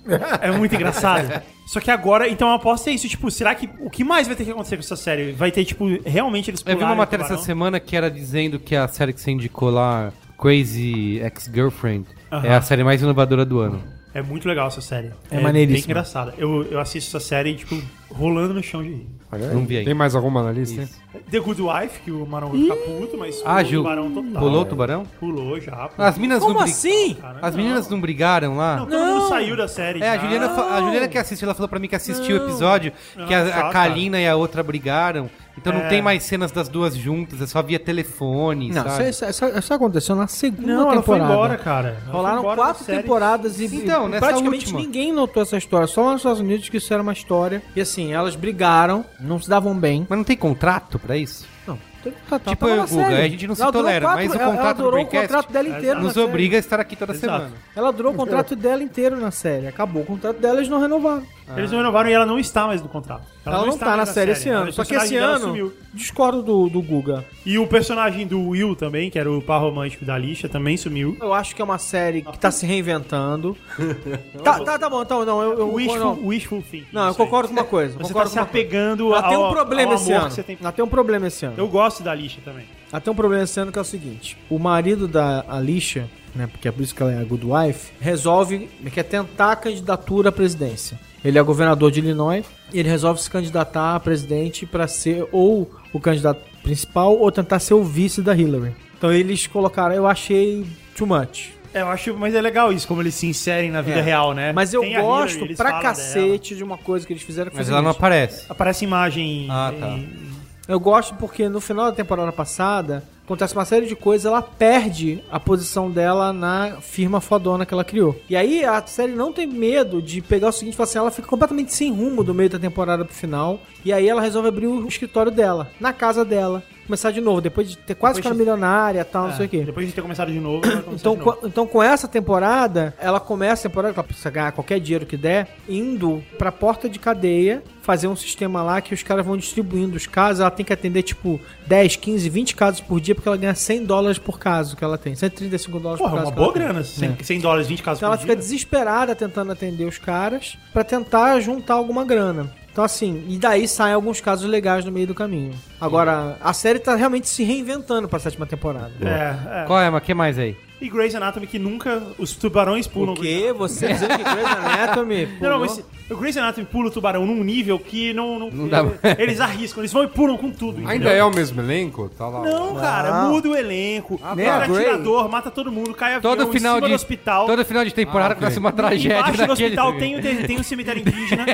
Speaker 3: É muito engraçado. Só que agora, então a aposta é isso. Tipo, será que. O que mais vai ter que acontecer com essa série? Vai ter, tipo, realmente eles
Speaker 1: Eu vi
Speaker 3: pularem
Speaker 1: uma
Speaker 3: o
Speaker 1: matéria essa
Speaker 3: tubarão?
Speaker 1: semana que era dizendo que a série que você indicou lá, Crazy Ex-Girlfriend, é a série mais inovadora do ano.
Speaker 3: É muito legal essa série.
Speaker 4: É maneiríssimo.
Speaker 3: Bem engraçada. Eu, eu assisto essa série, tipo, rolando no chão de rir.
Speaker 1: Não vi
Speaker 5: Tem
Speaker 1: ainda.
Speaker 5: mais alguma na lista?
Speaker 1: Isso.
Speaker 3: The Good Wife, que o Marão vai ficar puto, mas
Speaker 1: Ah, Gil,
Speaker 3: tubarão total. É.
Speaker 1: pulou o tubarão?
Speaker 3: Pulou já.
Speaker 1: As meninas
Speaker 4: Como
Speaker 1: não bri-
Speaker 4: assim?
Speaker 3: Cara,
Speaker 1: As
Speaker 3: não.
Speaker 1: meninas não brigaram lá?
Speaker 3: Não, todo mundo saiu da série.
Speaker 1: É, a
Speaker 3: já.
Speaker 1: Juliana, fa- a Juliana que assiste, ela falou pra mim que assistiu o episódio, que
Speaker 3: Não,
Speaker 1: a,
Speaker 3: chato,
Speaker 1: a Kalina e a outra brigaram. Então
Speaker 3: É.
Speaker 1: não tem mais cenas das duas juntas, é só via telefone,
Speaker 4: Não,
Speaker 1: sabe?
Speaker 4: isso, isso- isso aconteceu na segunda
Speaker 3: Não, ela foi
Speaker 4: temporada.
Speaker 3: embora, cara. Ela foi
Speaker 4: Rolaram
Speaker 3: embora da
Speaker 4: quatro
Speaker 3: série.
Speaker 4: temporadas e,
Speaker 1: Então,
Speaker 4: e
Speaker 1: nessa
Speaker 4: praticamente
Speaker 1: última.
Speaker 4: ninguém notou essa história. Só lá nos Estados Unidos que isso era uma história. E assim, elas brigaram, não se davam bem.
Speaker 1: Mas não tem contrato pra isso?
Speaker 4: Não, tá, tá,
Speaker 1: Tipo
Speaker 4: tava
Speaker 1: eu e
Speaker 4: na
Speaker 1: o Guga,
Speaker 4: série.
Speaker 1: a gente não se
Speaker 4: Ela durou
Speaker 1: tolera,
Speaker 4: quatro- é,
Speaker 1: mas o
Speaker 4: ela-
Speaker 1: contrato
Speaker 4: ela
Speaker 1: do
Speaker 4: durou o
Speaker 1: Braincast
Speaker 4: contrato dela inteiro
Speaker 1: Nos
Speaker 4: na série.
Speaker 1: obriga a estar aqui toda
Speaker 3: Exato.
Speaker 1: semana.
Speaker 4: Ela durou o contrato dela inteiro na série. Acabou o contrato dela, eles não renovaram.
Speaker 3: Eles não renovaram e ela não está mais no contrato.
Speaker 4: Ela, não, tá na
Speaker 3: mais
Speaker 4: série esse
Speaker 3: Ela-
Speaker 4: ano.
Speaker 3: o
Speaker 4: Só que
Speaker 3: né? personagem
Speaker 4: esse
Speaker 3: dela
Speaker 4: ano,
Speaker 3: sumiu.
Speaker 4: discordo do, do Guga.
Speaker 3: E o personagem do Will também, que era o par romântico da lixa, também sumiu.
Speaker 4: Eu acho que é uma série que tá se reinventando. tá, tá, tá bom, então não, eu, eu
Speaker 3: Wishful,
Speaker 4: não.
Speaker 3: wishful thinking.
Speaker 4: Não, eu
Speaker 3: isso aí.
Speaker 4: concordo com uma coisa.
Speaker 3: Você tá
Speaker 4: concordo
Speaker 3: se
Speaker 4: com uma coisa.
Speaker 3: apegando
Speaker 4: Ela tem
Speaker 3: ao,
Speaker 4: um problema
Speaker 3: ao
Speaker 4: esse
Speaker 3: é amor
Speaker 4: ano.
Speaker 3: que você tem.
Speaker 4: Ela tem um problema esse ano.
Speaker 3: Eu gosto da lixa também.
Speaker 4: Ela tem um problema esse ano que é o seguinte: o marido da Alicia, né? Porque é por isso que ela é a Good Wife, resolve, quer tentar a candidatura à presidência. Ele é governador de Illinois e ele resolve se candidatar a presidente para ser ou o candidato principal ou tentar ser o vice da Hillary. Então eles colocaram, eu achei too much.
Speaker 3: É, eu acho, mas é legal isso, como eles se inserem na vida
Speaker 4: É.
Speaker 3: real, né?
Speaker 4: Mas eu
Speaker 3: Tem a
Speaker 4: gosto
Speaker 3: Hillary, eles
Speaker 4: pra
Speaker 3: falam
Speaker 4: cacete de uma coisa que eles fizeram. que
Speaker 1: Mas
Speaker 4: foi o
Speaker 1: ela não
Speaker 4: seguinte.
Speaker 1: aparece.
Speaker 3: dela. Aparece imagem.
Speaker 1: Ah, tá.
Speaker 3: em-
Speaker 4: Eu gosto porque no final da temporada passada acontece uma série de coisas, ela perde a posição dela na firma fodona que ela criou. E aí a série não tem medo de pegar o seguinte, e falar assim, ela fica completamente sem rumo do meio da temporada pro final, e aí ela resolve abrir o escritório dela, na casa dela, começar de novo, depois de ter
Speaker 3: Depois
Speaker 4: quase ficado
Speaker 3: de-
Speaker 4: milionária e tal, não
Speaker 3: é,
Speaker 4: sei o quê.
Speaker 3: Depois de ter começado de novo, ela vai começar
Speaker 4: Então,
Speaker 3: de novo.
Speaker 4: co- então, com essa temporada, ela começa a temporada, que ela precisa ganhar qualquer dinheiro que der, indo pra porta de cadeia, fazer um sistema lá que os caras vão distribuindo os casos. Ela tem que atender, tipo, 10, 15, 20 casos por dia, porque ela ganha 100 dólares por caso que ela tem. 135 dólares
Speaker 3: Porra,
Speaker 4: por caso.
Speaker 3: uma
Speaker 4: que ela
Speaker 3: boa
Speaker 4: tem.
Speaker 3: grana. 100,
Speaker 4: É.
Speaker 3: 100 dólares, 20 casos
Speaker 4: Então ela
Speaker 3: por
Speaker 4: fica
Speaker 3: dia.
Speaker 4: desesperada tentando atender os caras pra tentar juntar alguma grana. Então assim, e daí saem alguns casos legais no meio do caminho. Agora, a série tá realmente se reinventando pra sétima temporada.
Speaker 3: É, é.
Speaker 1: Qual é, mas que mais aí?
Speaker 3: E Grey's Anatomy que nunca... Os tubarões pulam...
Speaker 4: O quê? Você é dizendo que Grey's Anatomy?
Speaker 3: Não, não,
Speaker 4: né, pulou?
Speaker 3: mas o Grey's Anatomy pula o tubarão num nível que não... Não,
Speaker 1: dá
Speaker 3: Eles arriscam, eles vão e pulam com tudo.
Speaker 5: Ainda é o mesmo elenco? Tá lá.
Speaker 3: Não, cara, muda o elenco. Ah,
Speaker 5: tá.
Speaker 3: era
Speaker 5: Grey.
Speaker 3: atirador, mata todo mundo, cai avião
Speaker 1: Todo
Speaker 3: em
Speaker 1: final
Speaker 3: cima
Speaker 1: de
Speaker 3: do hospital.
Speaker 1: todo final de temporada
Speaker 5: Ah, ok.
Speaker 1: acontece uma tragédia
Speaker 3: Embaixo do
Speaker 1: daquele.
Speaker 3: hospital
Speaker 1: tá
Speaker 3: tem,
Speaker 1: ligado?
Speaker 3: o- tem um cemitério indígena.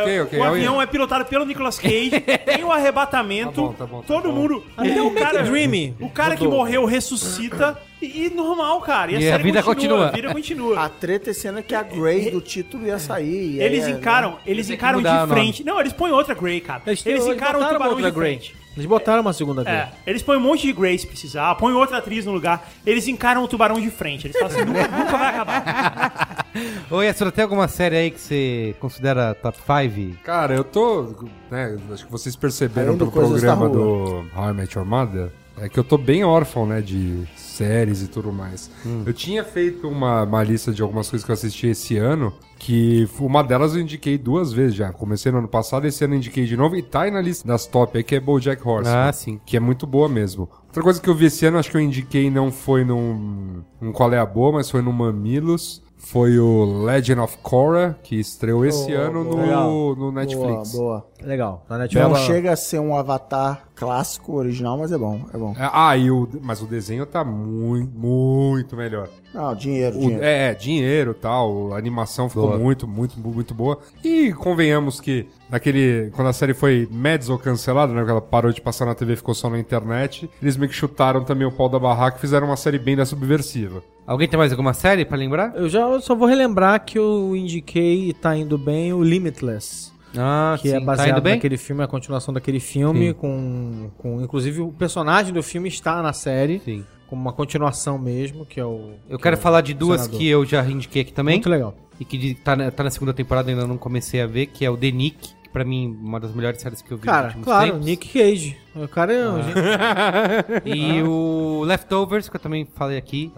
Speaker 5: Ok, ok.
Speaker 3: o
Speaker 5: olha.
Speaker 3: avião é pilotado pelo Nicolas Cage. tem o arrebatamento.
Speaker 5: Tá bom, tá bom, tá
Speaker 3: todo
Speaker 5: bom.
Speaker 3: mundo.
Speaker 4: Até
Speaker 3: e
Speaker 4: o McDreamy
Speaker 3: O cara que
Speaker 4: mudou.
Speaker 3: morreu ressuscita. E, e normal, cara. E a,
Speaker 1: E a
Speaker 3: série
Speaker 1: vida continua.
Speaker 3: A vida
Speaker 4: Ah,
Speaker 3: continua.
Speaker 2: A treta é cena que a Grey do título ia sair. e aí
Speaker 3: Eles
Speaker 2: é-
Speaker 4: né?
Speaker 3: encaram, eles
Speaker 1: Tem que
Speaker 3: encaram
Speaker 1: mudar o
Speaker 3: de
Speaker 1: nome.
Speaker 3: frente. Não, eles põem outra Grey, cara. Eles,
Speaker 4: têm-
Speaker 3: encaram o
Speaker 4: botaram
Speaker 3: tubarão
Speaker 4: outra
Speaker 3: de frente.
Speaker 4: Eles botaram uma segunda Grey.
Speaker 3: É, eles põem um monte de Grey se precisar, põem outra atriz no lugar, eles encaram o tubarão de frente. Eles falam assim, nunca, nunca vai acabar.
Speaker 1: Ô, Yasura, tem alguma série aí que você considera top 5?
Speaker 5: Cara, eu tô. né, acho que vocês perceberam
Speaker 2: Além do
Speaker 5: pelo
Speaker 2: Coisas da
Speaker 5: programa do
Speaker 2: Rua.
Speaker 5: How I Met Your Mother. É que eu tô bem órfão, né? De séries e tudo mais.
Speaker 2: Hum.
Speaker 5: Eu tinha feito uma, uma lista de algumas coisas que eu assisti esse ano, que uma delas eu indiquei duas vezes já. Comecei no ano passado, esse ano eu indiquei de novo, e tá aí na lista das top aí, que é BoJack Horseman.
Speaker 1: Ah, sim.
Speaker 5: Que é muito boa mesmo. Outra coisa que eu vi esse ano, acho que eu indiquei, não foi num, num Qual é a Boa, mas foi no Mamilos. Foi o Legend of Korra, que estreou esse
Speaker 2: Boa,
Speaker 5: ano
Speaker 2: boa.
Speaker 5: no, no
Speaker 2: Boa,
Speaker 5: Netflix.
Speaker 2: Boa,
Speaker 1: É.
Speaker 4: Legal. Na
Speaker 2: Não
Speaker 4: Netflix.
Speaker 2: chega a ser um avatar clássico, original, mas é bom, é bom.
Speaker 5: É, Ah, e o, mas o desenho tá muito, muito melhor.
Speaker 2: Não, dinheiro,
Speaker 5: O-
Speaker 2: dinheiro.
Speaker 5: é, é, dinheiro e tal, a animação ficou muito, muito, muito boa. E convenhamos que naquele. Quando a série foi Mads ou cancelada, né? que Ela parou de passar na TV e ficou só na internet. Eles meio que chutaram também o pau da barraca e fizeram uma série bem da subversiva.
Speaker 1: Alguém tem mais alguma série pra lembrar?
Speaker 4: Eu já eu só vou relembrar que eu indiquei e tá indo bem o Limitless.
Speaker 1: Ah,
Speaker 4: Que é baseado naquele filme, a continuação daquele filme,
Speaker 1: Sim.
Speaker 4: com, com. Inclusive, o personagem do filme está na série,
Speaker 1: Sim.
Speaker 4: como uma continuação mesmo, que é o.
Speaker 1: Eu
Speaker 4: que
Speaker 1: quero
Speaker 4: é o
Speaker 1: falar de duas
Speaker 4: senador.
Speaker 1: que eu já indiquei aqui também.
Speaker 4: Muito legal.
Speaker 1: E que de- tá, na- tá na segunda temporada, ainda não comecei a ver, que é o The Nick, que pra mim uma das melhores séries que eu vi nos
Speaker 4: Cara,
Speaker 1: últimos
Speaker 4: claro,
Speaker 1: tempos.
Speaker 4: Nick Cage. O cara é.
Speaker 1: Ah.
Speaker 4: um gente-
Speaker 1: E o Leftovers, que eu também falei aqui,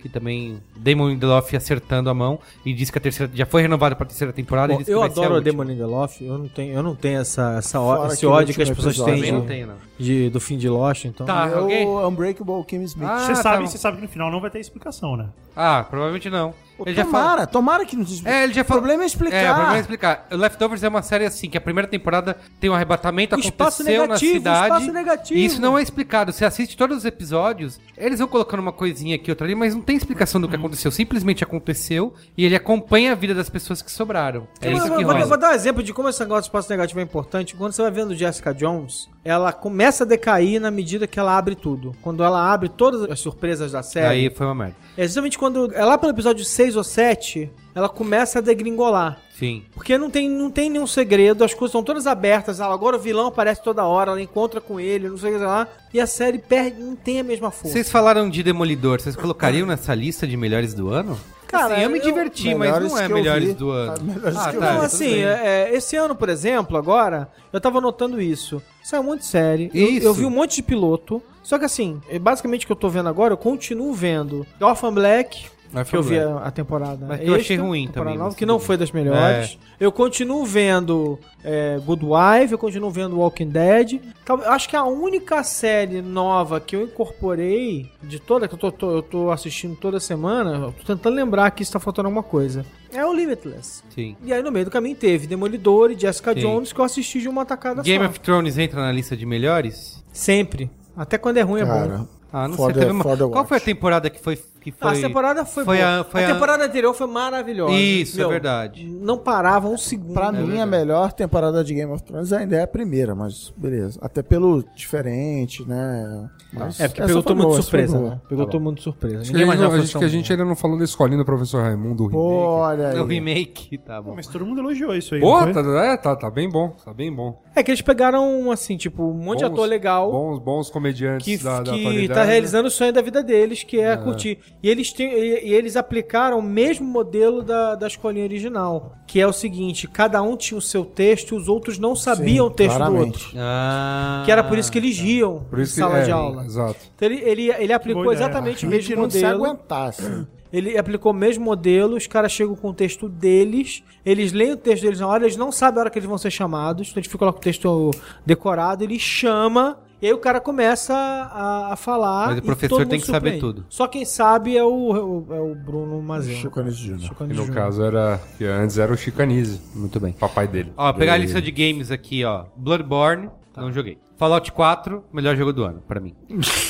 Speaker 1: que também Damon Lindelof acertando a mão e disse que a terceira já foi renovada pra terceira temporada. e
Speaker 4: Bom,
Speaker 1: disse que
Speaker 4: eu
Speaker 1: vai ser a
Speaker 4: adoro o
Speaker 1: última.
Speaker 4: Demon Lindelof, eu não tenho, eu não tenho essa, essa ó-
Speaker 2: Fora
Speaker 4: esse
Speaker 2: que no
Speaker 4: ódio que as
Speaker 2: último
Speaker 4: pessoas
Speaker 2: episódio-
Speaker 1: Também não tem,
Speaker 4: têm de,
Speaker 1: não.
Speaker 4: de- do fim de Lost, então.
Speaker 1: Tá,
Speaker 2: É
Speaker 1: alguém?
Speaker 2: o Unbreakable Kim Smith.
Speaker 1: Ah,
Speaker 3: Você
Speaker 1: tá
Speaker 3: sabe,
Speaker 1: bom.
Speaker 3: você sabe que no final não vai ter explicação, né?
Speaker 1: Ah, provavelmente não. Ele já falou.
Speaker 2: tomara, tomara que nos
Speaker 1: É, ele já falou.
Speaker 2: O problema é explicar.
Speaker 1: É, o problema é explicar. O Leftovers é uma série assim, que a primeira temporada tem um arrebatamento,
Speaker 4: Espaço
Speaker 1: aconteceu na
Speaker 4: negativo,
Speaker 1: cidade.
Speaker 4: falso
Speaker 1: verdade.
Speaker 4: negativo.
Speaker 1: E isso não é explicado. Você assiste todos os episódios, eles vão colocando uma coisinha aqui, outra ali, mas não tem explicação do que aconteceu. Simplesmente aconteceu e ele acompanha a vida das pessoas que sobraram. É
Speaker 4: Eu
Speaker 1: isso
Speaker 4: vou,
Speaker 1: que
Speaker 4: vou- vou
Speaker 1: rola.
Speaker 4: dar um exemplo de como esse negócio de passo negativo é importante. Quando você vai vendo Jessica Jones, ela começa a decair na medida que ela abre tudo. Quando ela abre todas as surpresas da série.
Speaker 1: Aí foi uma merda.
Speaker 4: É justamente quando. É lá pelo episódio 6 ou 7, ela começa a degringolar.
Speaker 1: Sim.
Speaker 4: Porque não tem, não tem nenhum segredo, as coisas são todas abertas. ela- Agora o vilão aparece toda hora, ela encontra com ele, não sei o que lá. E a série perde, não tem a mesma força.
Speaker 1: Vocês falaram de Demolidor, vocês colocariam nessa lista de melhores do ano?
Speaker 4: Cara,
Speaker 1: Assim, eu me
Speaker 4: eu-
Speaker 1: diverti, mas
Speaker 2: melhores
Speaker 1: não é
Speaker 2: que eu
Speaker 1: melhores
Speaker 2: vi.
Speaker 1: do ano. tá,
Speaker 2: Ah, melhores que eu
Speaker 4: Não,
Speaker 2: vi.
Speaker 1: tudo
Speaker 4: assim,
Speaker 1: bem.
Speaker 4: é, é, esse ano, por exemplo, agora, eu tava notando isso. Saiu um monte de série. eu-
Speaker 1: Isso.
Speaker 4: Eu, vi um monte de piloto. Só que assim, é basicamente o que eu tô vendo agora, eu continuo vendo. Orphan Black,
Speaker 1: Orphan
Speaker 4: que eu vi
Speaker 1: Black.
Speaker 4: a, a temporada.
Speaker 1: Mas que eu achei
Speaker 4: extra,
Speaker 1: ruim
Speaker 4: temporada
Speaker 1: também,
Speaker 4: nova,
Speaker 1: mas
Speaker 4: que
Speaker 1: tudo
Speaker 4: não
Speaker 1: bem. É.
Speaker 4: foi das melhores. Eu continuo vendo é, Good Wife, eu continuo vendo Walking Dead. Tal- Acho que a única série nova que eu incorporei de toda, que eu tô, tô- eu tô assistindo toda semana, eu tô tentando lembrar que está faltando alguma coisa. É o Limitless.
Speaker 1: Sim.
Speaker 4: E aí no meio do caminho teve Demolidor e Jessica
Speaker 1: Sim.
Speaker 4: Jones que eu assisti de uma tacada
Speaker 1: Game
Speaker 4: só.
Speaker 1: of Thrones entra na lista de melhores?
Speaker 4: Sempre. Até quando é ruim é bom.
Speaker 2: Cara,
Speaker 1: Ah, não
Speaker 2: For
Speaker 1: sei.
Speaker 2: the-
Speaker 1: teve uma-
Speaker 2: for the
Speaker 1: Qual
Speaker 2: watch.
Speaker 1: foi a temporada que foi. Que foi...
Speaker 4: Ah, a temporada né? foi, boa.
Speaker 1: A, foi
Speaker 4: a
Speaker 1: a-
Speaker 4: temporada anterior foi maravilhosa.
Speaker 1: Isso, é verdade.
Speaker 4: Não parava um segundo.
Speaker 2: Pra mim, a melhor temporada de Game of Thrones ainda é a primeira, mas beleza. Até pelo diferente, né? Mas
Speaker 4: É, porque
Speaker 2: essa foi
Speaker 4: pegou todo mundo
Speaker 2: boa,
Speaker 4: de
Speaker 2: essa foi
Speaker 4: surpresa,
Speaker 2: boa. Tá
Speaker 4: né? Pegou
Speaker 1: Tá
Speaker 4: todo mundo de surpresa.
Speaker 5: Acho que, ainda não-
Speaker 4: imaginava
Speaker 5: acho que a
Speaker 4: tão
Speaker 5: gente ainda não falou da escolinha do professor Raimundo. o
Speaker 2: Pô, olha
Speaker 1: É O
Speaker 2: aí.
Speaker 1: remake, tá bom.
Speaker 3: Mas todo mundo elogiou isso aí.
Speaker 5: Pô,
Speaker 3: não foi?
Speaker 5: tá, é, tá, tá bem bom, tá bem bom.
Speaker 4: bom. É que eles pegaram, assim, tipo, um monte de
Speaker 5: Bons-
Speaker 4: ator legal
Speaker 5: Bons, bons comediantes
Speaker 4: que,
Speaker 5: da, da
Speaker 4: que
Speaker 5: atualidade.
Speaker 4: tá realizando o sonho da vida deles, que é curtir. E eles, têm, e, e eles aplicaram o mesmo modelo da, da escolinha original, que é o seguinte, cada um tinha o seu texto e os outros não sabiam o texto do
Speaker 2: claramente.
Speaker 4: outro.
Speaker 1: Ah,
Speaker 4: Que era por isso que eles riam
Speaker 5: Por isso
Speaker 4: em
Speaker 5: que,
Speaker 4: sala
Speaker 5: é,
Speaker 4: de aula.
Speaker 5: Exato.
Speaker 4: Então ele, ele, ele aplicou
Speaker 3: Boa ideia.
Speaker 4: exatamente o
Speaker 2: A gente
Speaker 4: mesmo
Speaker 2: não se
Speaker 4: modelo.
Speaker 2: aguentasse.
Speaker 4: Ele aplicou o mesmo modelo, os caras chegam com o texto deles, eles leem o texto deles na hora, eles não sabem a hora que eles vão ser chamados, então a gente coloca o texto decorado, ele chama, e aí o cara começa a, a falar.
Speaker 1: Mas o
Speaker 4: e
Speaker 1: professor
Speaker 4: todo mundo
Speaker 1: tem que saber
Speaker 4: surpreende.
Speaker 1: tudo.
Speaker 4: Só quem sabe é o, é o, é o Bruno Mazel.
Speaker 2: Chico Anísio Júnior.
Speaker 5: E no caso era. Que antes era o Chicanise. Muito bem. Papai dele.
Speaker 1: Ó, pegar a lista de games aqui, ó. Bloodborne,
Speaker 5: Tá.
Speaker 1: não joguei. Fallout 4, melhor jogo do ano, pra mim.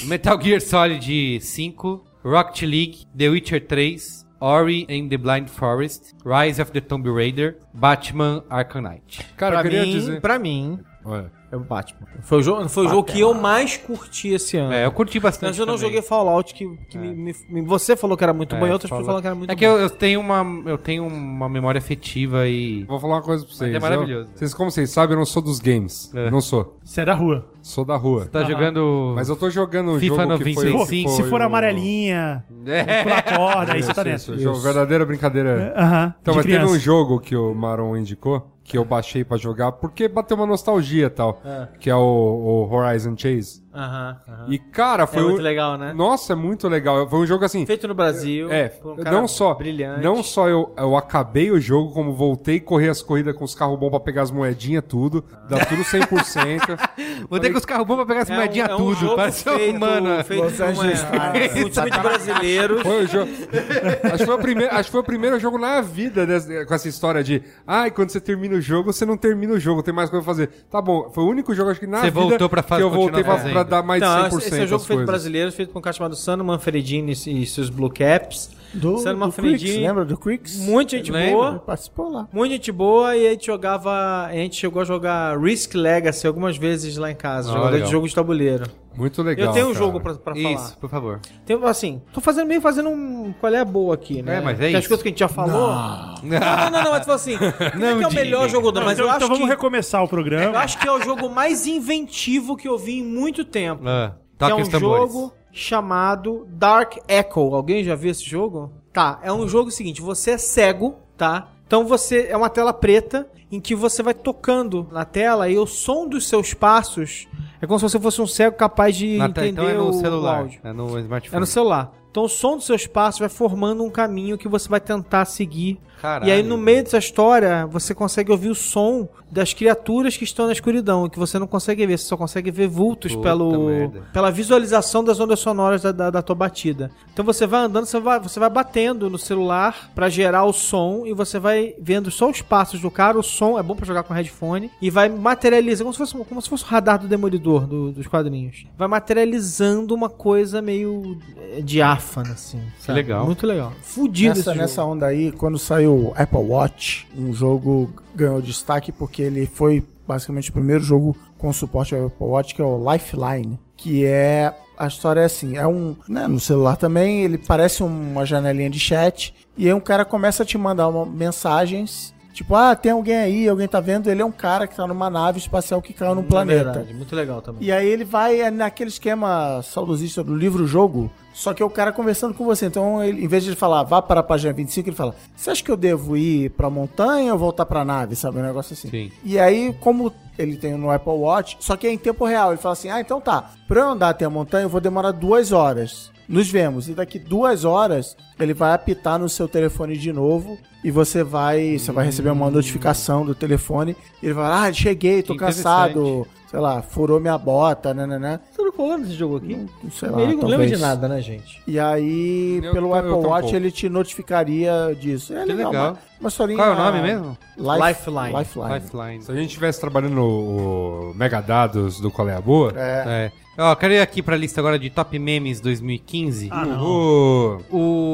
Speaker 1: Metal Gear Solid 5, Rocket League, The Witcher 3, Ori and the Blind Forest, Rise of the Tomb Raider, Batman Arkham Knight.
Speaker 5: Cara, eu
Speaker 4: pra,
Speaker 5: queria
Speaker 4: mim,
Speaker 5: dizer.
Speaker 4: pra mim,
Speaker 5: Olha,
Speaker 4: é o Batman. Foi o jogo, foi o jogo que eu mais curti esse ano.
Speaker 1: É, eu curti bastante.
Speaker 4: Mas eu não
Speaker 1: também.
Speaker 4: joguei Fallout, que, que me- me- você falou que era muito bom e outras pessoas falaram que era muito
Speaker 1: É
Speaker 4: bom.
Speaker 1: que eu, eu tenho uma, eu tenho uma memória afetiva e.
Speaker 5: vou falar uma coisa pra vocês.
Speaker 1: é maravilhoso.
Speaker 5: Eu, vocês, como vocês sabem, eu não sou dos games.
Speaker 1: É.
Speaker 5: Não sou.
Speaker 3: Você é da rua.
Speaker 5: Sou da rua.
Speaker 1: Tá jogando.
Speaker 5: Mas eu tô jogando um
Speaker 1: FIFA
Speaker 5: jogo que foi,
Speaker 1: 95.
Speaker 3: Pô,
Speaker 1: sim,
Speaker 5: foi
Speaker 3: se for
Speaker 5: o-
Speaker 3: amarelinha, pula corda, aí você tá
Speaker 5: Isso,
Speaker 3: dentro.
Speaker 5: jogo- verdadeira brincadeira.
Speaker 3: Aham.
Speaker 5: Então,
Speaker 3: de
Speaker 5: mas teve
Speaker 3: criança.
Speaker 5: um jogo que o Maron indicou, que eu baixei pra jogar, porque bateu uma nostalgia e tal, que é o, o Horizon Chase.
Speaker 4: Aham, aham.
Speaker 5: E, cara, foi...
Speaker 4: É
Speaker 5: um-
Speaker 4: muito legal, né?
Speaker 5: Nossa, é muito legal. Foi um jogo assim...
Speaker 4: Feito no Brasil.
Speaker 5: É,
Speaker 4: por um cara
Speaker 5: não só,
Speaker 4: Brilhante.
Speaker 5: não só eu, eu acabei o jogo, como voltei e corri as corridas com os carros bons pra pegar as moedinhas, tudo. Dá tudo 100%.
Speaker 1: Vou ter que os carros bons pra pegar
Speaker 4: É
Speaker 1: essa
Speaker 4: um-
Speaker 1: moedinha tudo. é Parece um humano.
Speaker 4: Feito
Speaker 2: Los
Speaker 4: por uma-
Speaker 2: Angeles tá- Times.
Speaker 4: um time de brasileiros.
Speaker 5: Foi o jogo. Acho que foi o primeiro, acho que foi o primeiro jogo na vida dessa- com essa história de. Ai, quando você termina o jogo, você não termina o jogo, tem mais coisa pra fazer. Tá bom, foi o único jogo, acho que na
Speaker 1: Você
Speaker 5: vida
Speaker 1: voltou pra fa-
Speaker 5: que eu voltei
Speaker 1: continuar
Speaker 5: pra,
Speaker 1: fazendo.
Speaker 5: pra dar mais
Speaker 4: Não,
Speaker 5: 100%
Speaker 4: esse- esse é um
Speaker 5: as
Speaker 4: jogo feito
Speaker 5: coisas.
Speaker 4: brasileiro, feito por um cara chamado Sano Manfredini e seus Blue Caps.
Speaker 2: Do,
Speaker 4: Sano
Speaker 2: do Cricks,
Speaker 4: Manfredini,
Speaker 2: lembra do Cricks?
Speaker 4: muita gente
Speaker 1: Lembro.
Speaker 2: Ele
Speaker 4: boa.
Speaker 2: participou lá.
Speaker 4: Muita gente boa e a gente jogava. A gente chegou a jogar Risk Legacy algumas vezes lá em casa,
Speaker 1: Ah,
Speaker 4: jogador
Speaker 1: legal.
Speaker 4: de jogo de tabuleiro.
Speaker 5: Muito legal.
Speaker 4: Eu tenho um
Speaker 5: cara.
Speaker 4: jogo pra, pra falar.
Speaker 1: Isso, por favor.
Speaker 4: Tem, assim, tô fazendo meio fazendo um. Qual é a boa aqui, né?
Speaker 1: É, mas é
Speaker 4: Tem as
Speaker 1: isso.
Speaker 4: coisas que a gente já falou. Não, não, não, não, mas tipo assim, não é que é o melhor jogo do
Speaker 3: Não,
Speaker 4: mas
Speaker 3: então,
Speaker 4: eu acho
Speaker 3: então vamos
Speaker 4: que
Speaker 3: recomeçar o
Speaker 4: eu
Speaker 3: programa.
Speaker 4: acho que é o jogo mais inventivo que eu vi em muito tempo.
Speaker 1: Ah,
Speaker 4: Que é
Speaker 1: toca
Speaker 4: um
Speaker 1: os tambores.
Speaker 4: jogo chamado Dark Echo. Alguém já viu esse jogo? Tá, é um jogo seguinte, você é cego, tá? Então você é uma tela preta em que você vai tocando na tela e o som dos seus passos é como se você fosse um cego capaz de
Speaker 1: Na te-
Speaker 4: entender
Speaker 1: então é
Speaker 4: o,
Speaker 1: no
Speaker 4: o
Speaker 1: celular.
Speaker 4: áudio.
Speaker 1: É no smartphone.
Speaker 4: É no celular. Então o som dos seus passos vai formando um caminho que você vai tentar seguir
Speaker 1: Caralho.
Speaker 4: E aí, no meio dessa história, você consegue ouvir o som das criaturas que estão na escuridão, que você não consegue ver, você só consegue ver vultos
Speaker 1: Puta
Speaker 4: pelo,
Speaker 1: merda.
Speaker 4: pela visualização das ondas sonoras da, da, da tua batida. Então você vai andando, você vai, você vai batendo no celular pra gerar o som e você vai vendo só os passos do cara, o som é bom pra jogar com headphone e vai materializando, como se fosse, como se fosse o radar do Demolidor do- dos quadrinhos. Vai materializando uma coisa meio eh, diáfana, assim. sabe?
Speaker 1: legal.
Speaker 4: Muito legal. Fudido
Speaker 2: Nessa,
Speaker 4: esse
Speaker 2: nessa
Speaker 4: jogo.
Speaker 2: onda aí, quando saiu o Apple Watch, um jogo ganhou destaque porque ele foi basicamente o primeiro jogo com suporte ao Apple Watch, que é o Lifeline, que é a história é assim, é um, né, no celular também, ele parece uma janelinha de chat e aí um cara começa a te mandar uma, mensagens, tipo, ah, tem alguém aí, alguém tá vendo, ele é um cara que tá numa nave espacial que caiu num planeta.
Speaker 4: Verdade, muito legal também.
Speaker 2: E aí ele vai é, naquele esquema saudosista do livro-jogo, só que é o cara conversando com você. Então, ele, em vez de ele falar, vá para a página 25, ele fala, você acha que eu devo ir para a montanha ou voltar para a nave, sabe? Um negócio assim.
Speaker 1: Sim.
Speaker 2: E aí, como ele tem no Apple Watch, só que é em tempo real. Ele fala assim, ah, então tá, para eu andar até a montanha eu vou demorar duas horas. Nos vemos. E daqui duas horas, ele vai apitar no seu telefone de novo e você vai, você vai receber uma notificação do telefone. E ele vai, falar, ah, cheguei, tô
Speaker 1: Que
Speaker 2: cansado, sei lá, furou minha bota, né, né, né.
Speaker 4: Você não colando esse jogo aqui?
Speaker 2: Não sei lá,
Speaker 4: Ele não lembra
Speaker 2: talvez.
Speaker 4: de nada, né, gente?
Speaker 2: E aí,
Speaker 5: Eu
Speaker 2: pelo
Speaker 5: tô- eu
Speaker 2: Apple
Speaker 5: tô um
Speaker 2: Watch,
Speaker 5: pouco.
Speaker 2: ele te notificaria disso. É
Speaker 1: Que
Speaker 2: legal.
Speaker 1: legal.
Speaker 2: Uma, uma historinha-
Speaker 1: Qual é o
Speaker 4: ah,
Speaker 1: nome mesmo?
Speaker 2: Lifeline. Lifeline.
Speaker 1: Lifeline.
Speaker 5: Se a gente estivesse trabalhando o Megadados do Qual é a Boa,
Speaker 1: É. Ó, quero ir aqui pra lista agora de Top Memes 2015.
Speaker 4: Ah,
Speaker 5: o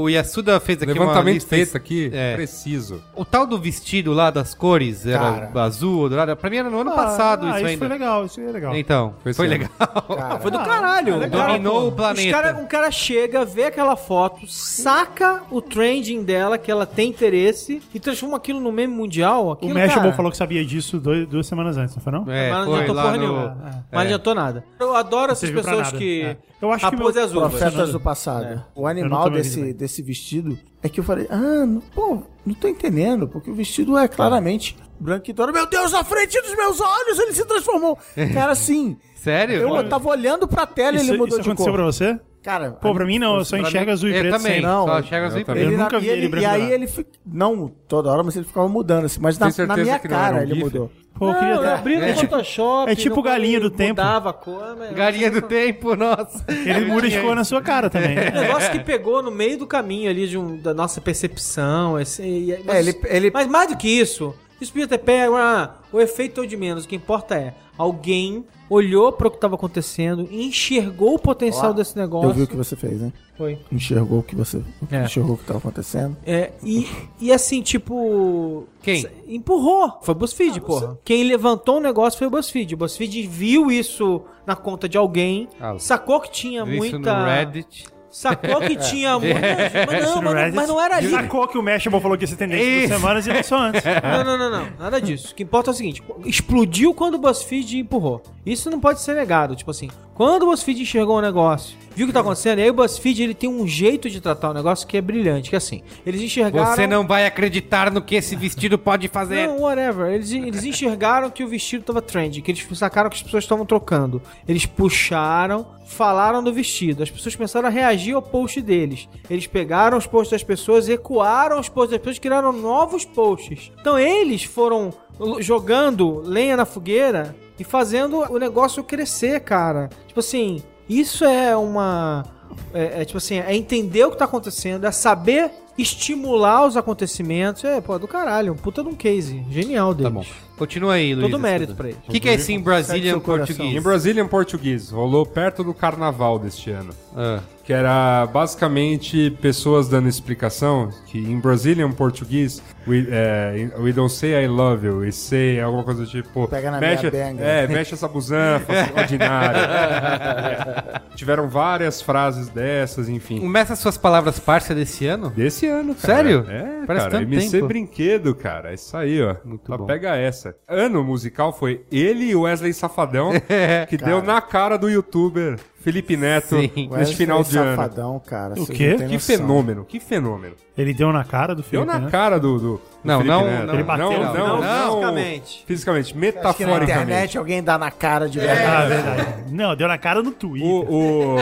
Speaker 1: O Yasuda fez
Speaker 4: é
Speaker 1: aqui uma
Speaker 5: levantamento
Speaker 1: lista...
Speaker 5: feito aqui,
Speaker 1: É.
Speaker 5: preciso.
Speaker 1: O tal do vestido lá das cores, era
Speaker 2: Cara.
Speaker 1: azul, dourado. Pra mim era no ano passado
Speaker 3: ah,
Speaker 1: isso
Speaker 3: isso
Speaker 1: ainda.
Speaker 3: foi legal, isso aí é legal.
Speaker 1: Então, foi,
Speaker 5: Foi esse
Speaker 1: legal.
Speaker 2: Cara,
Speaker 4: Foi do caralho.
Speaker 3: é legal,
Speaker 1: Dominou o planeta.
Speaker 4: Os cara- um cara chega, vê aquela foto, saca o trending dela, que ela tem interesse, e transforma aquilo no meme mundial.
Speaker 3: O
Speaker 4: Aquilo,
Speaker 3: Mashable
Speaker 4: cara,
Speaker 3: falou que sabia disso dois- duas semanas antes, não foi não?
Speaker 1: É,
Speaker 4: mas não
Speaker 1: foi
Speaker 4: adiantou
Speaker 1: lá
Speaker 4: porra
Speaker 1: no-
Speaker 4: nenhuma. Mas
Speaker 1: é.
Speaker 4: não adiantou nada. Eu adoro essas
Speaker 3: serviu pra
Speaker 4: pessoas
Speaker 3: nada.
Speaker 4: que.
Speaker 3: É. Eu acho que
Speaker 4: Raposa
Speaker 3: meu-
Speaker 4: é azul.
Speaker 2: Profetas do passado. O
Speaker 3: É. Eu não
Speaker 2: animal
Speaker 3: tomei
Speaker 2: desse,
Speaker 3: vitamina.
Speaker 2: desse vestido é que eu falei, ah, não, pô, não tô entendendo, porque o vestido é claramente branco e dourado. Meu Deus, na frente dos meus olhos ele se transformou. Cara, sim.
Speaker 1: Sério?
Speaker 2: Eu tava olhando pra tela e
Speaker 3: Isso,
Speaker 2: ele mudou
Speaker 3: isso
Speaker 2: de
Speaker 3: aconteceu
Speaker 2: cor.
Speaker 3: pra você?
Speaker 2: Cara,
Speaker 3: Pô, pra mim não, eu só
Speaker 1: Pra
Speaker 3: enxergo
Speaker 1: mim-
Speaker 3: azul e
Speaker 1: eu
Speaker 3: preto
Speaker 1: também,
Speaker 3: sempre.
Speaker 2: Não,
Speaker 1: só enxerga azul e
Speaker 5: Tá
Speaker 1: preto.
Speaker 5: eu também.
Speaker 3: Eu
Speaker 2: Ele na-
Speaker 3: nunca vi
Speaker 2: e
Speaker 3: ele branco
Speaker 2: E
Speaker 3: e
Speaker 2: aí
Speaker 3: dourado.
Speaker 2: ele fi- Não, toda hora, mas ele ficava mudando, assim. Mas na,
Speaker 5: Tem certeza
Speaker 2: na minha
Speaker 5: que não era um
Speaker 2: cara ele
Speaker 5: gif?
Speaker 2: mudou.
Speaker 3: Pô, eu queria ter-
Speaker 4: Abri no
Speaker 3: É tipo-
Speaker 4: Photoshop.
Speaker 3: é tipo
Speaker 4: não-
Speaker 3: galinha do tempo.
Speaker 4: Mudava a cor. né? mas-
Speaker 1: Galinha do tempo, nossa.
Speaker 3: Ele muda de cor na sua cara também.
Speaker 4: Um negócio que pegou no meio do caminho ali de um- da nossa percepção. Esse, e- mas,
Speaker 2: É, ele- ele-
Speaker 4: mas mais do que isso, isso podia ter pego. ah, o efeito é o de menos. O que importa é alguém olhou para o que estava acontecendo e enxergou o potencial desse negócio.
Speaker 2: Eu vi o que você fez, né?
Speaker 4: Foi.
Speaker 2: Enxergou o que você.
Speaker 4: É.
Speaker 2: Enxergou o que tava acontecendo.
Speaker 4: É, e, e assim, tipo.
Speaker 1: Quem?
Speaker 4: s- Empurrou. Foi o BuzzFeed, porra. Quem levantou o negócio foi o BuzzFeed. O BuzzFeed viu isso na conta de alguém,
Speaker 1: Ah,
Speaker 4: sacou que tinha
Speaker 1: Viu
Speaker 4: muita.
Speaker 1: Isso no Reddit.
Speaker 4: Sacou que tinha muita. Mas não,
Speaker 3: Isso no
Speaker 4: mas, não-
Speaker 3: Reddit.
Speaker 4: mas não era ali.
Speaker 3: Sacou que o Mashable falou que ia ser tendência
Speaker 1: Isso.
Speaker 3: duas semanas e não só antes.
Speaker 1: É?
Speaker 4: Não, não, não, não. Nada disso. O que importa é o seguinte: explodiu quando o BuzzFeed empurrou. Isso não pode ser negado. Tipo assim, quando o BuzzFeed enxergou o negócio, viu o que tá acontecendo, e aí o BuzzFeed ele tem um jeito de tratar o negócio que é brilhante, que é assim, eles enxergaram.
Speaker 1: Você não vai acreditar no que esse vestido pode fazer.
Speaker 4: Não, whatever. Eles, eles enxergaram que o vestido tava trend, que eles sacaram que as pessoas estavam trocando. Eles puxaram, falaram do vestido. As pessoas começaram a reagir ao post deles. Eles pegaram os posts das pessoas, ecoaram os posts das pessoas, criaram novos posts. Então eles foram l- jogando lenha na fogueira e fazendo o negócio crescer, cara. Tipo assim, isso é uma. É, é tipo assim, é entender o que tá acontecendo, é saber estimular os acontecimentos. É, pô, do caralho, um puta de um case. Genial deles.
Speaker 1: Tá bom. Continua aí, Luiz.
Speaker 4: Todo mérito pra ele.
Speaker 1: O que, que é esse em Brazilian
Speaker 2: seu coração.
Speaker 5: Em
Speaker 1: português?
Speaker 5: Brasília, em português, rolou perto do carnaval deste ano.
Speaker 1: Ah,
Speaker 5: que era basicamente pessoas dando explicação que em Brazilian português we, eh, we don't say I love you, we say alguma coisa do tipo
Speaker 2: Pega na minha benga.
Speaker 5: é, mexe essa busanfa ordinária. É. Tiveram várias frases dessas, enfim.
Speaker 1: Começa as suas palavras parça desse ano?
Speaker 5: Desse ano, cara.
Speaker 1: Sério?
Speaker 5: É,
Speaker 1: Parece
Speaker 5: cara.
Speaker 1: tanto
Speaker 5: MC
Speaker 1: tempo.
Speaker 5: Brinquedo, cara. Isso aí, ó.
Speaker 1: Muito
Speaker 5: Só
Speaker 1: bom.
Speaker 5: pega essa. Ano musical foi ele e o Wesley Safadão,
Speaker 1: É,
Speaker 5: que deu na cara do youtuber Felipe Neto
Speaker 1: Sim.
Speaker 5: nesse final de ano.
Speaker 2: é safadão, cara.
Speaker 3: O
Speaker 2: vocês
Speaker 3: quê?
Speaker 2: não têm
Speaker 5: Que
Speaker 2: noção.
Speaker 5: fenômeno, que fenômeno.
Speaker 3: Ele deu na cara do
Speaker 5: Deu
Speaker 3: Felipe,
Speaker 5: na
Speaker 3: né?
Speaker 5: cara do, do, Não,
Speaker 7: Felipe
Speaker 5: não,
Speaker 7: Neto.
Speaker 5: não,
Speaker 7: Ele
Speaker 5: não,
Speaker 3: bateu no
Speaker 5: não,
Speaker 3: final,
Speaker 5: não,
Speaker 4: fisicamente.
Speaker 5: Fisicamente,
Speaker 2: Acho que na
Speaker 5: metaforicamente.
Speaker 2: internet alguém dá na cara de verdade.
Speaker 3: Ah, é verdade. Não, deu na cara no Twitter.
Speaker 5: O, o,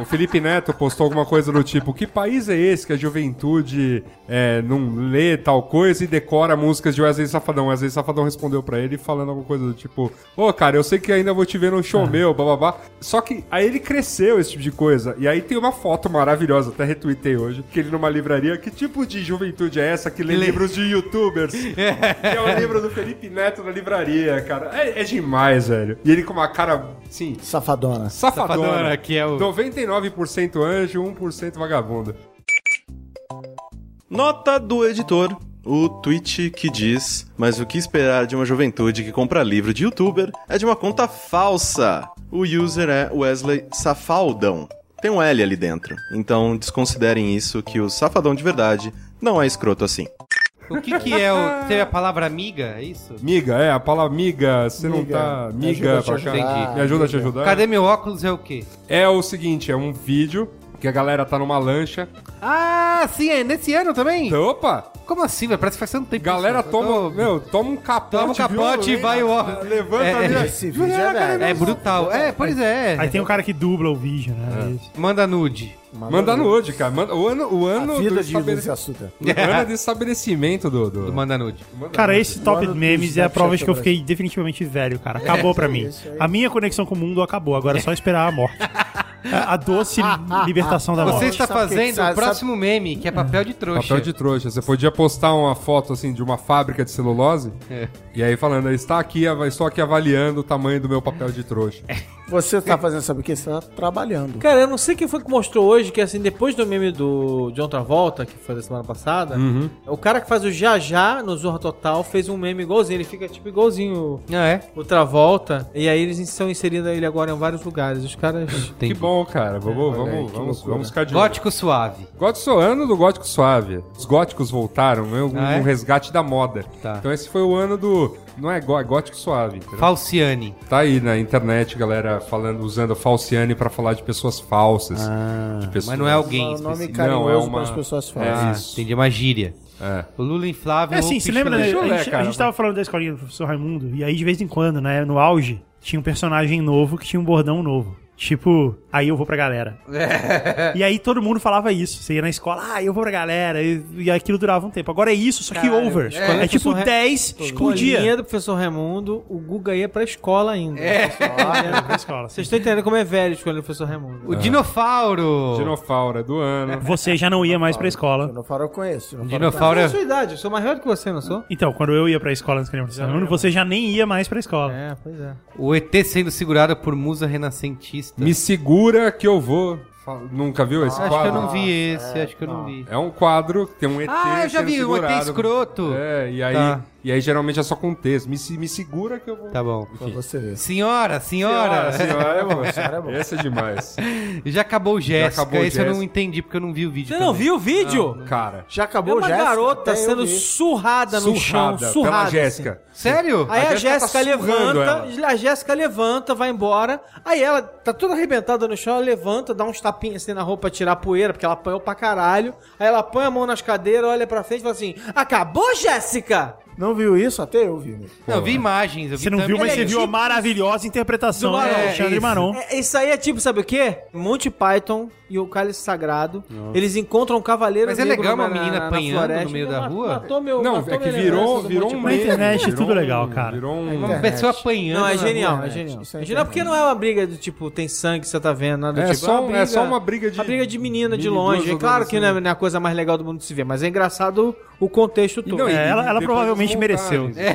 Speaker 5: o Felipe Neto postou alguma coisa do tipo: que país é esse que a juventude é, não lê tal coisa e decora músicas de Wesley Safadão? Wesley Safadão respondeu pra ele falando alguma coisa do tipo: Ô cara, eu sei que ainda vou te ver no show meu, bababá. Só que aí ele cresceu esse tipo de coisa. E aí tem uma foto maravilhosa, até retuitei hoje, que ele numa livraria. Que tipo de juventude é essa que lê livros de youtubers? Que é o livro do Felipe Neto na livraria, cara. É, é demais, velho. E ele com uma cara, assim,
Speaker 2: Safadona.
Speaker 5: Safadona,
Speaker 1: Safadona, que é o-
Speaker 5: 99% anjo, 1% vagabundo.
Speaker 7: Nota do editor. O tweet que diz: Mas o que esperar de uma juventude que compra livro de youtuber é de uma conta falsa. O user é Wesley Safaldão. Tem um L ali dentro. Então desconsiderem isso que o safadão de verdade não é escroto assim.
Speaker 1: O que que é o... Teve a palavra amiga, é isso?
Speaker 5: Miga, é, a palavra miga, você não
Speaker 2: Miga.
Speaker 5: tá.
Speaker 2: Me
Speaker 5: Miga
Speaker 2: ajuda a
Speaker 5: pra
Speaker 2: te
Speaker 5: cá.
Speaker 2: ajudar. Ah,
Speaker 5: Me ajuda a te
Speaker 2: Miga.
Speaker 5: ajudar.
Speaker 1: Cadê meu óculos é o quê?
Speaker 5: É o seguinte: é um vídeo que a galera tá numa lancha.
Speaker 1: Ah, sim, é nesse ano também?
Speaker 5: Então, opa!
Speaker 1: Como assim, velho? Parece que faz tanto tempo.
Speaker 5: Galera
Speaker 1: isso, né?
Speaker 5: toma,
Speaker 1: Eu tô-
Speaker 5: meu, toma um capote.
Speaker 1: Toma um capote e
Speaker 5: violento,
Speaker 1: vai o-
Speaker 5: Levanta
Speaker 1: É,
Speaker 5: a mina.
Speaker 2: esse vídeo é
Speaker 5: Juliana, cadê
Speaker 2: velho.
Speaker 5: meu-
Speaker 1: É brutal. É, pois é.
Speaker 3: Aí tem o cara que dubla o vídeo, né? Isso.
Speaker 1: Manda nude.
Speaker 5: Manda nude, cara. Manda, o ano, o
Speaker 2: A
Speaker 5: ano do
Speaker 2: vida de
Speaker 5: estabele-
Speaker 2: Luiz Assuda.
Speaker 5: o ano do estabelecimento do. do-
Speaker 1: Do manda nude.
Speaker 3: Cara, esse top
Speaker 2: Manda
Speaker 3: memes
Speaker 2: dos
Speaker 3: é a prova de
Speaker 2: Snapchat
Speaker 3: que eu
Speaker 2: do
Speaker 3: fiquei definitivamente velho, cara. Acabou pra mim. A minha conexão com o mundo acabou. Agora é só esperar a morte. A a doce libertação da
Speaker 1: Você
Speaker 3: morte.
Speaker 1: está
Speaker 2: Sabe o que que
Speaker 1: fazendo
Speaker 2: sabe-
Speaker 1: o próximo meme, que é papel de trouxa.
Speaker 5: Papel de trouxa. Você podia postar uma foto assim de uma fábrica de celulose
Speaker 1: É.
Speaker 5: e aí falando, está aqui, av- estou aqui avaliando o tamanho do meu papel de trouxa.
Speaker 2: Você tá fazendo, sabe o que? Você tá trabalhando.
Speaker 4: Cara, eu não sei quem foi que mostrou hoje que, assim, depois do meme do John Travolta, que foi da semana passada,
Speaker 1: Uhum.
Speaker 4: o cara que faz o Já Já no Zorra Total fez um meme igualzinho. Ele fica, tipo, igualzinho
Speaker 1: Ah, é?
Speaker 4: o Travolta. E aí eles estão inserindo ele agora em vários lugares. Os caras...
Speaker 5: Que bom, cara.
Speaker 1: É,
Speaker 5: Vamos, vamos,
Speaker 2: aí, que
Speaker 5: vamos,
Speaker 2: loucura.
Speaker 5: vamos ficar de olho.
Speaker 1: Gótico suave.
Speaker 5: Gótico ano do gótico suave. Os góticos voltaram, né? um,
Speaker 1: Ah, é?
Speaker 5: um resgate da moda.
Speaker 1: Tá.
Speaker 5: Então esse foi o ano do. Não é, gó, é gótico suave. entendeu?
Speaker 1: Falciane.
Speaker 5: Tá aí na internet, galera, falando, usando Falciane pra falar de pessoas falsas. de pessoas...
Speaker 1: Mas não é
Speaker 2: É
Speaker 1: alguém
Speaker 2: um nome
Speaker 1: específico.
Speaker 2: carinhoso
Speaker 5: Não, é uma-
Speaker 2: para as pessoas falarem.
Speaker 1: Ah,
Speaker 5: É isso.
Speaker 1: entendi, é uma gíria.
Speaker 5: É.
Speaker 1: O Lula inflável...
Speaker 3: É assim,
Speaker 1: o
Speaker 3: se lembra, né?
Speaker 1: pichulé.
Speaker 3: A gente, a
Speaker 5: cara.
Speaker 3: gente tava falando da escolinha do professor Raimundo, e aí de vez em quando, né, no auge, tinha um personagem novo que tinha um bordão novo. Tipo, aí eu vou pra galera. e aí todo mundo falava isso. Você ia na escola, ah, eu vou pra galera. E, e aquilo durava um tempo. Agora é isso, só que
Speaker 4: Cara,
Speaker 3: over.
Speaker 4: escola do
Speaker 3: É, tipo
Speaker 4: professor Ra-
Speaker 3: 10 por
Speaker 4: Escolinha
Speaker 3: dia.
Speaker 4: do professor Raimundo, o Guga ia pra escola ainda.
Speaker 3: Na escola, assim.
Speaker 4: Vocês estão entendendo como é velho escolher o professor Raimundo.
Speaker 1: O dinofauro.
Speaker 5: Dinofaura do
Speaker 1: É.
Speaker 5: ano.
Speaker 3: Você já não ia mais pra escola.
Speaker 2: Dinofauro eu conheço. Dinofauro eu
Speaker 1: Dinofauro
Speaker 4: Eu
Speaker 1: é...
Speaker 4: sou sua idade, eu sou mais velho que você, não sou?
Speaker 3: Então, quando eu ia pra escola na escolinha do professor Raimundo, você já nem ia mais pra escola.
Speaker 4: É, pois é.
Speaker 1: O ET sendo segurado por musa renascentista.
Speaker 5: Me segura que eu vou. Fa- Nunca viu esse
Speaker 1: Ah, Acho que
Speaker 5: quadro?
Speaker 1: eu não vi esse, acho que eu não vi.
Speaker 5: É um quadro que tem um ET.
Speaker 1: Ah, eu já
Speaker 5: sendo
Speaker 1: vi, um ET
Speaker 5: segurado.
Speaker 1: escroto.
Speaker 5: É, e aí,
Speaker 1: Tá.
Speaker 5: e aí geralmente é só com texto. Me, se- me segura que eu vou.
Speaker 1: Tá bom.
Speaker 2: Pra você ver.
Speaker 1: Senhora, senhora.
Speaker 5: senhora, é bom.
Speaker 2: Senhora é bom.
Speaker 5: Essa é demais.
Speaker 1: Já acabou o Jéssica.
Speaker 5: acabou o
Speaker 1: Esse eu não
Speaker 5: Jéssica.
Speaker 1: entendi porque eu não vi o vídeo.
Speaker 4: Você não
Speaker 1: também.
Speaker 4: viu o vídeo?
Speaker 5: Cara,
Speaker 2: Já
Speaker 4: É
Speaker 2: acabou
Speaker 4: uma
Speaker 2: Jéssica?
Speaker 4: garota
Speaker 2: Até eu
Speaker 4: sendo
Speaker 2: vi.
Speaker 4: surrada tá no chão, surrada.
Speaker 5: pela
Speaker 4: assim.
Speaker 5: Tá, Jéssica.
Speaker 1: Sério?
Speaker 4: Aí a,
Speaker 5: A Jéssica
Speaker 4: Jéssica
Speaker 5: tá surrando
Speaker 4: levanta, a Jéssica levanta, vai embora. Aí ela tá toda arrebentada no chão, ela levanta, dá uns tapinhas assim na roupa pra tirar a poeira, porque ela apanhou pra caralho. Aí ela põe a mão nas cadeiras, olha pra frente e fala assim: Acabou, Jéssica!
Speaker 2: Não viu isso? Até eu vi. meu.
Speaker 1: Não, Ah, eu vi imagens. Eu vi
Speaker 3: Você não viu,
Speaker 1: thumbnail.
Speaker 3: mas você
Speaker 4: Ele é
Speaker 3: viu a
Speaker 4: tipo-
Speaker 3: maravilhosa interpretação
Speaker 4: Do
Speaker 3: do
Speaker 4: Maron,
Speaker 3: Alexandre
Speaker 1: isso.
Speaker 3: Maron.
Speaker 4: É, isso aí é tipo, sabe o quê? Monty Python e o Cálice Sagrado. Eles encontram um cavaleiro
Speaker 1: Mas é
Speaker 4: negro
Speaker 1: legal uma
Speaker 4: na-
Speaker 1: menina
Speaker 4: na- na
Speaker 1: apanhando
Speaker 4: floresta.
Speaker 1: no meio
Speaker 4: Meu,
Speaker 1: da
Speaker 4: matou-
Speaker 1: rua?
Speaker 4: Matou meu,
Speaker 5: Não,
Speaker 4: matou
Speaker 5: é que
Speaker 4: minha
Speaker 5: virou,
Speaker 4: lembrança do
Speaker 5: virou
Speaker 4: Monty
Speaker 5: um
Speaker 3: Na
Speaker 5: meme,
Speaker 3: internet é
Speaker 5: virou
Speaker 3: tudo
Speaker 5: um-
Speaker 3: legal, cara.
Speaker 5: Virou um... né?
Speaker 1: Uma pessoa apanhando.
Speaker 4: Não, é
Speaker 1: na
Speaker 4: genial,
Speaker 1: rua.
Speaker 4: é genial.
Speaker 2: isso
Speaker 4: É
Speaker 2: é
Speaker 4: genial porque não é uma briga do tipo, tem sangue, você tá vendo, nada do
Speaker 5: É
Speaker 4: tipo.
Speaker 5: só-
Speaker 4: uma
Speaker 5: é só uma briga de-
Speaker 4: Uma briga de menina de
Speaker 5: de duas
Speaker 4: longe. É
Speaker 5: jogando
Speaker 4: claro que
Speaker 5: assim.
Speaker 4: não é- não é a coisa mais legal do mundo de se ver, mas é engraçado o contexto todo.
Speaker 5: Não, e-
Speaker 3: É, ela-
Speaker 5: e
Speaker 3: ela
Speaker 5: depois
Speaker 3: provavelmente
Speaker 5: as
Speaker 3: mereceu. Então,
Speaker 5: montagens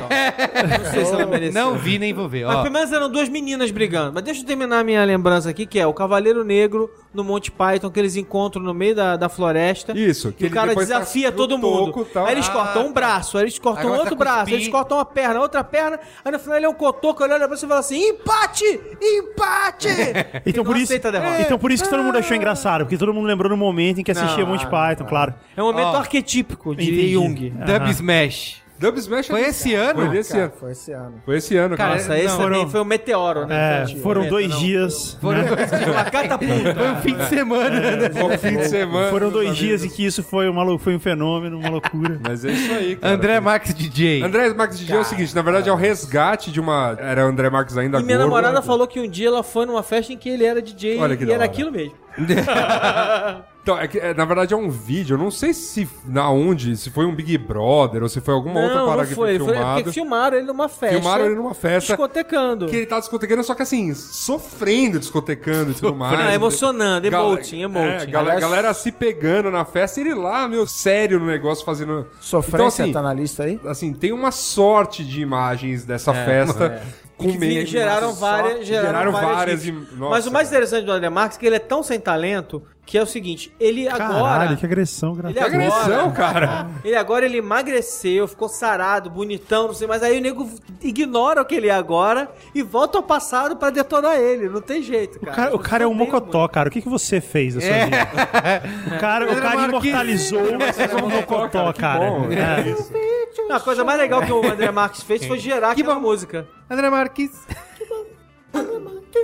Speaker 5: e tal.
Speaker 4: não sei se ela mereceu.
Speaker 1: Não vi nem vou ver.
Speaker 4: Mas
Speaker 1: Ó,
Speaker 4: pelo menos eram duas meninas brigando. Mas deixa eu terminar a minha lembrança aqui, que é o Cavaleiro Negro no Monte Python, que eles encontram no meio da, da floresta.
Speaker 5: Isso,
Speaker 4: Que o
Speaker 5: ele
Speaker 4: cara
Speaker 5: depois tá
Speaker 4: desafia
Speaker 5: no
Speaker 4: todo mundo.
Speaker 5: toco, tal.
Speaker 4: Aí eles
Speaker 5: Ah,
Speaker 4: cortam um
Speaker 1: tá.
Speaker 4: braço, aí eles cortam
Speaker 1: Agora
Speaker 4: outro
Speaker 1: tá
Speaker 4: braço,
Speaker 1: cuspindo.
Speaker 4: eles cortam uma perna, outra perna. Aí no final ele é um cotoco, ele olha pra você e fala assim: empate! Empate! Ele
Speaker 3: Então
Speaker 4: não
Speaker 3: por, isso,
Speaker 4: aceita a derrota. É.
Speaker 3: então por isso que todo mundo achou engraçado, porque todo mundo lembrou no momento em que assistia
Speaker 4: Não,
Speaker 3: Monty Python, claro.
Speaker 4: É um momento
Speaker 1: Ó.
Speaker 4: arquetípico de
Speaker 3: Entendi.
Speaker 4: Jung.
Speaker 1: Dub Smash.
Speaker 5: Dub Smash é
Speaker 1: Foi
Speaker 5: desse
Speaker 1: esse ano?
Speaker 5: Foi desse
Speaker 2: Cara,
Speaker 5: ano.
Speaker 2: foi esse ano.
Speaker 5: Foi esse ano,
Speaker 1: Cara,
Speaker 5: cara.
Speaker 4: Nossa, esse
Speaker 1: Não,
Speaker 4: também
Speaker 1: não.
Speaker 4: foi um meteoro, né?
Speaker 3: É,
Speaker 4: gente?
Speaker 3: foram
Speaker 4: Não,
Speaker 3: dois
Speaker 4: não.
Speaker 3: dias.
Speaker 1: Foram
Speaker 3: né?
Speaker 1: dois dias.
Speaker 4: Uma catapulta.
Speaker 1: Foi um fim de semana, né?
Speaker 5: Bom fim de semana.
Speaker 3: Foram
Speaker 5: meus
Speaker 3: dois dias em
Speaker 5: amigos.
Speaker 3: que isso foi, uma, lou- foi um fenômeno, uma loucura.
Speaker 5: Mas é isso aí, cara.
Speaker 1: André Max DJ.
Speaker 5: André Max DJ é o seguinte, na verdade é o resgate de uma... Era André Max ainda
Speaker 4: E minha
Speaker 5: gordo,
Speaker 4: namorada
Speaker 5: né?
Speaker 4: falou que um dia ela foi numa festa em que ele era DJ
Speaker 5: Olha que
Speaker 4: e
Speaker 5: da
Speaker 4: era
Speaker 5: hora.
Speaker 4: aquilo mesmo.
Speaker 5: Então, é que, é, na verdade é um vídeo, eu não sei se na onde, se foi um Big Brother ou se foi alguma outra
Speaker 4: não,
Speaker 5: parada
Speaker 4: não
Speaker 5: que
Speaker 4: foi.
Speaker 5: foi
Speaker 4: Ele foi é
Speaker 5: filmada.
Speaker 4: porque filmaram ele numa festa.
Speaker 5: Filmaram ele numa festa.
Speaker 4: Discotecando.
Speaker 5: Que ele tá discotecando, só que assim, sofrendo, discotecando e tudo mais.
Speaker 4: Ah, emocionando,
Speaker 5: Gal-
Speaker 4: emoting,
Speaker 5: É,
Speaker 4: emoting.
Speaker 5: gal- galera, se pegando na festa e ele lá, meu, sério no negócio, fazendo.
Speaker 2: Sofrência
Speaker 5: então,
Speaker 2: tá
Speaker 5: assim,
Speaker 2: na É, lista aí?
Speaker 5: assim, tem uma sorte de imagens dessa festa. assim Com
Speaker 4: Que vi- geraram várias, geraram, várias,
Speaker 5: im-
Speaker 4: gifs.
Speaker 5: Nossa,
Speaker 4: Mas o mais interessante do André Marques é que ele é tão sem talento que é o seguinte, ele agora,
Speaker 3: Caralho, que agressão, cara.
Speaker 4: ele
Speaker 5: Que
Speaker 4: agora,
Speaker 5: agressão, cara.
Speaker 4: ele agora ele emagreceu, ficou sarado, bonitão, não sei, mas aí o nego ignora o que ele é agora e volta ao passado pra detonar ele, não tem jeito,
Speaker 3: O
Speaker 4: cara.
Speaker 3: cara, o cara é um
Speaker 4: Não tem
Speaker 3: mocotó, cara. O que, que você fez da sua vida? O cara, o
Speaker 1: Pedro
Speaker 3: cara
Speaker 1: Marques.
Speaker 3: imortalizou o mocotó, cara.
Speaker 5: bom,
Speaker 3: É.
Speaker 4: muito. Não, a coisa mais legal que o André Marques fez foi gerar aquela música.
Speaker 1: André Marques.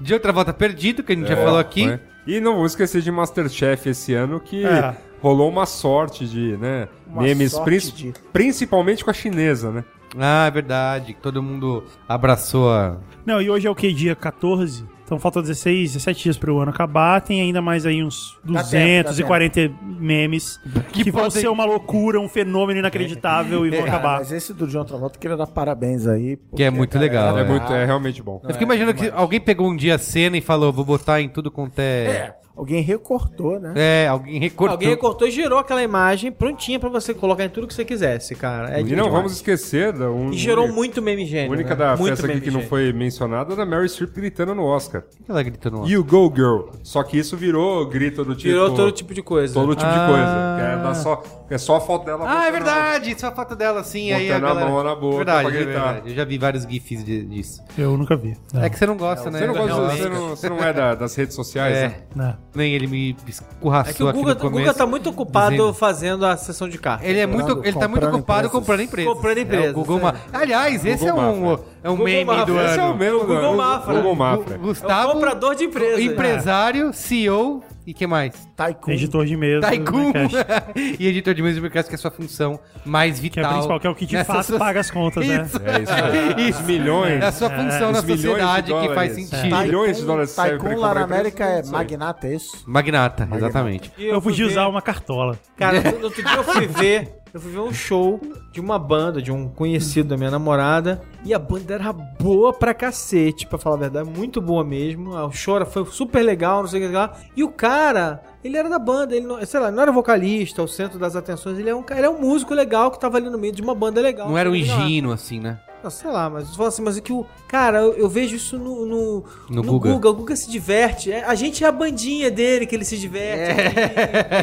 Speaker 1: De outra volta perdido, que a gente já falou aqui.
Speaker 5: né? E não vou esquecer de Masterchef esse ano, que
Speaker 3: É.
Speaker 5: rolou uma sorte de, né?
Speaker 2: Uma
Speaker 5: memes,
Speaker 2: sorte
Speaker 5: princi-
Speaker 2: de-
Speaker 5: principalmente com a chinesa, né?
Speaker 1: Ah, é verdade. que Todo mundo abraçou a.
Speaker 3: Não, e hoje é o que? Dia 14? Então faltam 16, 17 dias para o ano acabar. Tem ainda mais aí uns
Speaker 2: Dá tempo, dá
Speaker 3: 240 memes que, vão
Speaker 1: podem-
Speaker 3: ser uma loucura, um fenômeno inacreditável e vão
Speaker 2: Cara,
Speaker 3: acabar.
Speaker 2: É, mas esse do John Travolta eu queria dar parabéns aí.
Speaker 1: Que é muito legal.
Speaker 5: É,
Speaker 1: é.
Speaker 5: muito, é realmente bom.
Speaker 1: Eu fico imaginando que alguém pegou um dia a cena e falou, vou botar em tudo quanto é.
Speaker 2: Alguém recortou, né?
Speaker 1: É, alguém recortou.
Speaker 4: Alguém cortou e gerou aquela imagem prontinha pra você colocar em tudo que você quisesse, cara. É
Speaker 5: e não vamos esquecer da um,
Speaker 4: E gerou
Speaker 5: única-
Speaker 4: muito meme
Speaker 5: A
Speaker 4: gênio.
Speaker 5: única
Speaker 4: né?
Speaker 5: da
Speaker 4: muito
Speaker 5: festa aqui
Speaker 4: meme
Speaker 5: que não
Speaker 4: gênio.
Speaker 5: foi mencionada é da Mary Streep gritando no Oscar.
Speaker 1: Por que ela gritou no ar?
Speaker 5: You go, girl. Só que isso virou grito do tipo.
Speaker 4: Gerou todo tipo de coisa.
Speaker 5: todo tipo
Speaker 1: Ah.
Speaker 5: de coisa. Que é, dar só, é só a foto dela.
Speaker 1: Ah, é
Speaker 5: botando-
Speaker 1: verdade! Só a foto dela, sim. Aí a
Speaker 5: Botando a
Speaker 1: galera... É
Speaker 5: mão na boca
Speaker 1: verdade,
Speaker 5: pra gritar.
Speaker 1: verdade. Eu já vi vários gifs de- disso.
Speaker 3: Eu nunca vi. Não,
Speaker 1: É que você não gosta, né?
Speaker 5: Você não, gosta,
Speaker 1: Realmente.
Speaker 5: você, não, você não é da- das redes sociais,
Speaker 1: É.
Speaker 5: né?
Speaker 3: não.
Speaker 1: Nem ele me
Speaker 4: É que
Speaker 1: escorraçou
Speaker 4: o
Speaker 1: aqui
Speaker 4: Guga,
Speaker 1: no
Speaker 4: o
Speaker 1: começo.
Speaker 4: Guga tá muito ocupado
Speaker 1: dizendo-
Speaker 4: fazendo a sessão de carta.
Speaker 1: Ele é muito,
Speaker 2: Comprando-
Speaker 1: ele tá muito
Speaker 2: comprando
Speaker 1: ocupado
Speaker 2: empresas.
Speaker 1: comprando empresas.
Speaker 4: Comprando
Speaker 1: É, o
Speaker 4: empresas,
Speaker 1: Google Ma... Aliás, esse é um, é um
Speaker 4: Google
Speaker 1: meme do
Speaker 4: Mafra.
Speaker 1: ano.
Speaker 5: Esse é o mesmo,
Speaker 4: Google
Speaker 5: né?
Speaker 4: Mafra.
Speaker 5: Google
Speaker 1: Gu-
Speaker 5: Mafra.
Speaker 4: É o
Speaker 1: Gustavo,
Speaker 4: comprador de empresa.
Speaker 1: né? empresário, CEO e que mais?
Speaker 2: Tycoon.
Speaker 3: Editor de mesa. né,
Speaker 1: Taikun
Speaker 3: Minecraft,
Speaker 1: e editor de mesa de mercado, que é a sua função mais
Speaker 3: Que é
Speaker 1: vital.
Speaker 3: a principal, que é o que de
Speaker 1: nessa
Speaker 3: fato
Speaker 1: so-
Speaker 3: paga as contas, né?
Speaker 1: Tá Isso.
Speaker 5: É isso aí.
Speaker 1: Isso.
Speaker 5: Os milhões.
Speaker 1: É a sua função na
Speaker 5: os milhões de
Speaker 1: sociedade que
Speaker 5: dólares.
Speaker 1: faz
Speaker 5: É.
Speaker 1: sentido.
Speaker 5: Tá. Milhões de dólares servem pra
Speaker 2: Tycoon lá
Speaker 5: comprar
Speaker 2: na
Speaker 5: empresa,
Speaker 2: América é
Speaker 5: não sei.
Speaker 2: magnata, é
Speaker 1: Tá.
Speaker 2: isso?
Speaker 1: Magnata, exatamente.
Speaker 4: né? E
Speaker 3: Eu podia
Speaker 4: fui
Speaker 3: usar
Speaker 4: ver-
Speaker 3: uma cartola.
Speaker 4: Cara, no outro dia eu fui ver. Eu fui ver um show de uma banda, de um conhecido da minha namorada. E a banda era boa pra cacete, pra falar a verdade. Muito boa mesmo. Ah, O Chora foi super legal, não sei o que lá. E o cara, ele era da banda. Ele não, sei lá, não era vocalista, o centro das atenções. Ele é um, cara- ele é um músico legal que tava ali no meio de uma banda legal.
Speaker 1: Não era um
Speaker 4: Sei lá.
Speaker 1: ingênuo assim, né?
Speaker 4: Não, sei lá, mas eu falo assim, mas o que o. Cara, eu, eu vejo isso no. No,
Speaker 1: No Guga.
Speaker 4: O Guga se diverte. É, a gente é a bandinha dele que ele se diverte.
Speaker 1: É.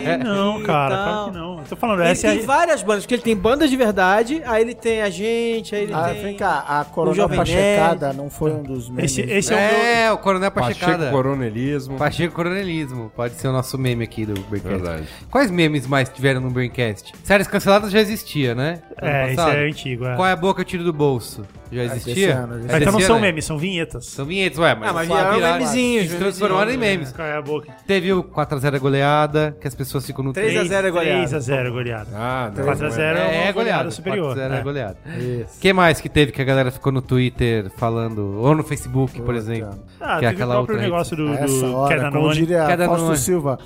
Speaker 4: E- e-
Speaker 3: Não,
Speaker 4: e
Speaker 3: cara,
Speaker 4: tal.
Speaker 3: claro que não. Eu tô falando,
Speaker 4: Ele
Speaker 3: essa é
Speaker 4: tem
Speaker 3: a-
Speaker 4: várias bandas, porque ele tem bandas de verdade, aí ele tem a gente, aí ele
Speaker 2: Ah,
Speaker 4: tem.
Speaker 2: vem cá, a Coronel
Speaker 4: Jovem
Speaker 2: Pachecada não foi um dos memes.
Speaker 3: Esse, esse é, o meu.
Speaker 1: É, o Coronel
Speaker 5: Pacheco
Speaker 1: Pachecada.
Speaker 5: Coronelismo.
Speaker 1: Pacheco Coronelismo. Pode ser o nosso meme aqui do Braincast.
Speaker 5: Verdade.
Speaker 1: Quais memes mais tiveram no Braincast? Séries canceladas já existia, né? Ano
Speaker 3: É, esse
Speaker 1: passado.
Speaker 3: é antigo. É.
Speaker 1: Qual é a boca que eu tiro do bolso? Já existia?
Speaker 2: desse ano, desse
Speaker 1: É
Speaker 3: Mas então não
Speaker 1: desse
Speaker 5: né?
Speaker 3: são
Speaker 1: ano, é?
Speaker 3: memes, são vinhetas.
Speaker 1: São vinhetas, ué, mas, é um
Speaker 4: Ah, mas viraram memezinhos,
Speaker 1: Se transformaram em memes.
Speaker 3: Qual é a boca?
Speaker 1: Teve o 4x0 goleada, que as pessoas ficam no
Speaker 4: 3 a 0 é goleada.
Speaker 3: 3x0 goleada.
Speaker 5: Ah, não.
Speaker 3: 4x0
Speaker 1: É,
Speaker 3: é, uma
Speaker 1: é
Speaker 3: goleada,
Speaker 1: goleada.
Speaker 3: superior.
Speaker 1: 4x0
Speaker 3: né?
Speaker 1: é goleada. O que mais que teve que a galera ficou no Twitter falando? Ou no Facebook, por
Speaker 2: Puta.
Speaker 1: exemplo.
Speaker 3: Ah,
Speaker 1: que é
Speaker 3: teve
Speaker 1: aquela
Speaker 3: o próprio
Speaker 1: outra
Speaker 3: negócio do,
Speaker 2: essa
Speaker 3: do
Speaker 2: hora, como
Speaker 3: Kedanone.
Speaker 2: diria
Speaker 1: Cada
Speaker 2: Fausto
Speaker 1: nome.
Speaker 2: Silva,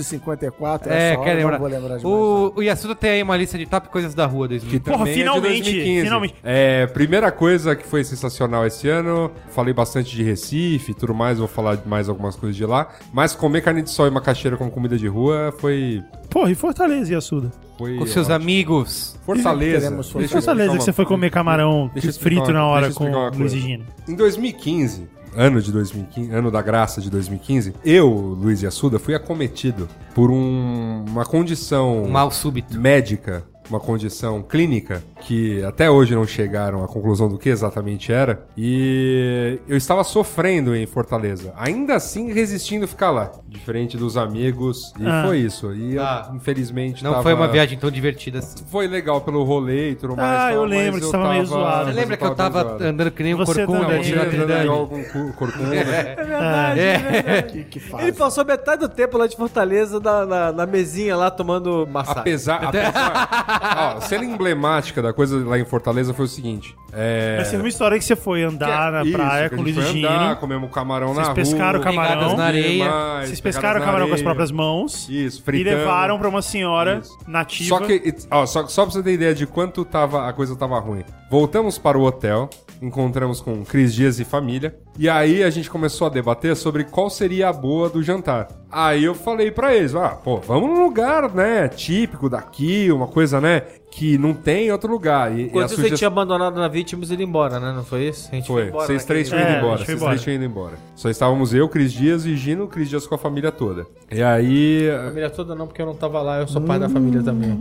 Speaker 2: 11h54,
Speaker 1: É,
Speaker 2: essa
Speaker 1: quer
Speaker 2: hora eu
Speaker 1: lembrar.
Speaker 2: não vou lembrar de mais.
Speaker 1: o, o Yasuda tem aí uma lista de top coisas da rua 2000.
Speaker 3: Porra,
Speaker 5: Também é de
Speaker 3: finalmente,
Speaker 5: 2015.
Speaker 3: finalmente.
Speaker 5: É, primeira coisa que foi sensacional esse ano, falei bastante de Recife e tudo mais, vou falar de mais algumas coisas de lá, mas comer carne de sol e macaxeira como comida de rua foi...
Speaker 3: Porra, e Fortaleza e Assuda?
Speaker 5: foi
Speaker 1: Com seus
Speaker 5: ótimo.
Speaker 1: amigos.
Speaker 5: Fortaleza.
Speaker 2: Teremos
Speaker 5: Deixa eu
Speaker 3: Fortaleza
Speaker 5: explicar
Speaker 3: que você
Speaker 5: uma-
Speaker 3: foi comer camarão
Speaker 5: Deixa eu explicar
Speaker 3: frito
Speaker 5: uma-
Speaker 3: na hora
Speaker 5: deixa eu
Speaker 3: com
Speaker 5: explicar uma
Speaker 3: Luiz e
Speaker 5: coisa. É
Speaker 3: Gina.
Speaker 5: Em 2015, ano de 2015, ano da graça de 2015, eu, Luiz Assuda, fui acometido por um- uma condição
Speaker 1: Um mal súbito.
Speaker 5: médica uma condição clínica que até hoje não chegaram à conclusão do que exatamente era. E eu estava sofrendo em Fortaleza, ainda assim resistindo ficar lá, diferente dos amigos. E
Speaker 3: Ah.
Speaker 5: foi isso. E eu,
Speaker 1: Ah.
Speaker 5: infelizmente
Speaker 1: Não
Speaker 5: tava-
Speaker 1: foi uma viagem tão divertida assim.
Speaker 5: Foi legal pelo rolê e tudo mais.
Speaker 3: Ah,
Speaker 5: tal,
Speaker 3: eu
Speaker 5: mas
Speaker 3: lembro que você tava meio zoado.
Speaker 1: Você
Speaker 5: mas
Speaker 1: lembra que eu tava
Speaker 5: bem zoado.
Speaker 1: andando que nem um
Speaker 3: Você
Speaker 1: corcunda
Speaker 3: também,
Speaker 1: aqui na
Speaker 3: né?
Speaker 1: Trindade?
Speaker 5: Algum cu- corcunda. né?
Speaker 3: Ah,
Speaker 2: Que, que fase.
Speaker 4: Ele passou metade do tempo lá de Fortaleza na, na- na mesinha lá tomando massagem.
Speaker 5: Apesar. apesar ó, cena emblemática da coisa lá em Fortaleza foi o seguinte. É,
Speaker 3: Essa é uma história que você foi andar na
Speaker 5: isso,
Speaker 3: praia
Speaker 5: que
Speaker 3: com o
Speaker 5: a gente
Speaker 3: Luiz
Speaker 5: foi
Speaker 3: Gino.
Speaker 5: andar, Comemos camarão
Speaker 3: Vocês
Speaker 5: na
Speaker 3: pescaram
Speaker 5: rua.
Speaker 3: camarão.
Speaker 5: tudo
Speaker 1: na areia.
Speaker 5: mais,
Speaker 3: Vocês
Speaker 5: pegadas
Speaker 3: pescaram o
Speaker 5: na
Speaker 3: camarão com as
Speaker 5: areia.
Speaker 3: próprias mãos
Speaker 5: Isso,
Speaker 3: e
Speaker 5: fritando.
Speaker 3: levaram pra uma senhora
Speaker 5: Isso.
Speaker 3: nativa.
Speaker 5: Só que, ó, só, só pra você ter ideia de quanto tava, a coisa tava ruim. Voltamos para o hotel, encontramos com Cris Dias e família, e aí a gente começou a debater sobre qual seria a boa do jantar. Aí eu falei pra eles, ah, pô, vamos num lugar, né, típico daqui, uma coisa, né, que não tem em outro lugar. E, e a
Speaker 4: Enquanto você
Speaker 5: sugestão-
Speaker 4: tinha abandonado na vida, tínhamos ido embora, né? Não foi isso? A gente
Speaker 5: Foi,
Speaker 4: embora
Speaker 5: vocês
Speaker 4: naquele-
Speaker 5: três tinham ido
Speaker 3: É, a
Speaker 5: embora, né,
Speaker 3: gente foi
Speaker 5: vocês
Speaker 3: embora.
Speaker 5: três tinham ido embora. Só estávamos eu, Cris Dias e Gino, Cris Dias com a família toda. E aí...
Speaker 4: Família toda não, porque eu não tava lá, eu sou pai da
Speaker 5: Uhum.
Speaker 4: família
Speaker 5: É
Speaker 4: também.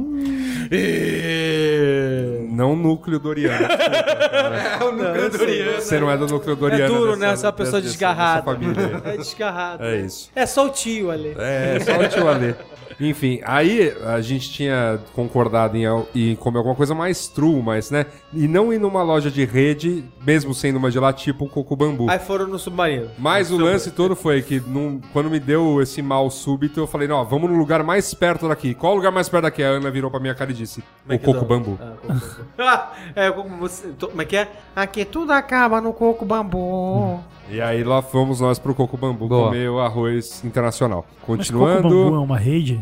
Speaker 5: Não o núcleo Doriano. é, o núcleo Doriano. Você não é do núcleo Doriano.
Speaker 4: É duro,
Speaker 5: dessa-
Speaker 4: né? Você é uma pessoa
Speaker 5: dessa-
Speaker 4: desgarrada.
Speaker 5: dessa família.
Speaker 4: É desgarrado.
Speaker 5: É isso.
Speaker 4: É só o tio ali.
Speaker 5: É, só o tio Alê. Enfim, aí a gente tinha concordado em, al- em comer alguma coisa mais true, mas, né? E não ir numa loja de rede, mesmo sendo uma de lá, tipo o Coco Bambu.
Speaker 4: Aí foram no submarino.
Speaker 5: Mas o lance todo foi que num- quando me deu esse mal súbito, eu falei, não, ó, vamos no lugar mais perto daqui. Qual o lugar mais perto daqui? A Ana virou pra minha cara e disse, o Coco Bambu.
Speaker 3: É.
Speaker 4: Ah, coco bambu. Ah, é, como, você, to- como é que é? Aqui tudo acaba no coco bambu.
Speaker 5: E aí lá fomos nós pro Coco Bambu
Speaker 1: Boa.
Speaker 5: comer o arroz internacional.
Speaker 3: Mas Coco Bambu um é
Speaker 5: Continuando.
Speaker 3: uma rede?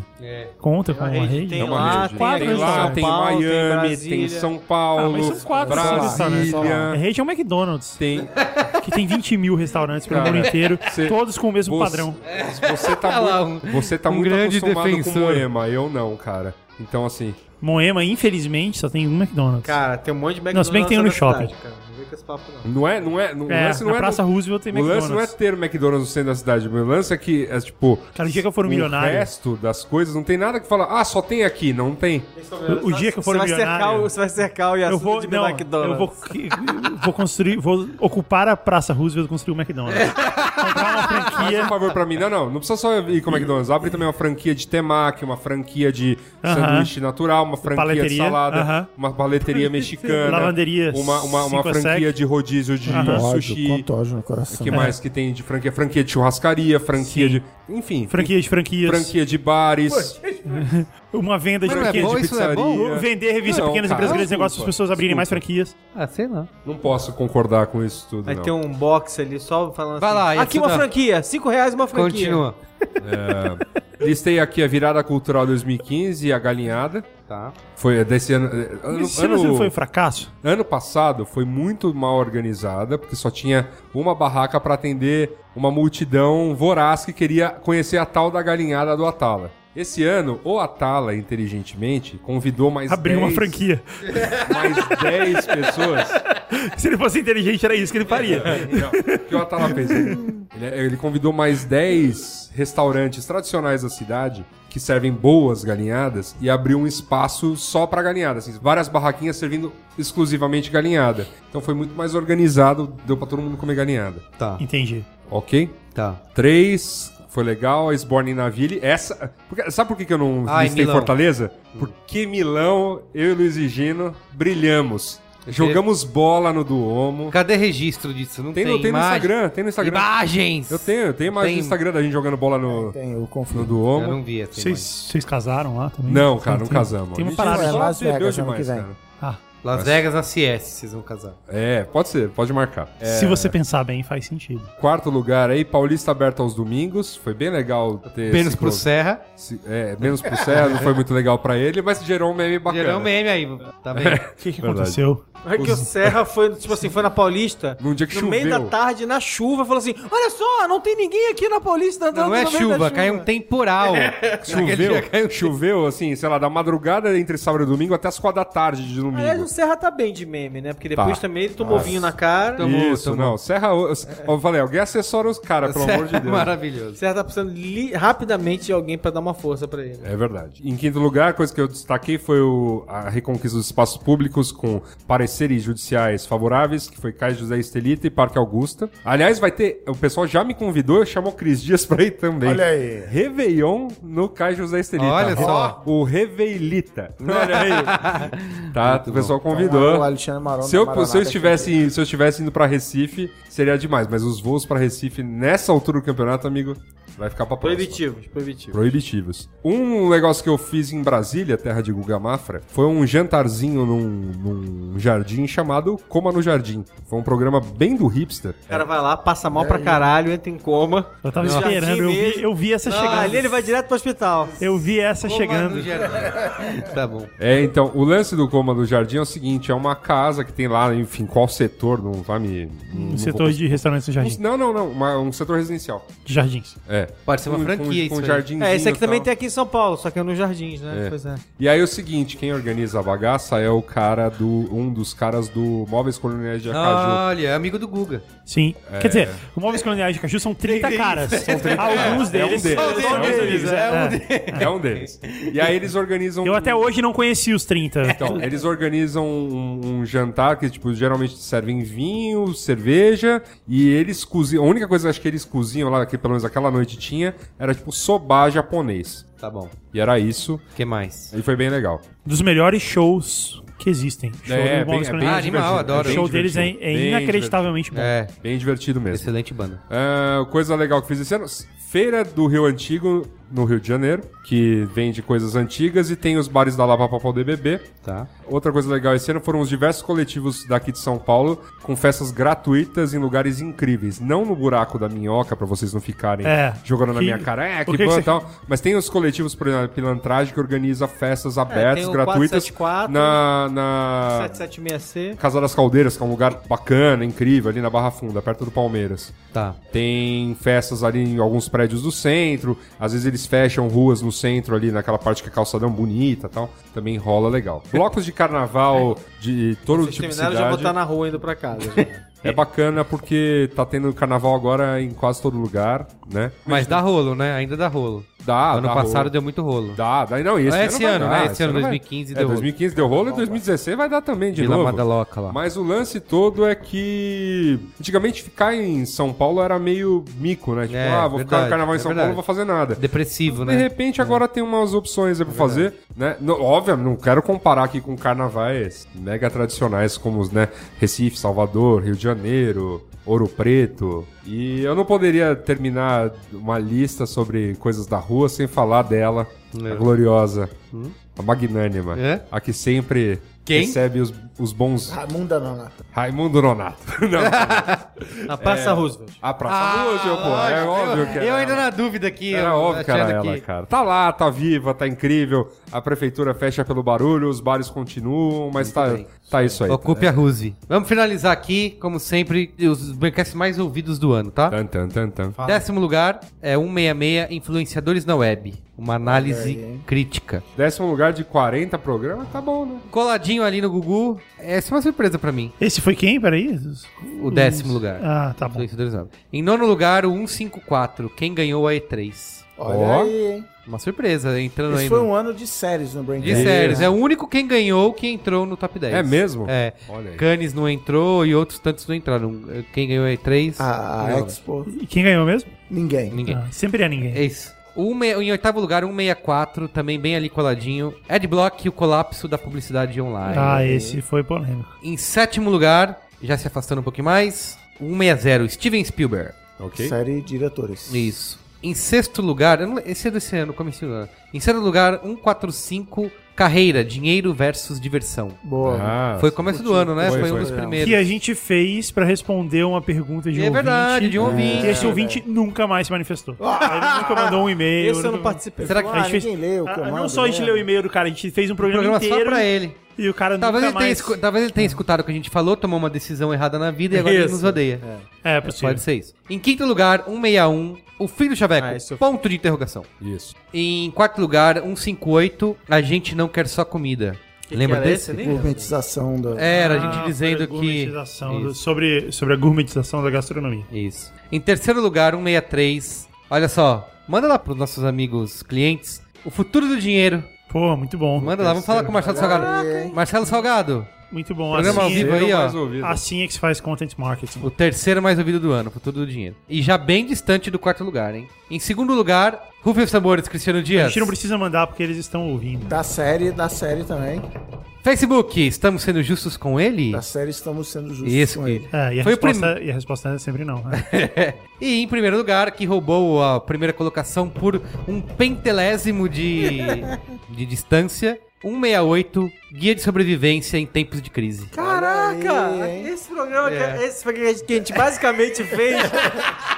Speaker 3: Conta com uma rede?
Speaker 4: É. tem
Speaker 5: é uma
Speaker 4: lá,
Speaker 5: rede.
Speaker 4: tem
Speaker 5: tem
Speaker 4: aqui em
Speaker 5: lá,
Speaker 4: São
Speaker 5: tem
Speaker 4: Paulo, tem
Speaker 5: Miami, tem,
Speaker 4: Brasília.
Speaker 5: São
Speaker 3: Ah,
Speaker 5: Paulo,
Speaker 3: mas são quatro, cinco A
Speaker 5: Brasília.
Speaker 3: rede é um McDonald's,
Speaker 5: Tem,
Speaker 3: que tem 20 mil restaurantes pelo
Speaker 5: Cara,
Speaker 3: mundo inteiro,
Speaker 5: cê-
Speaker 3: todos com o mesmo
Speaker 5: você-
Speaker 3: padrão.
Speaker 5: Você tá
Speaker 1: lá,
Speaker 5: muito, você tá
Speaker 1: um
Speaker 5: muito
Speaker 1: grande
Speaker 5: acostumado
Speaker 1: defensor.
Speaker 5: com Moema, eu não, cara. Então, assim,
Speaker 3: Moema, infelizmente, só tem um McDonald's.
Speaker 4: Cara, tem um monte de McDonald's.
Speaker 3: Não, se bem que tem um no
Speaker 4: na cidade,
Speaker 3: shopping.
Speaker 4: cara. Não vem com esse papo, não.
Speaker 5: não é. Não é, não, o
Speaker 3: é,
Speaker 5: lance não
Speaker 3: na
Speaker 5: é
Speaker 3: Praça
Speaker 5: do-
Speaker 3: Roosevelt tem
Speaker 5: o
Speaker 3: McDonald's.
Speaker 5: lance não é ter McDonald's no centro da cidade. O lance é que, é, tipo.
Speaker 3: Cara, o dia que eu for um milionário-
Speaker 5: O resto das coisas não tem nada que fala, ah, só tem aqui. Não tem.
Speaker 3: O- o dia que eu for
Speaker 4: você vai
Speaker 3: milionário-
Speaker 4: cercar o- Você vai cercar o
Speaker 3: Eu
Speaker 4: Yasuda
Speaker 3: vou,
Speaker 4: de
Speaker 3: não,
Speaker 4: McDonald's.
Speaker 3: eu vou, que- eu vou construir, vou ocupar a Praça Roosevelt e construir o
Speaker 5: É.
Speaker 3: McDonald's. Comprar uma
Speaker 5: Faz um
Speaker 3: franquia.
Speaker 5: favor pra mim. Não, não. Não precisa só ir com o McDonald's. Abre também uma franquia de temaki, uma franquia de
Speaker 3: Aham.
Speaker 5: sanduíche natural, uma franquia de
Speaker 3: Paleteria,
Speaker 5: salada,
Speaker 3: aham.
Speaker 5: uma paleteria mexicana.
Speaker 3: Lavanderia
Speaker 5: Uma, uma, uma
Speaker 3: cinco a
Speaker 5: franquia
Speaker 3: sec.
Speaker 5: de rodízio de
Speaker 3: Aham.
Speaker 2: Ódio,
Speaker 5: um sushi.
Speaker 2: quanto ódio no coração.
Speaker 5: que mais que tem de franquia? Franquia de churrascaria, franquia
Speaker 3: Sim.
Speaker 5: de... Enfim.
Speaker 3: Franquia de
Speaker 5: tem
Speaker 3: franquias.
Speaker 5: Franquia de bares.
Speaker 3: Uma venda de
Speaker 1: Mas não é
Speaker 3: franquias.
Speaker 1: bom
Speaker 5: de
Speaker 1: isso, é bom?
Speaker 5: pizzaria.
Speaker 3: Vender revista
Speaker 5: Não,
Speaker 3: Pequenas
Speaker 5: cara,
Speaker 3: Empresas Grandes
Speaker 5: desculpa,
Speaker 3: Negócios, as pessoas abrirem mais franquias.
Speaker 1: Ah, sei lá.
Speaker 5: Não posso concordar com isso tudo,
Speaker 4: Aí
Speaker 5: não.
Speaker 4: tem um box ali só falando
Speaker 1: Vai
Speaker 4: assim.
Speaker 1: lá,
Speaker 4: aqui uma
Speaker 1: Yasuda.
Speaker 4: franquia, 5 reais uma franquia.
Speaker 1: Continua.
Speaker 5: Listei aqui a virada cultural 2015 e a galinhada.
Speaker 1: Tá.
Speaker 5: Foi desse ano... eh, ano-
Speaker 3: Esse ano
Speaker 5: ano-
Speaker 3: foi um fracasso?
Speaker 5: Ano passado foi muito mal organizada, porque só tinha uma barraca pra atender uma multidão voraz que queria conhecer a tal da galinhada do Atala. Esse ano, o Atala, inteligentemente, convidou mais
Speaker 3: Abriu uma
Speaker 5: 10
Speaker 3: franquia.
Speaker 5: mais 10 pessoas.
Speaker 3: Se ele fosse inteligente, era isso que ele faria.
Speaker 5: Não, o que o Atala fez? Ele, é, ele convidou mais 10 restaurantes tradicionais da cidade que servem boas galinhadas e abriu um espaço só pra galinhada. assim, várias barraquinhas servindo exclusivamente galinhada. Então foi muito mais organizado, deu pra todo mundo comer galinhada.
Speaker 1: Tá.
Speaker 3: Entendi.
Speaker 5: Ok?
Speaker 1: Tá.
Speaker 5: 3. Foi legal, a Sborn na Ville. Essa. porque- sabe por que, que eu não
Speaker 1: Ai,
Speaker 5: listei
Speaker 1: Milão. Hum.
Speaker 5: Fortaleza? Porque Milão, eu e Luiz e Gino brilhamos. Jogamos bola no Duomo.
Speaker 1: Cadê registro disso? Não tem,
Speaker 5: Tem, no- tem no
Speaker 1: imagem.
Speaker 5: Instagram, tem no Instagram.
Speaker 1: Imagens!
Speaker 5: Eu tenho, eu tenho mais
Speaker 1: Tem.
Speaker 5: no Instagram da gente jogando bola no,
Speaker 2: É, Tem o
Speaker 5: no
Speaker 2: conflito.
Speaker 1: Eu
Speaker 5: Duomo.
Speaker 1: não vi essa
Speaker 3: Vocês,
Speaker 1: imagem.
Speaker 3: vocês casaram lá também?
Speaker 5: Não, cara, não
Speaker 3: Tem-
Speaker 5: casamos.
Speaker 3: Tem
Speaker 5: A
Speaker 3: uma
Speaker 5: gente
Speaker 3: parada.
Speaker 5: só
Speaker 2: Vai, Las
Speaker 5: bebeu
Speaker 2: Vegas, ano que vem.
Speaker 5: cara.
Speaker 3: Ah,
Speaker 1: Las Vegas na CS, vocês vão casar.
Speaker 5: É, pode ser, pode marcar. É,
Speaker 3: Se você pensar bem, faz sentido.
Speaker 5: quarto lugar aí, Paulista aberto aos domingos. Foi bem legal ter.
Speaker 1: Menos
Speaker 5: esse
Speaker 1: pro
Speaker 5: close.
Speaker 1: Serra.
Speaker 5: Se- é, menos pro Serra, não foi muito legal pra ele, mas gerou um meme bacana.
Speaker 1: Gerou um meme aí, tá vendo?
Speaker 3: O que, que
Speaker 5: Verdade.
Speaker 3: aconteceu?
Speaker 4: É que o Serra foi, tipo assim, foi na Paulista.
Speaker 5: Num dia que
Speaker 4: no
Speaker 5: choveu.
Speaker 4: meio da tarde, na chuva, falou assim: Olha só, não tem ninguém aqui na Paulista andando
Speaker 1: Não é
Speaker 4: no meio da
Speaker 1: chuva, caiu um temporal.
Speaker 5: É. Choveu, choveu, assim, sei lá, da madrugada entre sábado e domingo até as quatro da tarde de domingo.
Speaker 4: Aliás, não Serra tá bem de meme, né? Porque depois
Speaker 5: Tá.
Speaker 4: também ele tomou
Speaker 5: Nossa.
Speaker 4: vinho na cara.
Speaker 1: Tomou,
Speaker 5: Isso,
Speaker 1: tomou.
Speaker 5: não. Serra. o- Eu falei, alguém acessora os caras, pelo amor de Deus.
Speaker 1: Maravilhoso.
Speaker 4: Serra tá precisando li- rapidamente de alguém pra dar uma força pra ele.
Speaker 5: É verdade. Em quinto lugar, a coisa que eu destaquei foi o- a reconquista dos espaços públicos com pareceres judiciais favoráveis, que foi Cais José Estelita e Parque Augusta. Aliás, vai ter. O pessoal já me convidou, chamou o Cris Dias pra ir também.
Speaker 8: Olha aí.
Speaker 5: Réveillon no Cais José Estelita.
Speaker 1: Olha só.
Speaker 5: O Reveilita. Olha aí. tá, o pessoal convidou.
Speaker 2: O Alexandre tá Marão
Speaker 5: Se eu,
Speaker 2: da Maranata
Speaker 5: se, eu estivesse, se eu estivesse indo pra Recife, seria demais. Mas os voos pra Recife nessa altura do campeonato, amigo, vai ficar pra próxima.
Speaker 4: Proibitivos, proibitivos.
Speaker 5: Proibitivos. Um negócio que eu fiz em Brasília, terra de Guga Mafra, foi um jantarzinho num, num jardim chamado Coma no Jardim. Foi um programa bem do hipster.
Speaker 4: O cara vai lá, passa mal
Speaker 5: É,
Speaker 4: pra caralho, entra em coma.
Speaker 3: Eu tava
Speaker 4: Não.
Speaker 3: esperando, eu vi, eu vi essa
Speaker 4: Não, ali
Speaker 3: chegando.
Speaker 4: ele vai direto pro hospital.
Speaker 3: Eu vi essa chegando.
Speaker 1: Tá bom.
Speaker 5: É, então, o lance do Coma no Jardim é o seguinte, é uma casa que tem lá, enfim, qual setor, não vai me... não
Speaker 3: Um
Speaker 5: vou
Speaker 3: setor de restaurantes e
Speaker 5: conseguir-
Speaker 3: jardins.
Speaker 5: Não, não, não, uma- um setor residencial.
Speaker 3: De jardins.
Speaker 5: É.
Speaker 1: Pode ser uma
Speaker 5: Com-
Speaker 1: franquia
Speaker 5: com,
Speaker 1: isso
Speaker 5: com
Speaker 1: aí.
Speaker 5: jardinzinho
Speaker 4: É, esse aqui
Speaker 5: e
Speaker 4: também
Speaker 5: tal.
Speaker 4: tem aqui em São Paulo, só que é nos jardins, né?
Speaker 5: É.
Speaker 4: Pois é.
Speaker 5: E aí é o seguinte, quem organiza a bagaça é o cara do... Um dos caras do Móveis Coloniais de Acaju.
Speaker 1: Olha, é amigo do Guga.
Speaker 3: Sim.
Speaker 5: É.
Speaker 3: Quer dizer, os móveis coloniais de Caju são 30 caras. Alguns
Speaker 5: É um
Speaker 3: deles.
Speaker 5: deles.
Speaker 3: Alguns
Speaker 5: É um deles,
Speaker 3: é.
Speaker 5: É um deles. E aí eles organizam...
Speaker 3: Eu
Speaker 5: um-
Speaker 3: até hoje não conheci os 30.
Speaker 5: Então, eles organizam um, um jantar que, tipo, geralmente servem vinho, cerveja, e eles cozinham. A única coisa acho que eles cozinham lá, que pelo menos aquela noite tinha, era tipo soba japonês.
Speaker 1: Tá bom.
Speaker 5: E era isso.
Speaker 1: O que mais?
Speaker 5: E foi bem legal.
Speaker 3: dos melhores shows que existem. Show
Speaker 5: É,
Speaker 3: do Bob
Speaker 5: bem- é
Speaker 3: Esponja.
Speaker 5: bem
Speaker 1: Ah, animal,
Speaker 5: divertido.
Speaker 1: adoro.
Speaker 3: o
Speaker 5: bem
Speaker 3: show deles é,
Speaker 5: divertido.
Speaker 3: é
Speaker 5: Bem
Speaker 3: inacreditavelmente bom.
Speaker 1: É,
Speaker 5: divertido. Bem divertido mesmo.
Speaker 1: excelente banda.
Speaker 5: Ah, coisa legal que fiz esse ano. Feira do Rio Antigo, no Rio de Janeiro, que vende coisas antigas e tem os bares da Lava pra poder beber.
Speaker 1: Tá.
Speaker 5: Outra coisa legal esse ano foram os diversos coletivos daqui de São Paulo com festas gratuitas em lugares incríveis. Não no buraco da minhoca, pra vocês não ficarem
Speaker 3: É.
Speaker 5: jogando na
Speaker 3: Que-
Speaker 5: minha cara, é,
Speaker 3: Por
Speaker 5: que,
Speaker 3: que que
Speaker 5: bom
Speaker 3: você-
Speaker 5: e tal. Mas tem os coletivos, por exemplo, a Pilantragem, que organiza festas abertas,
Speaker 4: É, tem o
Speaker 5: gratuitas.
Speaker 4: 474.
Speaker 5: na,
Speaker 4: Ah.
Speaker 5: na
Speaker 4: 776C.
Speaker 5: Casa das Caldeiras, que é um lugar bacana, incrível, ali na Barra Funda, perto do Palmeiras.
Speaker 1: Tá.
Speaker 5: Tem festas ali em alguns prédios do centro. Às vezes eles fecham ruas no centro ali, naquela parte que é calçadão bonita e tal. Também rola legal. Blocos de carnaval de todo
Speaker 4: Vocês
Speaker 5: tipo de
Speaker 4: terminaram, eu já vou estar
Speaker 5: cidade.
Speaker 4: na rua indo pra casa.
Speaker 5: É bacana porque tá tendo carnaval agora em quase todo lugar, né?
Speaker 1: Mas dá rolo, né? Ainda Ah, dá rolo.
Speaker 5: Dá,
Speaker 1: ano
Speaker 5: dá
Speaker 1: passado
Speaker 5: rolo.
Speaker 1: deu muito rolo.
Speaker 5: Dá, dá. Não, e esse,
Speaker 1: É esse
Speaker 5: vai
Speaker 1: ano,
Speaker 5: dar,
Speaker 1: né? Esse ano,
Speaker 5: vai-
Speaker 1: 2015
Speaker 5: é,
Speaker 1: deu rolo.
Speaker 5: 2015 deu rolo e 2016 vai dar também de
Speaker 1: Vila
Speaker 5: novo.
Speaker 1: Madaloca lá.
Speaker 5: Mas o lance todo é que antigamente ficar em São Paulo era meio mico, né? Tipo,
Speaker 1: É,
Speaker 5: ah, vou ficar
Speaker 1: verdade,
Speaker 5: no carnaval em
Speaker 1: é
Speaker 5: São
Speaker 1: verdade.
Speaker 5: Paulo, não vou fazer nada.
Speaker 1: Depressivo,
Speaker 5: De
Speaker 1: né? É
Speaker 5: repente agora tem umas opções aí pra fazer, né? No- óbvio, não quero comparar aqui com carnavais mega tradicionais como os, né, Recife, Salvador, Rio de Janeiro, Ouro Preto. E eu não poderia terminar uma lista sobre coisas da rua sem falar dela, a gloriosa, a magnânima,
Speaker 1: Hum? É?
Speaker 5: a que sempre
Speaker 1: Quem?
Speaker 5: recebe os, os bons
Speaker 2: Ramunda Nonata.
Speaker 5: Raimundo Nonato. Não,
Speaker 4: Na Praça
Speaker 5: É.
Speaker 4: Roosevelt.
Speaker 5: a Praça Roosevelt, pô, é
Speaker 1: Ah, lógico,
Speaker 5: óbvio
Speaker 1: eu,
Speaker 5: que
Speaker 1: Eu
Speaker 5: era.
Speaker 1: ainda na dúvida aqui.
Speaker 5: Era
Speaker 1: eu
Speaker 5: óbvio que era
Speaker 1: achando
Speaker 5: ela,
Speaker 1: que-
Speaker 5: cara. Tá lá, tá viva, tá incrível. A prefeitura fecha pelo barulho, os bares continuam, mas tá,
Speaker 1: bem.
Speaker 5: tá isso aí.
Speaker 1: Ocupe a Ruse. Vamos finalizar aqui, como sempre, os podcasts mais ouvidos do ano, tá?
Speaker 5: Tan, tan, tan, tan.
Speaker 1: Décimo lugar é 166 Influenciadores na Web. Uma análise crítica.
Speaker 5: Décimo lugar de 40 programas, tá bom, né?
Speaker 1: Coladinho ali no Gugu. Essa é uma surpresa pra mim.
Speaker 3: Esse foi quem? Peraí.
Speaker 1: O décimo lugar.
Speaker 3: Ah, tá bom.
Speaker 1: Influenciadores na Web. Em nono lugar, o 154. Quem ganhou a E3?
Speaker 2: Olha
Speaker 5: Ó.
Speaker 2: aí, hein?
Speaker 1: Uma surpresa, entrando
Speaker 2: Esse
Speaker 1: aí.
Speaker 2: foi
Speaker 1: no-
Speaker 2: um ano de séries no
Speaker 1: De
Speaker 2: Braincast.
Speaker 1: séries. É o único quem ganhou que entrou no top 10.
Speaker 5: É mesmo?
Speaker 1: É.
Speaker 5: Olha aí.
Speaker 1: Cannes não entrou e outros tantos não entraram. Quem ganhou a E3?
Speaker 2: A, a
Speaker 1: Não,
Speaker 2: Ah, Expo.
Speaker 3: E quem ganhou mesmo?
Speaker 2: Ninguém.
Speaker 1: Ninguém.
Speaker 3: Ah, sempre é ninguém.
Speaker 1: É isso. Um me- em oitavo lugar, 164, também bem ali coladinho. Adblock e o colapso da publicidade online.
Speaker 3: Ah, esse foi polêmico.
Speaker 1: Em sétimo lugar, já se afastando um pouquinho mais, 160, Steven Spielberg.
Speaker 5: Ok.
Speaker 2: Série diretores.
Speaker 1: Isso. Em sexto lugar, eu não le- esse é desse ano, comecinho do ano. Em sexto lugar, 145, Carreira, Dinheiro versus Diversão.
Speaker 2: Boa.
Speaker 5: Ah,
Speaker 1: foi começo do ano, né? Foi,
Speaker 5: Foi,
Speaker 1: um
Speaker 5: foi.
Speaker 1: dos primeiros.
Speaker 3: Que a gente fez pra responder uma pergunta de um
Speaker 1: É
Speaker 3: ouvinte.
Speaker 1: verdade, de um ouvinte. Ah.
Speaker 3: E esse ouvinte nunca mais se manifestou. Ele nunca mandou um e-mail.
Speaker 4: Esse eu não
Speaker 3: nunca-
Speaker 4: participei.
Speaker 1: Será é que
Speaker 3: a
Speaker 2: Ah,
Speaker 3: gente fez-
Speaker 2: ninguém leu.
Speaker 3: Ah,
Speaker 2: comando,
Speaker 3: não só a gente
Speaker 2: né?
Speaker 3: leu o e-mail do cara, a gente fez um
Speaker 1: um
Speaker 3: programa,
Speaker 1: programa só
Speaker 3: inteiro
Speaker 1: pra ele.
Speaker 3: e o cara
Speaker 1: Talvez
Speaker 3: nunca
Speaker 1: ele, tenha
Speaker 3: mais...
Speaker 1: escu- Talvez ele tenha escutado o que a gente falou, tomou uma decisão errada na vida e agora ele
Speaker 4: Isso.
Speaker 1: nos odeia.
Speaker 3: É, possível.
Speaker 1: Pode ser isso. Em quinto lugar, 161, o filho do Chaveco,
Speaker 4: Ah, esse eu-
Speaker 1: ponto de interrogação.
Speaker 5: Isso.
Speaker 1: um Em quarto lugar, 158, a gente não quer só comida. Lembra
Speaker 9: que era
Speaker 1: desse?
Speaker 9: esse ali?
Speaker 2: Gourmetização da.
Speaker 1: Era a
Speaker 3: Ah,
Speaker 1: gente
Speaker 3: sobre
Speaker 1: dizendo
Speaker 3: a
Speaker 1: que.
Speaker 3: gourmetização do-
Speaker 1: Isso.
Speaker 3: sobre, sobre a gourmetização da gastronomia.
Speaker 1: Isso. Em terceiro lugar, 163. Olha só, manda lá pros nossos amigos clientes o futuro do dinheiro.
Speaker 3: Pô, muito bom.
Speaker 1: Manda lá, vamos falar com o Marcelo Salgado. Marcelo Salgado,
Speaker 3: Muito bom.
Speaker 1: programa ao
Speaker 3: Assim,
Speaker 1: vivo aí, ó.
Speaker 5: Mais ouvido.
Speaker 3: assim é que se faz content marketing.
Speaker 1: O terceiro mais ouvido do ano, futuro do dinheiro. E já bem distante do quarto lugar, hein? Em segundo lugar, Rufem os Sabores, Cristiano
Speaker 3: A
Speaker 1: Dias.
Speaker 3: gente não precisa mandar porque eles estão ouvindo.
Speaker 2: Da série, da série também.
Speaker 1: Facebook, estamos sendo justos com ele?
Speaker 2: Da série estamos sendo justos
Speaker 1: Isso,
Speaker 2: com
Speaker 1: que-
Speaker 2: ele.
Speaker 3: É, e a,
Speaker 1: Foi o
Speaker 3: resposta, e a resposta é sempre não. né?
Speaker 1: E em primeiro lugar, que roubou a primeira colocação por um pentelésimo de, de distância, 168, Guia de Sobrevivência em Tempos de Crise.
Speaker 4: Caraca!
Speaker 2: Olha aí, hein?
Speaker 4: esse programa, que, esse programa que a gente basicamente fez,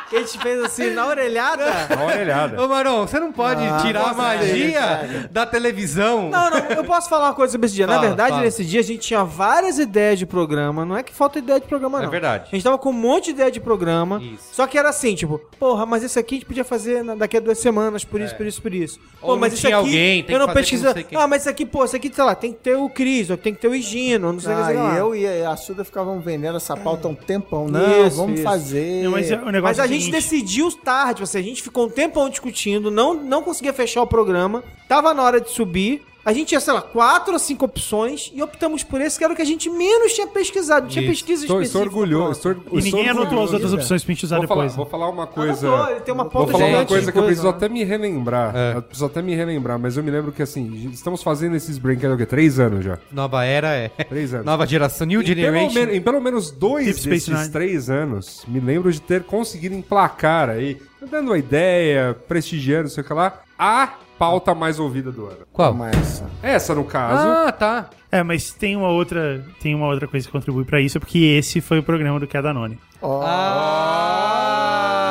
Speaker 4: que a gente fez assim na orelhada.
Speaker 5: Uma olhada.
Speaker 1: Ô Maron, você não pode
Speaker 2: Ah,
Speaker 1: tirar a
Speaker 2: posso
Speaker 1: magia
Speaker 2: ver,
Speaker 1: da televisão?
Speaker 4: Não, não, eu posso falar uma coisa sobre esse dia. na
Speaker 1: Fala,
Speaker 4: verdade,
Speaker 1: fala.
Speaker 4: nesse dia a gente tinha várias ideias de programa. Não é que falta ideia de programa, não.
Speaker 1: É verdade.
Speaker 4: A gente tava com um monte de ideia de programa.
Speaker 1: Isso.
Speaker 4: Só que era assim, tipo, porra, mas esse aqui a gente podia fazer na- daqui a duas semanas, por isso, por isso, por isso.
Speaker 1: É. Ou
Speaker 4: Pô, mas
Speaker 1: não
Speaker 4: isso
Speaker 1: tinha
Speaker 4: aqui.
Speaker 1: alguém, tem que
Speaker 4: eu não
Speaker 1: fazer com
Speaker 4: pesquisa.
Speaker 1: não sei quem.
Speaker 4: ah, mas isso aqui, pô, isso aqui, sei lá, tem que ter o Cris, ou tem que ter o Higino, não sei o que,
Speaker 2: Ah,
Speaker 4: sei lá.
Speaker 2: e eu e a Suda ficavam vendendo essa pauta há um tempão. Não,
Speaker 4: Isso,
Speaker 2: vamos
Speaker 4: isso.
Speaker 2: fazer.
Speaker 3: Não, mas é- o negócio
Speaker 4: Mas
Speaker 3: é
Speaker 4: a
Speaker 3: o
Speaker 4: gente
Speaker 3: seguinte,
Speaker 4: decidiu tarde, assim, a gente ficou um tempão discutindo, não, não conseguia fechar o programa, tava na hora de subir. A gente tinha, sei lá, quatro ou cinco opções e optamos por esse que era o que a gente menos tinha pesquisado. Não tinha pesquisa
Speaker 5: estou, estou
Speaker 4: específica.
Speaker 5: orgulhoso. Estou,
Speaker 3: E ninguém anotou as outras
Speaker 2: Vida.
Speaker 3: opções pra gente usar
Speaker 5: Vou falar,
Speaker 1: né?
Speaker 3: depois. né?
Speaker 5: vou falar uma
Speaker 4: Anotou,
Speaker 5: coisa.
Speaker 4: ele tem uma
Speaker 5: Vou
Speaker 4: pauta
Speaker 5: falar uma
Speaker 4: gigante de
Speaker 5: coisa que eu preciso
Speaker 4: né?
Speaker 5: até me relembrar. Eu preciso até me relembrar, mas eu me lembro que assim, estamos fazendo esses brinquedos há o quê? Três anos já.
Speaker 1: Nova era é.
Speaker 5: Três anos.
Speaker 1: Nova geração, New
Speaker 5: Pelo
Speaker 1: Generation.
Speaker 5: men- em pelo menos dois
Speaker 3: Deep Space
Speaker 5: desses
Speaker 3: Nine.
Speaker 5: três anos, me lembro de ter conseguido emplacar aí, dando uma ideia, prestigiando, não sei o que lá, a pauta mais ouvida do ano.
Speaker 1: Qual?
Speaker 2: Mas,
Speaker 5: Essa, no caso.
Speaker 1: Ah, tá.
Speaker 3: É, mas tem uma outra, tem uma outra coisa que contribui pra isso, porque esse foi o programa do Que é Danone.
Speaker 2: ó,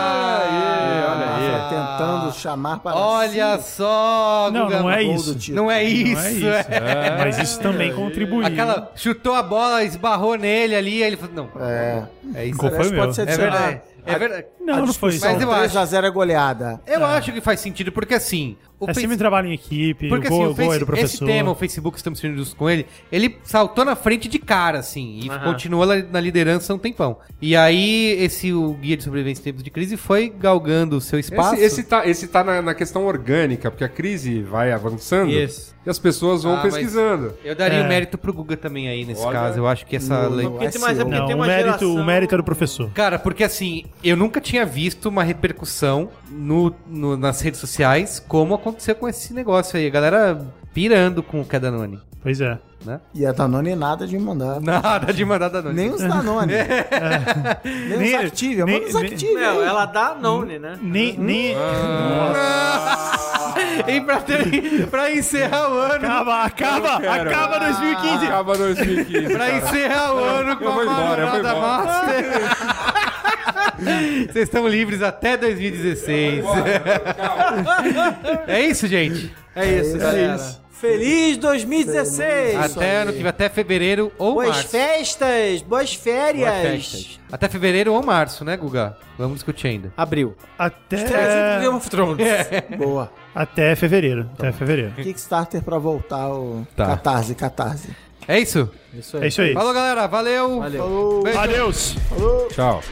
Speaker 1: Ah,
Speaker 2: Rafa Tá tentando chamar para
Speaker 1: Olha
Speaker 2: si.
Speaker 1: só,
Speaker 3: Não,
Speaker 1: Guga.
Speaker 3: não é
Speaker 2: gol
Speaker 3: isso.
Speaker 2: do Tito.
Speaker 1: Não é isso.
Speaker 3: Não é isso.
Speaker 1: é.
Speaker 3: É, Mas isso também contribuiu.
Speaker 1: Aquela chutou a bola, esbarrou nele ali, aí ele falou, não,
Speaker 2: É,
Speaker 1: é
Speaker 3: O
Speaker 1: isso.
Speaker 3: gol foi
Speaker 2: parece que
Speaker 3: meu.
Speaker 2: pode ser
Speaker 1: É
Speaker 2: adicionado.
Speaker 1: verdade.
Speaker 3: Ah,
Speaker 1: É verdade.
Speaker 3: Não,
Speaker 2: A
Speaker 3: não foi
Speaker 2: discussão
Speaker 1: Mas eu
Speaker 2: 3
Speaker 1: acho.
Speaker 2: a 0 é goleada.
Speaker 1: Eu acho que faz sentido, porque assim... O
Speaker 3: ah. É
Speaker 1: pens-
Speaker 3: sempre um trabalho em equipe,
Speaker 1: Porque
Speaker 3: o gol,
Speaker 1: assim, o
Speaker 3: o gol é do
Speaker 1: face... esse
Speaker 3: professor.
Speaker 1: tema, o Facebook, estamos sendo justos com ele, ele saltou na frente de cara, assim, e continuou lá na liderança há um tempão. E aí, esse o Guia de Sobrevivência em Tempos de Crise foi galgando o seu espaço.
Speaker 5: Esse, esse tá, esse tá na, na questão orgânica, porque a crise vai avançando
Speaker 1: Isso.
Speaker 5: e as pessoas vão
Speaker 1: Ah, mas-
Speaker 5: pesquisando.
Speaker 1: Eu daria o
Speaker 3: É.
Speaker 1: mérito pro Guga também aí, nesse
Speaker 5: Olha,
Speaker 1: caso. Eu acho que essa
Speaker 2: no-
Speaker 1: lei...
Speaker 2: no
Speaker 4: Porque tem- mas é
Speaker 2: SEO.
Speaker 4: porque
Speaker 3: Não,
Speaker 4: tem
Speaker 3: o
Speaker 4: uma
Speaker 3: mérito,
Speaker 4: geração...
Speaker 3: o mérito é do professor.
Speaker 1: Cara, porque assim, eu nunca tinha visto uma repercussão no, no- nas redes sociais como aconteceu com esse negócio aí. A galera pirando com o Cadanone.
Speaker 3: Pois é.
Speaker 2: E a Danone nada de mandar.
Speaker 1: Nada de mandar Danone.
Speaker 2: Nem os Danone.
Speaker 1: É.
Speaker 2: nem,
Speaker 3: Nem-
Speaker 2: os Activia.
Speaker 3: nem-
Speaker 2: Manda os
Speaker 4: é
Speaker 3: nem-
Speaker 2: Activia.
Speaker 4: Não,
Speaker 2: aí.
Speaker 4: ela dá none, né?
Speaker 3: Nem, nem...
Speaker 1: e pra, ter- pra encerrar o ano.
Speaker 3: Acaba, acaba, acaba 2015.
Speaker 5: Acaba 2015.
Speaker 1: Pra
Speaker 5: cara.
Speaker 1: encerrar o ano com
Speaker 5: eu
Speaker 1: a
Speaker 5: vou embora, eu vou
Speaker 1: Maronada
Speaker 5: embora.
Speaker 1: Master. Vocês estão livres até 2016. é isso, gente.
Speaker 4: É isso, galera. Feliz 2016!
Speaker 1: Até ano que vem, até fevereiro ou
Speaker 4: Boas
Speaker 1: março.
Speaker 4: festas, boas férias!
Speaker 1: Boas festas. Até fevereiro ou março, né, Guga? Vamos discutir ainda.
Speaker 4: Abril.
Speaker 3: Até,
Speaker 2: Boa.
Speaker 3: até fevereiro. Até fevereiro.
Speaker 2: Kickstarter pra voltar o
Speaker 1: Tá.
Speaker 2: tá Catarse, Catarse.
Speaker 1: É isso?
Speaker 3: É isso aí.
Speaker 1: Falou, galera. Valeu.
Speaker 4: Valeu.
Speaker 1: Beijo.
Speaker 3: Adeus.
Speaker 5: Tchau.